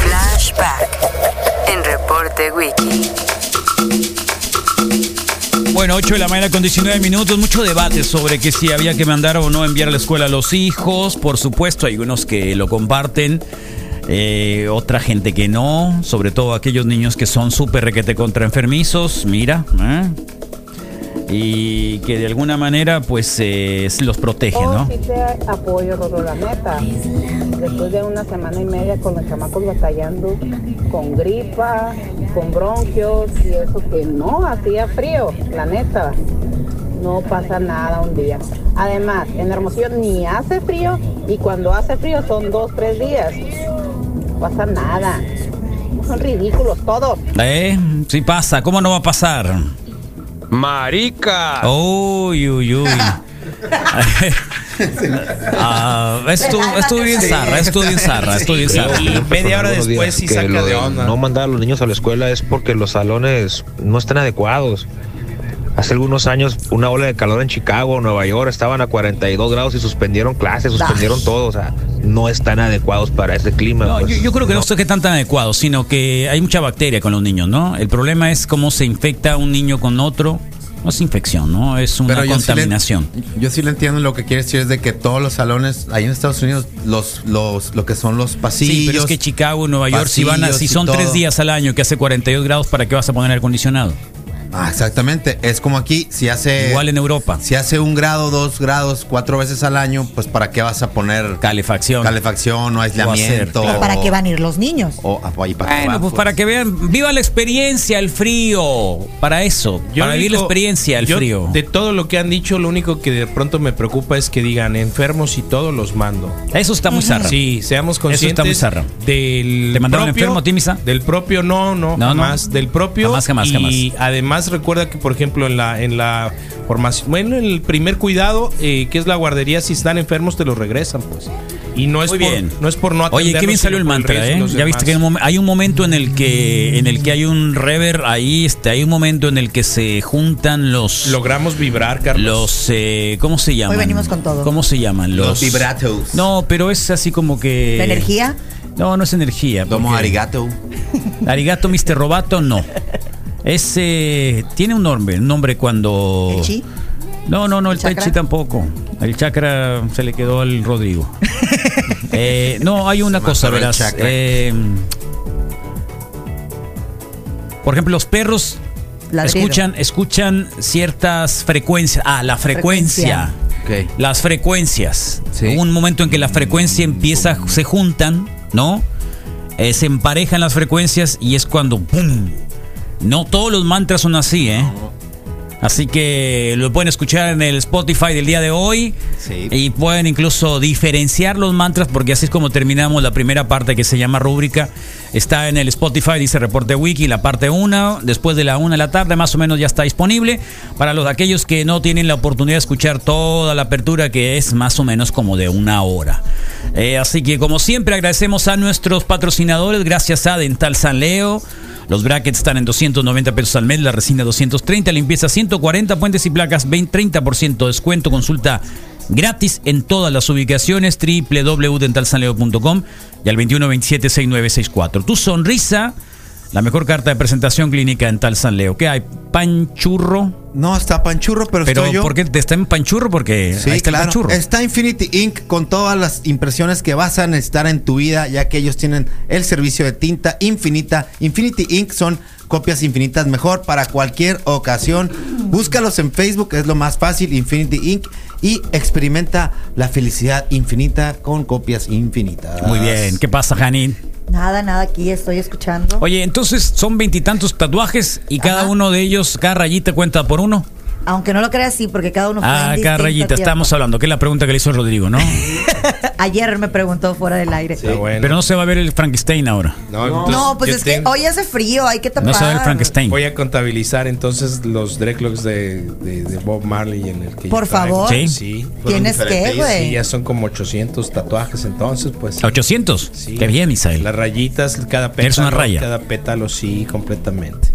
Speaker 5: Flashback en Reporte Wiki.
Speaker 2: Bueno, 8 de la mañana con 19 minutos, mucho debate sobre que si había que mandar o no enviar a la escuela a los hijos, por supuesto, hay unos que lo comparten, eh, otra gente que no, sobre todo aquellos niños que son súper requete contra enfermizos, mira, ¿eh? y que de alguna manera pues eh, los protege, ¿no?
Speaker 15: Sí te apoyo, Rorro, la neta. Después de una semana y media con los chamacos batallando con gripa, con bronquios y eso que no hacía frío, la neta. No pasa nada un día. Además, en Hermosillo ni hace frío y cuando hace frío son dos, tres días. No pasa nada. Son ridículos todos.
Speaker 2: ¿Eh? Sí pasa, ¿cómo no va a pasar?
Speaker 12: Marica.
Speaker 2: Uy, uy, uy. Ah, estu- estuvo bien zarra, estuvo bien zarra, estuvo bien zarra.
Speaker 20: Yo, yo, personal, buenos días, que lo de No mandar a los niños a la escuela es porque los salones no están adecuados. Hace algunos años, una ola de calor en Chicago, Nueva York, estaban a 42 grados y suspendieron clases, suspendieron todo. O sea, no están adecuados para ese clima.
Speaker 2: No,
Speaker 20: pues.
Speaker 2: yo, yo creo que no, sé qué tan tan adecuado, sino que hay mucha bacteria con los niños, ¿no? El problema es cómo se infecta un niño con otro. No es infección, ¿no? Es una
Speaker 8: yo sí le-
Speaker 2: contaminación.
Speaker 8: yo sí le entiendo lo que quiere decir es de que todos los salones ahí en Estados Unidos los los lo que son los
Speaker 2: Sí,
Speaker 8: pasillos.
Speaker 2: pero es que Chicago, Nueva York, si van a- si
Speaker 8: pasillos y
Speaker 2: son tres
Speaker 8: todo.
Speaker 2: días al año que hace 42 grados, ¿para qué vas a poner aire acondicionado?
Speaker 8: Ah, exactamente. Es como aquí, si hace.
Speaker 2: Igual en Europa.
Speaker 8: Si hace un grado, dos grados, cuatro veces al año, pues ¿para qué vas a poner.
Speaker 2: Calefacción.
Speaker 8: Calefacción o aislamiento.
Speaker 6: Pero ¿Para
Speaker 8: o-
Speaker 6: qué van a ir los niños?
Speaker 2: Oh.
Speaker 8: o- ah, y para qué
Speaker 2: Bueno,
Speaker 8: van,
Speaker 2: pues para que vean, viva la experiencia, el frío. Para eso,
Speaker 7: Yo
Speaker 2: para vivir la
Speaker 7: único-
Speaker 2: experiencia, el
Speaker 7: yo,
Speaker 2: frío.
Speaker 7: De todo lo que han dicho, lo único que de pronto me preocupa es que digan enfermos y todos los mando.
Speaker 2: Eso está muy zarra.
Speaker 7: Sí,
Speaker 2: Eso
Speaker 7: seamos
Speaker 2: está
Speaker 7: conscientes
Speaker 2: muy zarra.
Speaker 7: del
Speaker 2: ¿Te mandaron enfermo a ti,
Speaker 7: Del propio no,
Speaker 2: No,
Speaker 7: no,
Speaker 2: no.
Speaker 7: jamás, del propio
Speaker 2: Jamás, jamás,
Speaker 7: y además recuerda que por ejemplo en la en la formación, bueno, en el primer cuidado eh, que es la guardería si están enfermos te los regresan, pues. Y no es
Speaker 2: Muy
Speaker 7: por
Speaker 2: bien.
Speaker 7: no es por no
Speaker 2: Oye, qué bien
Speaker 7: atenderlos,
Speaker 2: salió el
Speaker 7: sino por
Speaker 2: mantra,
Speaker 7: riesgo
Speaker 2: ¿eh?
Speaker 7: de los
Speaker 2: Ya viste
Speaker 7: demás.
Speaker 2: que hay un, mom- hay un momento en el que en el que hay un rever ahí, este, hay un momento en el que se juntan los
Speaker 7: logramos vibrar, Carlos.
Speaker 2: Los eh, ¿cómo se llaman?
Speaker 6: Hoy venimos con todo.
Speaker 2: ¿Cómo se llaman?
Speaker 8: Los vibratos.
Speaker 2: No, pero es así como que
Speaker 6: ¿La energía?
Speaker 2: No, no es energía.
Speaker 8: Domo
Speaker 2: porque-
Speaker 8: arigato.
Speaker 2: Arigato Mr. Robato no. Ese tiene un nombre, un nombre cuando
Speaker 6: ¿El chi?
Speaker 2: No, no, no, el,
Speaker 6: ¿El chakra?
Speaker 2: Techi tampoco. El chakra se le quedó al
Speaker 6: [LAUGHS]
Speaker 2: Rodrigo. Eh, no, hay una
Speaker 8: Se me
Speaker 2: cosa,
Speaker 8: atoró el
Speaker 2: verás.
Speaker 8: chakra.
Speaker 2: eh, por ejemplo, los perros
Speaker 6: Ladrido.
Speaker 2: escuchan, escuchan ciertas frecuencias. Ah, la frecuencia. Las frecuencias. Hubo un momento en que la frecuencia empieza, se juntan, ¿no? Eh, se emparejan las frecuencias y es cuando ¡pum! No todos los mantras son así, ¿eh? Así que lo pueden escuchar en el Spotify del día de hoy.
Speaker 8: Sí.
Speaker 2: Y pueden incluso diferenciar los mantras, porque así es como terminamos la primera parte que se llama rúbrica. Está en el Spotify, dice Reporte Wiki, la parte 1. Después de la 1 de la tarde, más o menos ya está disponible. Para los aquellos que no tienen la oportunidad de escuchar toda la apertura, que es más o menos como de una hora. Eh, así que, como siempre, agradecemos a nuestros patrocinadores, gracias a Dental San Leo. Los brackets están en 290 pesos al mes, la resina 230, limpieza 140, puentes y placas 20, 30% de descuento, consulta gratis en todas las ubicaciones www.dentalsanleo.com y al 2127-6964. Tu sonrisa, la mejor carta de presentación clínica Dental San Leo. ¿Qué hay? ¿Panchurro?
Speaker 8: No, está panchurro, pero,
Speaker 2: Pero
Speaker 8: estoy yo.
Speaker 2: ¿por qué te está en panchurro? Porque
Speaker 8: Sí,
Speaker 2: Eh, ahí está el
Speaker 8: claro.
Speaker 2: panchurro.
Speaker 8: Está Infinity Inc. con todas las impresiones que vas a necesitar en tu vida, ya que ellos tienen el servicio de tinta infinita. Infinity Inc. son copias infinitas mejor para cualquier ocasión. Búscalos en Facebook, es lo más fácil, Infinity Inc. Y experimenta la felicidad infinita con copias infinitas.
Speaker 2: Muy bien. ¿Qué pasa, Janín?
Speaker 6: Nada, nada, aquí estoy escuchando.
Speaker 2: Oye, entonces son veintitantos tatuajes y cada uno de ellos, cada rayita cuenta por uno.
Speaker 6: Aunque no lo creas, sí, porque cada uno fue en
Speaker 2: Ah, cada
Speaker 6: distinto
Speaker 2: rayita.
Speaker 6: tiempo.
Speaker 2: Estábamos hablando, que es la pregunta que le hizo Rodrigo, ¿no?
Speaker 6: Ayer me preguntó fuera del aire.
Speaker 2: eh, Pero no se va a ver el Frankenstein ahora.
Speaker 6: no, pues es que hoy hace frío, hay que tapar.
Speaker 2: No se va a ver Frankenstein.
Speaker 7: Voy a contabilizar entonces los dreadlocks de, de- de Bob Marley en el que
Speaker 6: Por
Speaker 7: yo traigo.
Speaker 6: favor.
Speaker 2: Sí.
Speaker 7: fueron
Speaker 6: Tienes que,
Speaker 7: diferentes.
Speaker 6: güey.
Speaker 7: Sí, ya son como 800 tatuajes entonces, pues. sí.
Speaker 2: 800.
Speaker 7: Sí.
Speaker 2: Ah, Qué bien, Isael.
Speaker 7: Las rayitas, cada pétalo.
Speaker 2: Eres una raya.
Speaker 7: Cada pétalo, sí, completamente.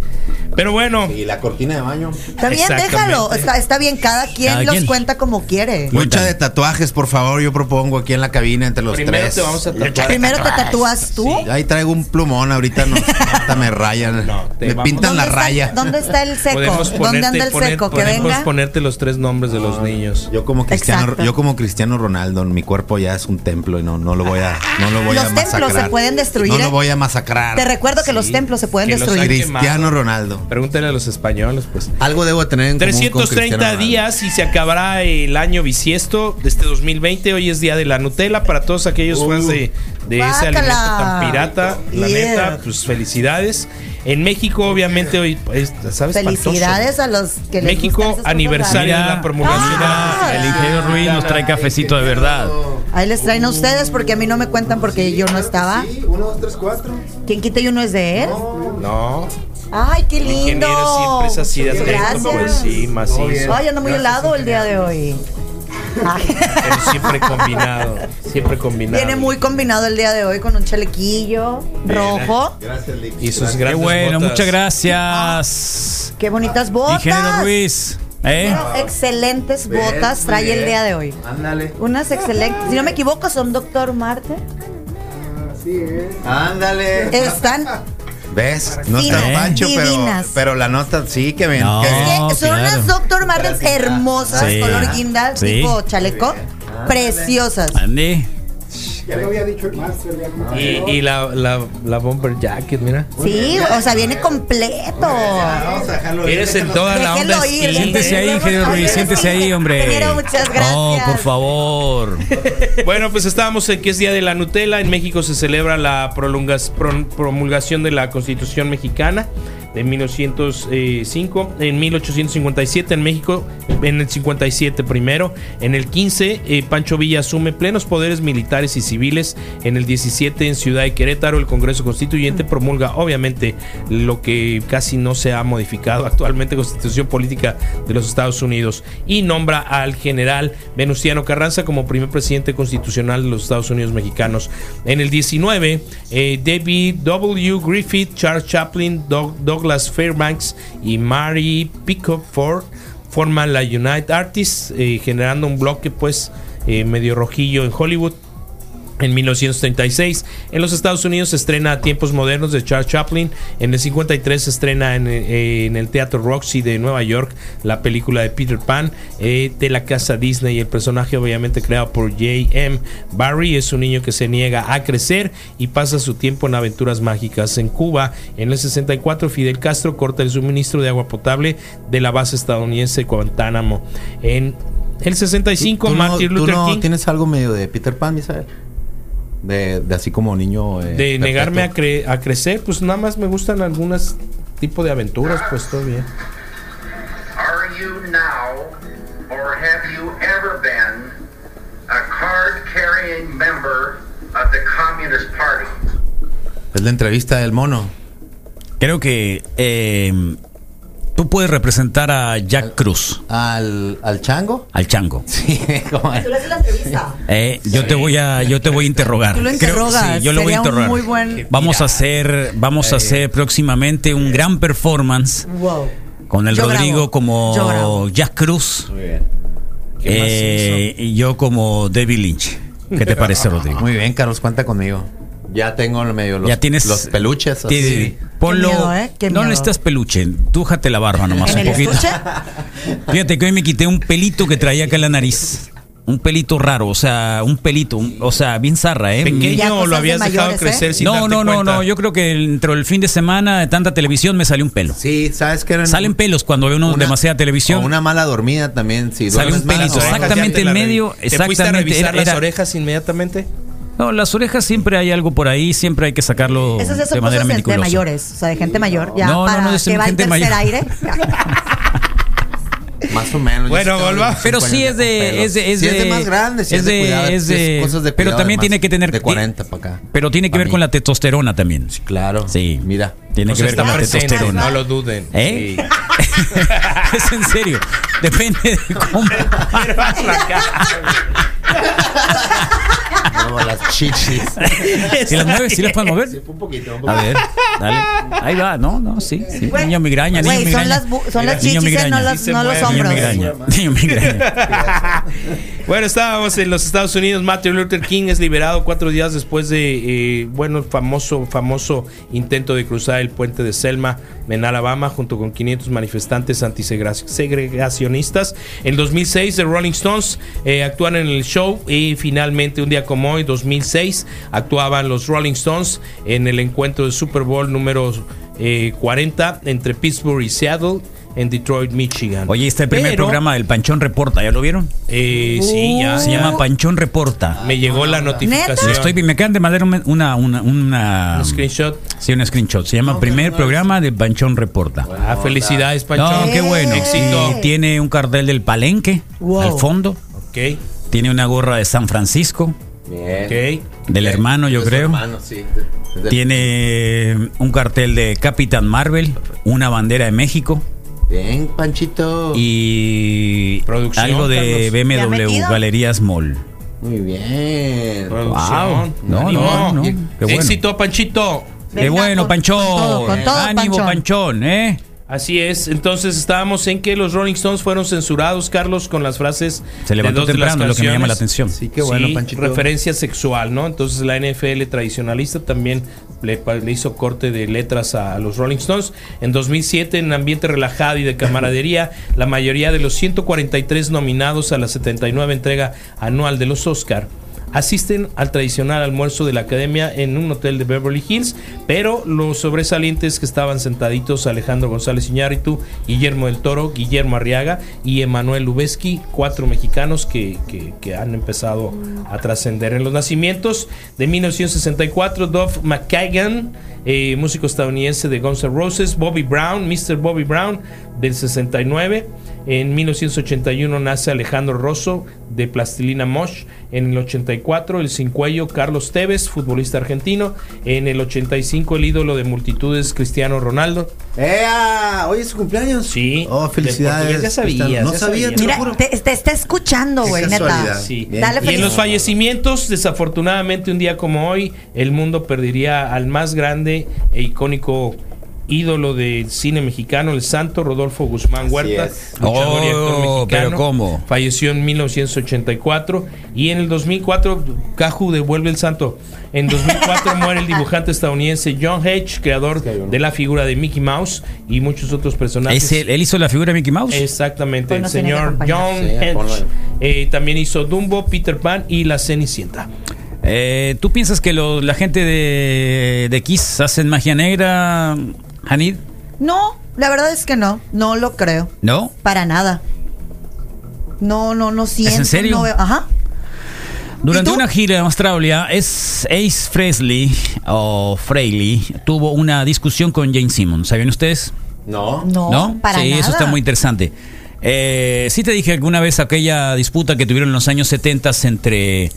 Speaker 7: Pero bueno.
Speaker 8: Y la cortina de baño.
Speaker 6: Está bien, déjalo. Está, está bien, cada quien
Speaker 8: Cada
Speaker 6: los
Speaker 8: quien.
Speaker 6: cuenta como quiere.
Speaker 8: Lucha de tatuajes, por favor, yo propongo aquí en la cabina entre los
Speaker 7: Primero
Speaker 8: tres.
Speaker 7: te vamos a tatuar.
Speaker 6: Primero te tatúas tú.
Speaker 8: Ahí traigo un plumón, ahorita no, hasta me rayan. me
Speaker 7: vamos-
Speaker 8: pintan la
Speaker 6: ¿Dónde está-
Speaker 8: raya.
Speaker 6: ¿Dónde está el seco?
Speaker 7: Podemos
Speaker 6: ¿Dónde
Speaker 7: ponerte-
Speaker 6: anda el
Speaker 7: poner-
Speaker 6: seco? Que
Speaker 7: podemos
Speaker 6: venga.
Speaker 7: ponerte los tres nombres de los niños.
Speaker 8: Yo como Cristiano,
Speaker 6: Exacto.
Speaker 8: yo como Cristiano Ronaldo, mi cuerpo ya es un templo y no, no lo voy a, no lo voy a
Speaker 6: Los templos
Speaker 8: masacrar.
Speaker 6: se pueden destruir,
Speaker 8: No
Speaker 6: ¿eh?
Speaker 8: lo voy a masacrar.
Speaker 6: Te recuerdo que los templos se pueden
Speaker 7: que los
Speaker 6: destruir.
Speaker 7: han
Speaker 8: Cristiano Ronaldo.
Speaker 7: Pregúntale a los españoles, pues.
Speaker 8: Algo debo tener en común con Cristiano
Speaker 7: 330
Speaker 8: Ronaldo.
Speaker 7: días y se acabará el año bisiesto de este 2020. Hoy es día de la Nutella para todos aquellos fans de, de ese
Speaker 6: Guácala.
Speaker 7: alimento tan pirata. La
Speaker 6: Yeah.
Speaker 7: neta, pues felicidades. En México, obviamente, hoy, pues, ¿sabes?
Speaker 6: Felicidades a los que les gustan
Speaker 7: México,
Speaker 6: esas cosas
Speaker 7: aniversario de
Speaker 2: raras.
Speaker 7: la promulgación.
Speaker 6: Ah.
Speaker 2: El ingeniero Ruiz nos trae cafecito de verdad.
Speaker 6: raras. Ahí les traen a ustedes porque a mí no me cuentan porque yo no estaba.
Speaker 8: Uno, dos, tres, cuatro.
Speaker 6: ¿Quién quita y uno es de él?
Speaker 7: No,
Speaker 6: Ay, qué lindo.
Speaker 7: ingeniero siempre es así de atento, pues
Speaker 6: Gracias.
Speaker 7: sí, macizo.
Speaker 6: Ay, ando muy helado el día de hoy.
Speaker 7: Pero
Speaker 6: [LAUGHS]
Speaker 7: siempre combinado, siempre combinado.
Speaker 6: Viene muy combinado el día de hoy con un chalequillo rojo.
Speaker 7: Y sus
Speaker 2: Qué
Speaker 7: grandes
Speaker 2: bueno,
Speaker 7: botas.
Speaker 2: muchas gracias.
Speaker 6: Qué bonitas Ah, botas.
Speaker 2: Ingeniero Ruiz. ¿eh?
Speaker 6: Pero excelentes botas trae el día de hoy.
Speaker 8: Ándale.
Speaker 6: Unas excelentes. Si no me equivoco, son Doctor Marte.
Speaker 8: Ándale.
Speaker 6: Están.
Speaker 8: ¿Ves? No está
Speaker 6: Finas,
Speaker 8: Pancho, pero,
Speaker 6: divinas.
Speaker 8: pero la nota sí que ven.
Speaker 2: No.
Speaker 8: que ven.
Speaker 2: Oh,
Speaker 6: son
Speaker 2: claro.
Speaker 6: unas Doctor Martens hermosas,
Speaker 2: Sí.
Speaker 6: color guinda,
Speaker 2: Sí.
Speaker 6: tipo chaleco. Preciosas.
Speaker 2: Andy.
Speaker 7: Y, y la, la, la bomber jacket, mira.
Speaker 6: Sí, o sea, viene completo.
Speaker 2: Eres en toda la
Speaker 6: Déjenlo
Speaker 2: onda.
Speaker 6: ir,
Speaker 2: skinny. Siéntese ahí,
Speaker 7: ¿eh?
Speaker 6: déjenlo
Speaker 2: ingeniero
Speaker 6: ir.
Speaker 2: Ruiz, siéntese ahí, hombre.
Speaker 6: Ingeniero, muchas gracias.
Speaker 2: No, por favor.
Speaker 7: [LAUGHS] Bueno, pues estábamos en que es Día de la Nutella. En México se celebra la prolongas- pron- promulgación de la Constitución Mexicana de 1905. En 1857 en México, en el 57 primero. En el 15, eh, Pancho Villa asume plenos poderes militares y civiles. En el 17, en Ciudad de Querétaro, el Congreso Constituyente promulga, obviamente, lo que casi no se ha modificado actualmente, Constitución Política de los Estados Unidos. Y nombra al general Venustiano Carranza como primer presidente constitucional de los Estados Unidos mexicanos. En el 19, eh, David W. Griffith, Charles Chaplin, Doug- Douglas Fairbanks y Mary Pickford forman la United Artists, eh, generando un bloque pues eh, medio rojillo en Hollywood. En 1936, en los Estados Unidos se estrena Tiempos Modernos de Charles Chaplin. En el 53 se estrena en, eh, en el Teatro Roxy de Nueva York la película de Peter Pan eh, de la casa Disney. El personaje obviamente creado por J.M. Barry es un niño que se niega a crecer y pasa su tiempo en aventuras mágicas. En Cuba, en el 64, Fidel Castro corta el suministro de agua potable de la base estadounidense Guantánamo. En el 65,
Speaker 8: ¿Tú no-
Speaker 7: Martin
Speaker 8: tú
Speaker 7: Luther
Speaker 8: no
Speaker 7: King.
Speaker 8: tienes algo medio de Peter Pan, Isabel? De, de así como niño. eh,
Speaker 7: de
Speaker 8: perpetuo.
Speaker 7: negarme a, cre- a crecer, pues nada más me gustan algunas tipo de aventuras, pues todo bien.
Speaker 23: Are you now, or have you ever been, a card carrying member of the Communist Party?
Speaker 8: Es la entrevista del mono.
Speaker 2: Creo que eh, tú puedes representar a Jack Cruz.
Speaker 8: ¿Al, chango? [LAUGHS]
Speaker 2: Al chango.
Speaker 6: Tú le haces la entrevista.
Speaker 2: Eh, yo te voy a yo te voy a interrogar.
Speaker 6: Tú lo
Speaker 2: Creo-
Speaker 6: interrogas.
Speaker 2: sí, yo lo voy a
Speaker 6: Sería un
Speaker 2: interrogar.
Speaker 6: muy buen-
Speaker 2: Vamos a hacer
Speaker 8: Eh.
Speaker 2: vamos a hacer próximamente un gran performance
Speaker 6: Wow.
Speaker 2: con el
Speaker 6: Yo
Speaker 2: Rodrigo
Speaker 6: grabo. Yo grabo.
Speaker 2: como Jack Cruz. Eh, y yo como David Lynch. ¿Qué te parece, Rodrigo?
Speaker 8: Muy bien, Carlos, cuenta conmigo. Ya tengo lo medio los,
Speaker 2: ya tienes
Speaker 8: los peluches.
Speaker 2: Ti-
Speaker 8: así.
Speaker 2: Ponlo.
Speaker 6: Qué miedo, ¿eh? Qué
Speaker 2: No
Speaker 6: miedo.
Speaker 2: necesitas peluche, tújate la barba nomás
Speaker 6: ¿En
Speaker 2: un
Speaker 6: el
Speaker 2: poquito.
Speaker 6: estuche?
Speaker 2: Fíjate que hoy me quité un pelito que traía acá en la nariz. Un pelito raro, o sea, un pelito, un- o sea, bien zarra, ¿eh?
Speaker 7: Pequeño Em, Ya cosas lo habías de dejado mayores, ¿eh? crecer sin
Speaker 2: No,
Speaker 7: darte
Speaker 2: no, no,
Speaker 7: cuenta.
Speaker 2: no, yo creo que dentro del fin de semana de tanta televisión me salió un pelo.
Speaker 8: Sí, sabes que
Speaker 2: Salen pelos cuando ve uno demasiada televisión.
Speaker 8: O una mala dormida también. Si
Speaker 2: Sale
Speaker 8: duermes
Speaker 2: un
Speaker 8: mal,
Speaker 2: pelito,
Speaker 8: ahora-
Speaker 2: exactamente en medio,
Speaker 7: ¿Te fuiste a
Speaker 2: exactamente,
Speaker 7: revisar
Speaker 2: era-
Speaker 7: las
Speaker 2: era-
Speaker 7: orejas inmediatamente?
Speaker 2: No, las orejas siempre hay algo por ahí, siempre hay que sacarlo
Speaker 6: Esas ya son
Speaker 2: de manera
Speaker 6: cosas de, de
Speaker 2: meticulosa.
Speaker 6: mayores, o sea, de gente mayor. Ya
Speaker 2: No, no,
Speaker 6: para
Speaker 2: no, es
Speaker 6: que va en
Speaker 2: gente
Speaker 6: tercer
Speaker 2: mayor. [LAUGHS]
Speaker 6: aire.
Speaker 8: Más o menos.
Speaker 2: Bueno,
Speaker 8: volvamos.
Speaker 2: Pero sí es de. Es de, es
Speaker 8: Sí,
Speaker 2: de
Speaker 8: es de más grande, sí
Speaker 2: es
Speaker 8: es de cuidado,
Speaker 2: de. es
Speaker 8: sí es
Speaker 2: de-
Speaker 8: cosas de
Speaker 2: Pero
Speaker 8: cuidado
Speaker 2: también
Speaker 8: de más,
Speaker 2: tiene que tener.
Speaker 8: de 40 pa' acá.
Speaker 2: Pero tiene que
Speaker 8: Pa'
Speaker 2: ver
Speaker 8: mí.
Speaker 2: con la testosterona también.
Speaker 8: claro.
Speaker 2: Sí.
Speaker 8: [LAUGHS] Mira.
Speaker 2: Tiene
Speaker 7: O
Speaker 2: que
Speaker 7: sea,
Speaker 2: ver
Speaker 7: Pues está
Speaker 2: con la
Speaker 7: presente,
Speaker 2: testosterona.
Speaker 7: No lo duden.
Speaker 2: ¿Eh?
Speaker 7: [LAUGHS]
Speaker 2: [LAUGHS] es en serio. Depende de cómo.
Speaker 8: Luego las chichis.
Speaker 2: Si las mueves, si las puedes mover.
Speaker 8: un poquito.
Speaker 2: A ver, dale. Ahí va, no, no, sí. sí.
Speaker 6: Güey,
Speaker 2: niño migraña, niño
Speaker 6: güey, son
Speaker 2: migraña.
Speaker 6: las bu- son las
Speaker 2: Niño
Speaker 6: chichis, eh, no las-
Speaker 2: Sí se
Speaker 6: no los
Speaker 2: mueve.
Speaker 6: hombros.
Speaker 2: Niño migraña. Niño migraña.
Speaker 7: Bueno, estábamos en los Estados Unidos. Martin Luther King es liberado cuatro días después de, eh, bueno, famoso, famoso intento de cruzar el puente de Selma en Alabama junto con 500 manifestantes antisegregacionistas. En 2006, The Rolling Stones eh, actúan en el show y finalmente, un día como hoy, 2006, actuaban los Rolling Stones en el encuentro de Super Bowl número eh, 40 entre Pittsburgh y Seattle en Detroit, Michigan.
Speaker 2: Oye, este primer
Speaker 7: Pero,
Speaker 2: programa del Panchón Reporta, ¿ya lo vieron?
Speaker 7: eh, sí, ya.
Speaker 2: Se
Speaker 7: ya.
Speaker 2: llama Panchón Reporta.
Speaker 7: Me llegó la notificación.
Speaker 2: Yo estoy, me acaban de mandar un- una, una, una-
Speaker 7: Un screenshot.
Speaker 2: Sí, un screenshot. Se llama Primer Programa de Panchón Reporta.
Speaker 7: Ah, felicidades, Panchón.
Speaker 2: No, qué bueno.
Speaker 7: Éxito.
Speaker 2: Y tiene un cartel del Palenque
Speaker 7: Wow.
Speaker 2: al fondo.
Speaker 7: Ok.
Speaker 2: Tiene una gorra de San Francisco.
Speaker 8: Bien.
Speaker 2: Del hermano, yo
Speaker 8: Los
Speaker 2: creo.
Speaker 8: hermanos, sí. Desde-
Speaker 2: Tiene eh, un cartel de Capitán Marvel, una bandera de México
Speaker 8: Bien, Panchito.
Speaker 2: y
Speaker 7: Producción,
Speaker 2: algo de
Speaker 8: Carlos.
Speaker 6: ¿Te ha
Speaker 2: BMW
Speaker 6: metido?
Speaker 2: Galerías Mall.
Speaker 8: Muy bien.
Speaker 7: Producción.
Speaker 2: Wow. No, no, no. Qué bueno.
Speaker 7: Éxito, Panchito.
Speaker 2: Qué bueno, Panchón.
Speaker 6: todo, con todo,
Speaker 2: Ánimo,
Speaker 6: Panchón.
Speaker 2: Panchón, ¿eh?
Speaker 7: Así es. Entonces estábamos en que los Rolling Stones fueron censurados, Carlos, con las frases.
Speaker 2: Se
Speaker 7: de
Speaker 2: levantó
Speaker 7: dos de las
Speaker 2: temprano, lo que me llama la
Speaker 7: canciones.
Speaker 2: atención.
Speaker 8: Sí, qué bueno,
Speaker 7: Sí,
Speaker 8: Panchito.
Speaker 7: Referencia sexual, ¿no? Entonces la NFL tradicionalista también le, pa- le hizo corte de letras a los Rolling Stones. En 2007, en ambiente relajado y de camaradería, [LAUGHS] la mayoría de los 143 nominados a la 79 entrega anual de los Oscar asisten al tradicional almuerzo de la academia en un hotel de Beverly Hills, pero los sobresalientes que estaban sentaditos Alejandro González Iñárritu, Guillermo del Toro, Guillermo Arriaga y Emanuel Lubeski, cuatro mexicanos que, que- que han empezado a trascender en los nacimientos. De 1964, Dove McKagan, eh, músico estadounidense de Guns N' Roses, Bobby Brown, Mr. Bobby Brown, del 69. En 1981 nace Alejandro Rosso de Plastilina Mosh. En el 84 el cincuello Carlos Tevez, futbolista argentino. En el 85 el ídolo de multitudes Cristiano Ronaldo.
Speaker 24: ¡Ea! Hoy es su cumpleaños.
Speaker 7: Sí.
Speaker 24: Oh, felicidades.
Speaker 7: Ya sabías.
Speaker 24: No sabía,
Speaker 7: ya sabías.
Speaker 24: te lo
Speaker 6: Mira,
Speaker 24: juro.
Speaker 6: te, te está escuchando, güey, neta.
Speaker 7: Sí.
Speaker 6: Dale
Speaker 7: Y en los
Speaker 6: feliz.
Speaker 7: fallecimientos, desafortunadamente, un día como hoy, el mundo perdería al más grande e icónico ídolo del cine mexicano, el santo Rodolfo Guzmán Huerta,
Speaker 2: es. Oh, pero ¿cómo?
Speaker 7: Falleció en 1984 y en el 2004 Caju devuelve el santo. En 2004 muere el dibujante estadounidense John Hedge, creador de la figura de Mickey Mouse y muchos otros personajes.
Speaker 2: ¿Es él, él hizo la figura de Mickey Mouse?
Speaker 7: Exactamente,
Speaker 2: Pues
Speaker 7: el
Speaker 2: nos tiene que
Speaker 7: señor
Speaker 2: acompañar.
Speaker 7: John
Speaker 2: Sí,
Speaker 7: Hedge.
Speaker 2: ponlo ahí.
Speaker 7: Eh, también hizo Dumbo, Peter Pan y La Cenicienta.
Speaker 2: Eh, ¿Tú piensas que lo- la gente de, de Kiss hacen magia negra, Hanid?
Speaker 6: No, la verdad es que no, no lo creo.
Speaker 2: ¿No?
Speaker 6: Para nada. No, no, no siento.
Speaker 2: en serio?
Speaker 6: no veo- ajá.
Speaker 2: Durante una gira en Australia, es Ace Fresley o Frehley tuvo una discusión con Jane Simmons. ¿Sabían ustedes?
Speaker 24: No.
Speaker 6: No, para
Speaker 2: sí, eso
Speaker 6: nada.
Speaker 2: está muy interesante. Eh, sí te dije alguna vez aquella disputa que tuvieron en los años 70 entre,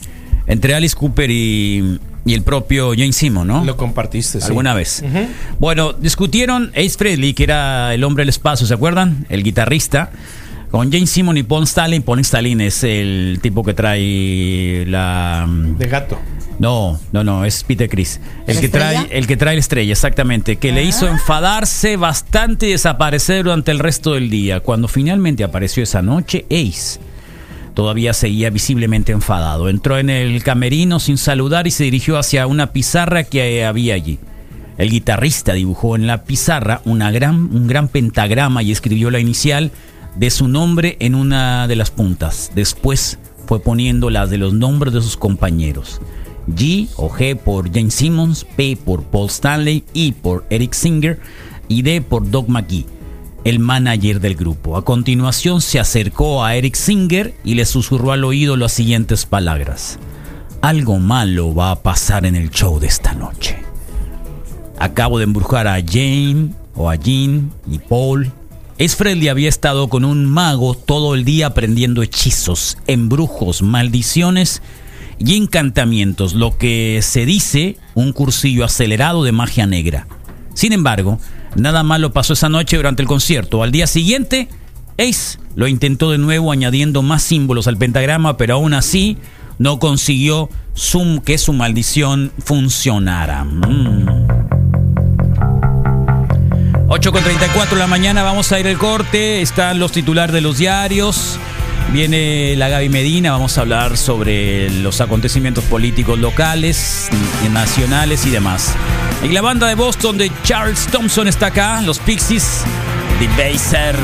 Speaker 2: entre Alice Cooper y, y el propio Jane Simmons, ¿no?
Speaker 7: Lo compartiste, sí.
Speaker 2: Ah. Alguna vez.
Speaker 7: Ujú.
Speaker 2: Bueno, discutieron Ace Frehley, que era el hombre del espacio, ¿se acuerdan? El guitarrista. Con James Simon y Paul Stalin. Paul Stalin es el tipo que trae la...
Speaker 7: De gato.
Speaker 2: No, no, no, es Peter Chris. El
Speaker 7: ¿La
Speaker 2: que, trae,
Speaker 7: estrella? Ah.
Speaker 2: el que trae la estrella, exactamente. Que le hizo enfadarse bastante y desaparecer durante el resto del día. Cuando finalmente apareció esa noche, Ace todavía seguía visiblemente enfadado. Entró en el camerino sin saludar y se dirigió hacia una pizarra que había allí. El guitarrista dibujó en la pizarra una gran, un gran pentagrama y escribió la inicial de su nombre en una de las puntas. Después fue poniendo las de los nombres de sus compañeros. G o G por James Simmons, P por Paul Stanley, I por Eric Singer y D por Doc McGee el manager del grupo. A continuación se acercó a Eric Singer y le susurró al oído las siguientes palabras. Algo malo va a pasar en el show de esta noche. Acabo de embrujar a Jane o a Jean y Paul. Es Freddy había estado con un mago todo el día aprendiendo hechizos, embrujos, maldiciones y encantamientos, lo que se dice un cursillo acelerado de magia negra. Sin embargo, nada malo pasó esa noche durante el concierto. Al día siguiente, Ace lo intentó de nuevo añadiendo más símbolos al pentagrama, pero aún así no consiguió su- que su maldición funcionara. Mm. 8.34 de la mañana, vamos a ir al corte, están los titulares de los diarios, viene la Gaby Medina, vamos a hablar sobre los acontecimientos políticos locales, y nacionales y demás. Y la banda de Boston de Charles Thompson está acá, los Pixies, The Baser.